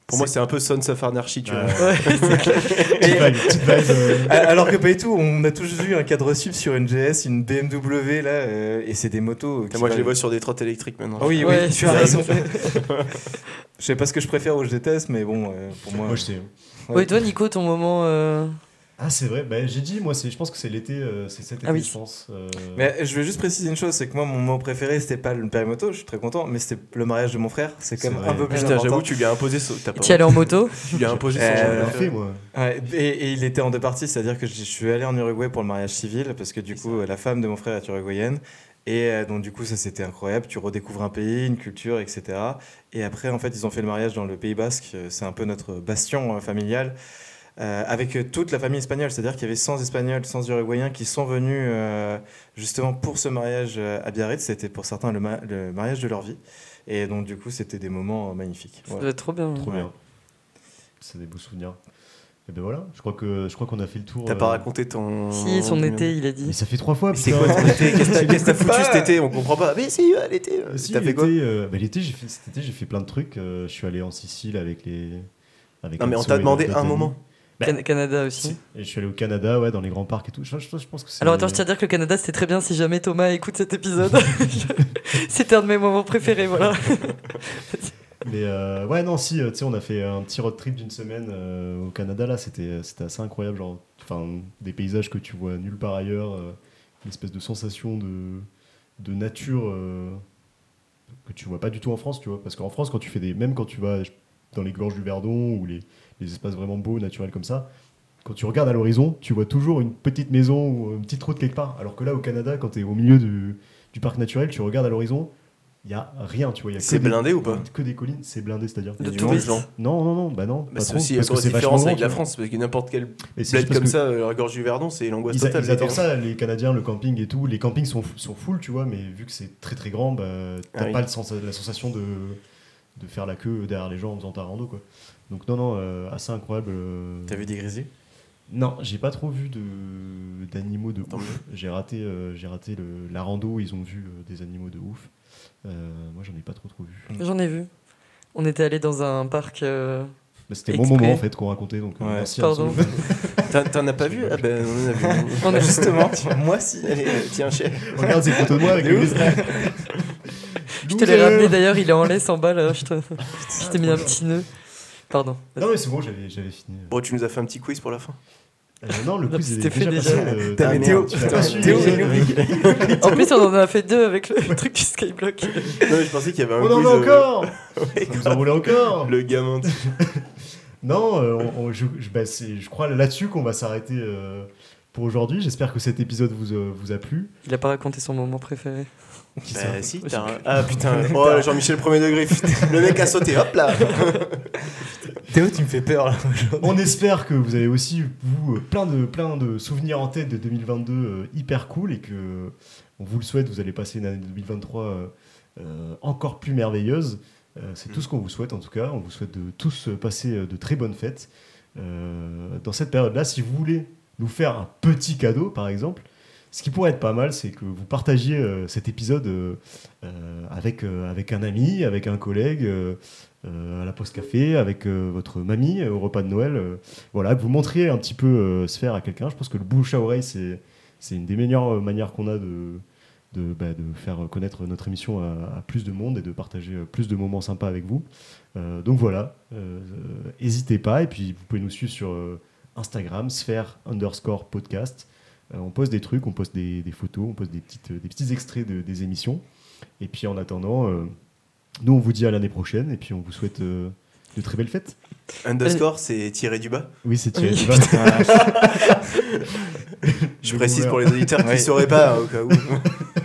[SPEAKER 3] Pour moi,
[SPEAKER 4] C'est-
[SPEAKER 3] c'est un peu Sons of Anarchy, tu vois.
[SPEAKER 1] Ouais.
[SPEAKER 2] Ouais, c'est clair.
[SPEAKER 1] Petite vibe, petite vibe, euh,
[SPEAKER 4] Ah, Alors que pas du tout, on a tous vu un cadre sub sur une GS, une BMW là, euh, et c'est des motos. euh, qui
[SPEAKER 3] Moi, je les
[SPEAKER 4] valent-
[SPEAKER 3] vois sur des trottes électriques maintenant.
[SPEAKER 4] Ah oui,
[SPEAKER 2] Ouais,
[SPEAKER 4] oui, tu as
[SPEAKER 2] c'est
[SPEAKER 4] raison. [LAUGHS] je sais pas ce que je préfère ou je déteste, mais bon, euh, pour moi.
[SPEAKER 1] Moi, je sais.
[SPEAKER 2] Ouais, toi, Nico, ton moment. euh,
[SPEAKER 1] Ah, c'est vrai, bah, j'ai dit, moi, c'est- je pense que c'est l'été, euh, c'est cet été,
[SPEAKER 2] Ah oui.
[SPEAKER 1] je pense. euh,
[SPEAKER 4] Mais je veux juste préciser une chose, c'est que moi, mon mot préféré, c'était pas le périmoto, je suis très content, mais c'était le mariage de mon frère. C'est
[SPEAKER 1] C'est
[SPEAKER 4] quand même
[SPEAKER 1] vrai.
[SPEAKER 4] un peu plus
[SPEAKER 3] Putain,
[SPEAKER 4] important.
[SPEAKER 3] j'avoue, tu lui as imposé son. t'as pas-
[SPEAKER 2] T'y allais en moto
[SPEAKER 3] Tu lui as imposé son.
[SPEAKER 4] Euh,
[SPEAKER 1] j'ai
[SPEAKER 3] genre
[SPEAKER 1] rien
[SPEAKER 3] de-
[SPEAKER 1] fait, moi.
[SPEAKER 4] Ouais, et, et il était en deux parties, c'est-à-dire que je, je suis allé en Uruguay pour le mariage civil, parce que du coup, la femme de mon frère est uruguayenne. Et euh, donc, du coup, ça c'était incroyable. Tu redécouvres un pays, une culture, etc. Et après, en fait, ils ont fait le mariage dans le Pays Basque. euh, C'est un peu notre bastion euh, familial. euh, avec euh, toute la famille espagnole, c'est-à-dire qu'il y avait 100 Espagnols, 100 Uruguayens qui sont venus euh, justement pour ce mariage euh, à Biarritz. C'était pour certains le, ma- le mariage de leur vie. Et donc, du coup, c'était des moments euh, magnifiques.
[SPEAKER 2] Ça
[SPEAKER 4] Voilà.
[SPEAKER 2] doit être trop bien.
[SPEAKER 1] Trop
[SPEAKER 4] Ouais.
[SPEAKER 1] bien. C'est des beaux souvenirs. Et ben voilà, je crois que je crois qu'on a fait le tour.
[SPEAKER 3] T'as
[SPEAKER 1] euh,
[SPEAKER 3] pas raconté ton.
[SPEAKER 2] Si, son été, il a dit.
[SPEAKER 1] Mais ça fait trois fois.
[SPEAKER 3] Mais c'est
[SPEAKER 1] putain.
[SPEAKER 3] quoi
[SPEAKER 1] [LAUGHS]
[SPEAKER 3] ton été Qu'est-ce que t'as- qu'est-ce que t'as foutu
[SPEAKER 4] pas.
[SPEAKER 3] cet été On comprend pas. Mais si, ouais, l'été. euh,
[SPEAKER 1] Si,
[SPEAKER 3] T'as fait quoi
[SPEAKER 1] l'été, euh, bah, l'été, j'ai fait, cet été, j'ai fait plein de trucs. euh, je suis allé en Sicile avec les. Avec
[SPEAKER 3] Non, mais on
[SPEAKER 1] Anso
[SPEAKER 3] t'a
[SPEAKER 1] et
[SPEAKER 3] demandé
[SPEAKER 1] d'autres
[SPEAKER 3] un
[SPEAKER 1] amis.
[SPEAKER 3] moment.
[SPEAKER 1] Bah,
[SPEAKER 2] Can- Canada aussi.
[SPEAKER 1] Et je suis allé au Canada, ouais, dans les grands parcs et tout. Je, je- je pense que c'est.
[SPEAKER 2] Alors attends, je tiens à dire que le Canada c'était très bien si jamais Thomas écoute cet épisode. [LAUGHS] c'était un de mes moments préférés, voilà.
[SPEAKER 1] Mais euh, ouais, non, si, euh, tu sais, on a fait un petit road trip d'une semaine euh, au Canada, là, c'était c'était assez incroyable. Genre, enfin, des paysages que tu vois nulle part ailleurs, euh, une espèce de sensation de, de nature euh, que tu vois pas du tout en France, tu vois. Parce qu'en France, quand tu fais des. Même quand tu vas dans les gorges du Verdon ou les, les espaces vraiment beaux, naturels comme ça, quand tu regardes à l'horizon, tu vois toujours une petite maison ou une petite route quelque part. Alors que là, au Canada, quand tu es au milieu du, du parc naturel, tu regardes à l'horizon, il y a rien, tu vois. il Y a que
[SPEAKER 3] C'est
[SPEAKER 1] des-
[SPEAKER 3] blindé ou pas
[SPEAKER 1] que des collines, c'est blindé, c'est-à-dire
[SPEAKER 3] Il y a
[SPEAKER 2] Le
[SPEAKER 3] du monde,
[SPEAKER 2] touriste.
[SPEAKER 3] genre.
[SPEAKER 1] Non, non, non, bah non.
[SPEAKER 3] Bah,
[SPEAKER 1] pas
[SPEAKER 3] c'est
[SPEAKER 1] trop,
[SPEAKER 3] aussi la
[SPEAKER 1] parce que
[SPEAKER 3] grosse
[SPEAKER 1] c'est
[SPEAKER 3] différence
[SPEAKER 1] vachement
[SPEAKER 3] avec la
[SPEAKER 1] grand,
[SPEAKER 3] France, parce que n'importe quelle
[SPEAKER 1] tu vois. Et c'est
[SPEAKER 3] bled
[SPEAKER 1] juste parce
[SPEAKER 3] comme
[SPEAKER 1] que
[SPEAKER 3] ça, euh, la gorge du Verdon, c'est l'angoisse
[SPEAKER 1] Ils, a-
[SPEAKER 3] totale.
[SPEAKER 1] ils adorent ça, les Canadiens, le camping et tout. Les campings sont, sont full, tu vois, mais vu que c'est très très grand, bah,
[SPEAKER 3] Ah
[SPEAKER 1] t'as
[SPEAKER 3] oui.
[SPEAKER 1] pas le sens- la sensation de, de faire la queue derrière les gens en faisant ta rando, quoi. Donc, non, non, euh, assez incroyable. euh.
[SPEAKER 4] T'as vu des grizzlies
[SPEAKER 1] Non, j'ai pas trop vu de- d'animaux de,
[SPEAKER 3] Tant
[SPEAKER 1] ouf. J'ai raté, euh, j'ai raté le, la rando, ils ont vu euh, des animaux de ouf. Euh, moi, j'en ai pas trop trop vu.
[SPEAKER 2] J'en ai vu. On était allé dans un parc. euh,
[SPEAKER 1] Bah, C'était mon
[SPEAKER 2] Exprès.
[SPEAKER 1] moment en fait qu'on racontait, donc euh,
[SPEAKER 4] Ouais.
[SPEAKER 1] merci
[SPEAKER 2] Pardon.
[SPEAKER 1] Anso.
[SPEAKER 3] T'en- T'en as pas vu Ah ben, on en a vu.
[SPEAKER 2] On a-
[SPEAKER 4] Justement, [LAUGHS] moi si.
[SPEAKER 3] Allez, euh, tiens, chef.
[SPEAKER 1] Regarde ces photos de moi avec
[SPEAKER 4] De
[SPEAKER 1] les
[SPEAKER 4] ouf.
[SPEAKER 2] euh, Je te l'ai ramené d'ailleurs, il est en laisse en bas là. Je te- je t'ai mis un petit nœud. Pardon.
[SPEAKER 1] Non, mais c'est bon, j'avais j'avais fini.
[SPEAKER 3] Bon, tu nous as fait un petit quiz pour la fin.
[SPEAKER 1] Euh, non, le
[SPEAKER 2] Non,
[SPEAKER 1] quiz il est
[SPEAKER 2] c'était fait
[SPEAKER 1] déjà passé.
[SPEAKER 2] déjà.
[SPEAKER 1] euh,
[SPEAKER 3] T'avais
[SPEAKER 1] ah, merde,
[SPEAKER 3] Théo,
[SPEAKER 1] tu l'as
[SPEAKER 3] putain,
[SPEAKER 1] pas su,
[SPEAKER 2] Théo,
[SPEAKER 1] euh,
[SPEAKER 2] j'ai En plus, on en a fait deux avec le [LAUGHS] truc du skyblock.
[SPEAKER 3] Non, mais je pensais qu'il y avait un
[SPEAKER 1] On
[SPEAKER 3] quiz.
[SPEAKER 1] en a
[SPEAKER 3] euh,
[SPEAKER 1] encore
[SPEAKER 3] ouais,
[SPEAKER 1] Vous en voulez encore
[SPEAKER 3] Le gamin. de-
[SPEAKER 1] Non, euh, on- on- je, je- bah, c'est- je crois là-dessus qu'on va s'arrêter euh, pour aujourd'hui. J'espère que cet épisode vous, euh, vous a plu.
[SPEAKER 2] Il a pas raconté son moment préféré.
[SPEAKER 1] Qui ça
[SPEAKER 3] Bah si, [LAUGHS]
[SPEAKER 2] Ouais,
[SPEAKER 3] t'as
[SPEAKER 2] j'ai
[SPEAKER 3] un... Ah putain, oh Jean-Michel premier degré, [LAUGHS] putain, le mec a sauté, hop là
[SPEAKER 4] Théo, tu me fais peur là aujourd'hui.
[SPEAKER 1] [LAUGHS] On espère que vous avez aussi vous euh, plein de plein de souvenirs en tête de 2022 euh, hyper cool et que euh, on vous le souhaite. Vous allez passer une année 2023 euh, euh, encore plus merveilleuse. Euh, c'est
[SPEAKER 3] Mm.
[SPEAKER 1] tout ce qu'on vous souhaite en tout cas. On vous souhaite de tous euh, passer euh, de très bonnes fêtes Euh, dans cette période-là. Si vous voulez nous faire un petit cadeau, par exemple. Ce qui pourrait être pas mal, c'est que vous partagiez euh, cet épisode euh, euh, avec, euh, avec un ami, avec un collègue, euh, euh, à la pause café, avec euh, votre mamie, euh, au repas de Noël. euh, voilà, que vous montriez un petit peu euh, se faire à quelqu'un. Je pense que le bouche à oreille, c'est, c'est une des meilleures euh, manières qu'on a de, de, bah, de faire connaître notre émission à, à plus de monde et de partager euh, plus de moments sympas avec vous. Euh, donc voilà, euh, euh, n'hésitez pas. Et puis vous pouvez nous suivre sur euh, Instagram, sphère underscore podcast. Euh, on poste des trucs, on poste des, des photos, on poste des, petites, euh, des petits extraits de- des émissions. Et puis en attendant, euh, nous on vous dit à l'année prochaine et puis on vous souhaite euh, de très belles fêtes.
[SPEAKER 3] [LAUGHS] Underscore, c'est tiré du bas.
[SPEAKER 1] Oui, c'est
[SPEAKER 2] Oui.
[SPEAKER 1] Thierry.
[SPEAKER 3] Je
[SPEAKER 1] Le
[SPEAKER 3] précise
[SPEAKER 1] boomer.
[SPEAKER 3] pour les auditeurs qui
[SPEAKER 4] Ouais.
[SPEAKER 3] sauraient pas, hein, au [LAUGHS] cas où.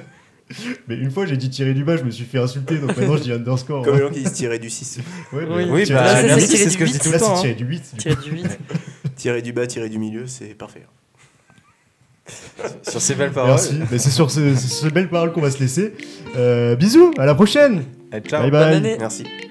[SPEAKER 1] [LAUGHS] Mais une fois, j'ai dit tirer du bas, je me suis fait insulter, donc maintenant je dis underscore.
[SPEAKER 3] Comme les gens qui disent tirer du 6.
[SPEAKER 1] Ouais, mais-
[SPEAKER 2] Oui,
[SPEAKER 4] Oui,
[SPEAKER 1] tirer
[SPEAKER 4] bah
[SPEAKER 2] Là,
[SPEAKER 1] du
[SPEAKER 2] ça,
[SPEAKER 1] bas,
[SPEAKER 4] merci,
[SPEAKER 2] c'est
[SPEAKER 4] c'est ce que je dis
[SPEAKER 2] tiré
[SPEAKER 4] tout
[SPEAKER 1] là, c'est
[SPEAKER 4] le temps. hein.
[SPEAKER 1] tirer du 8. du
[SPEAKER 2] Tiré du 8.
[SPEAKER 3] Tirer du bas, tirer du milieu, c'est parfait.
[SPEAKER 4] Sur ces belles
[SPEAKER 1] coup.
[SPEAKER 4] paroles.
[SPEAKER 1] Merci. Mais c'est sur ce- c'est sur ces belles paroles qu'on va se laisser. Euh, bisous, à la prochaine.
[SPEAKER 4] Allez, ciao.
[SPEAKER 1] Bye
[SPEAKER 2] Bonne
[SPEAKER 1] bye.
[SPEAKER 2] année.
[SPEAKER 3] Merci.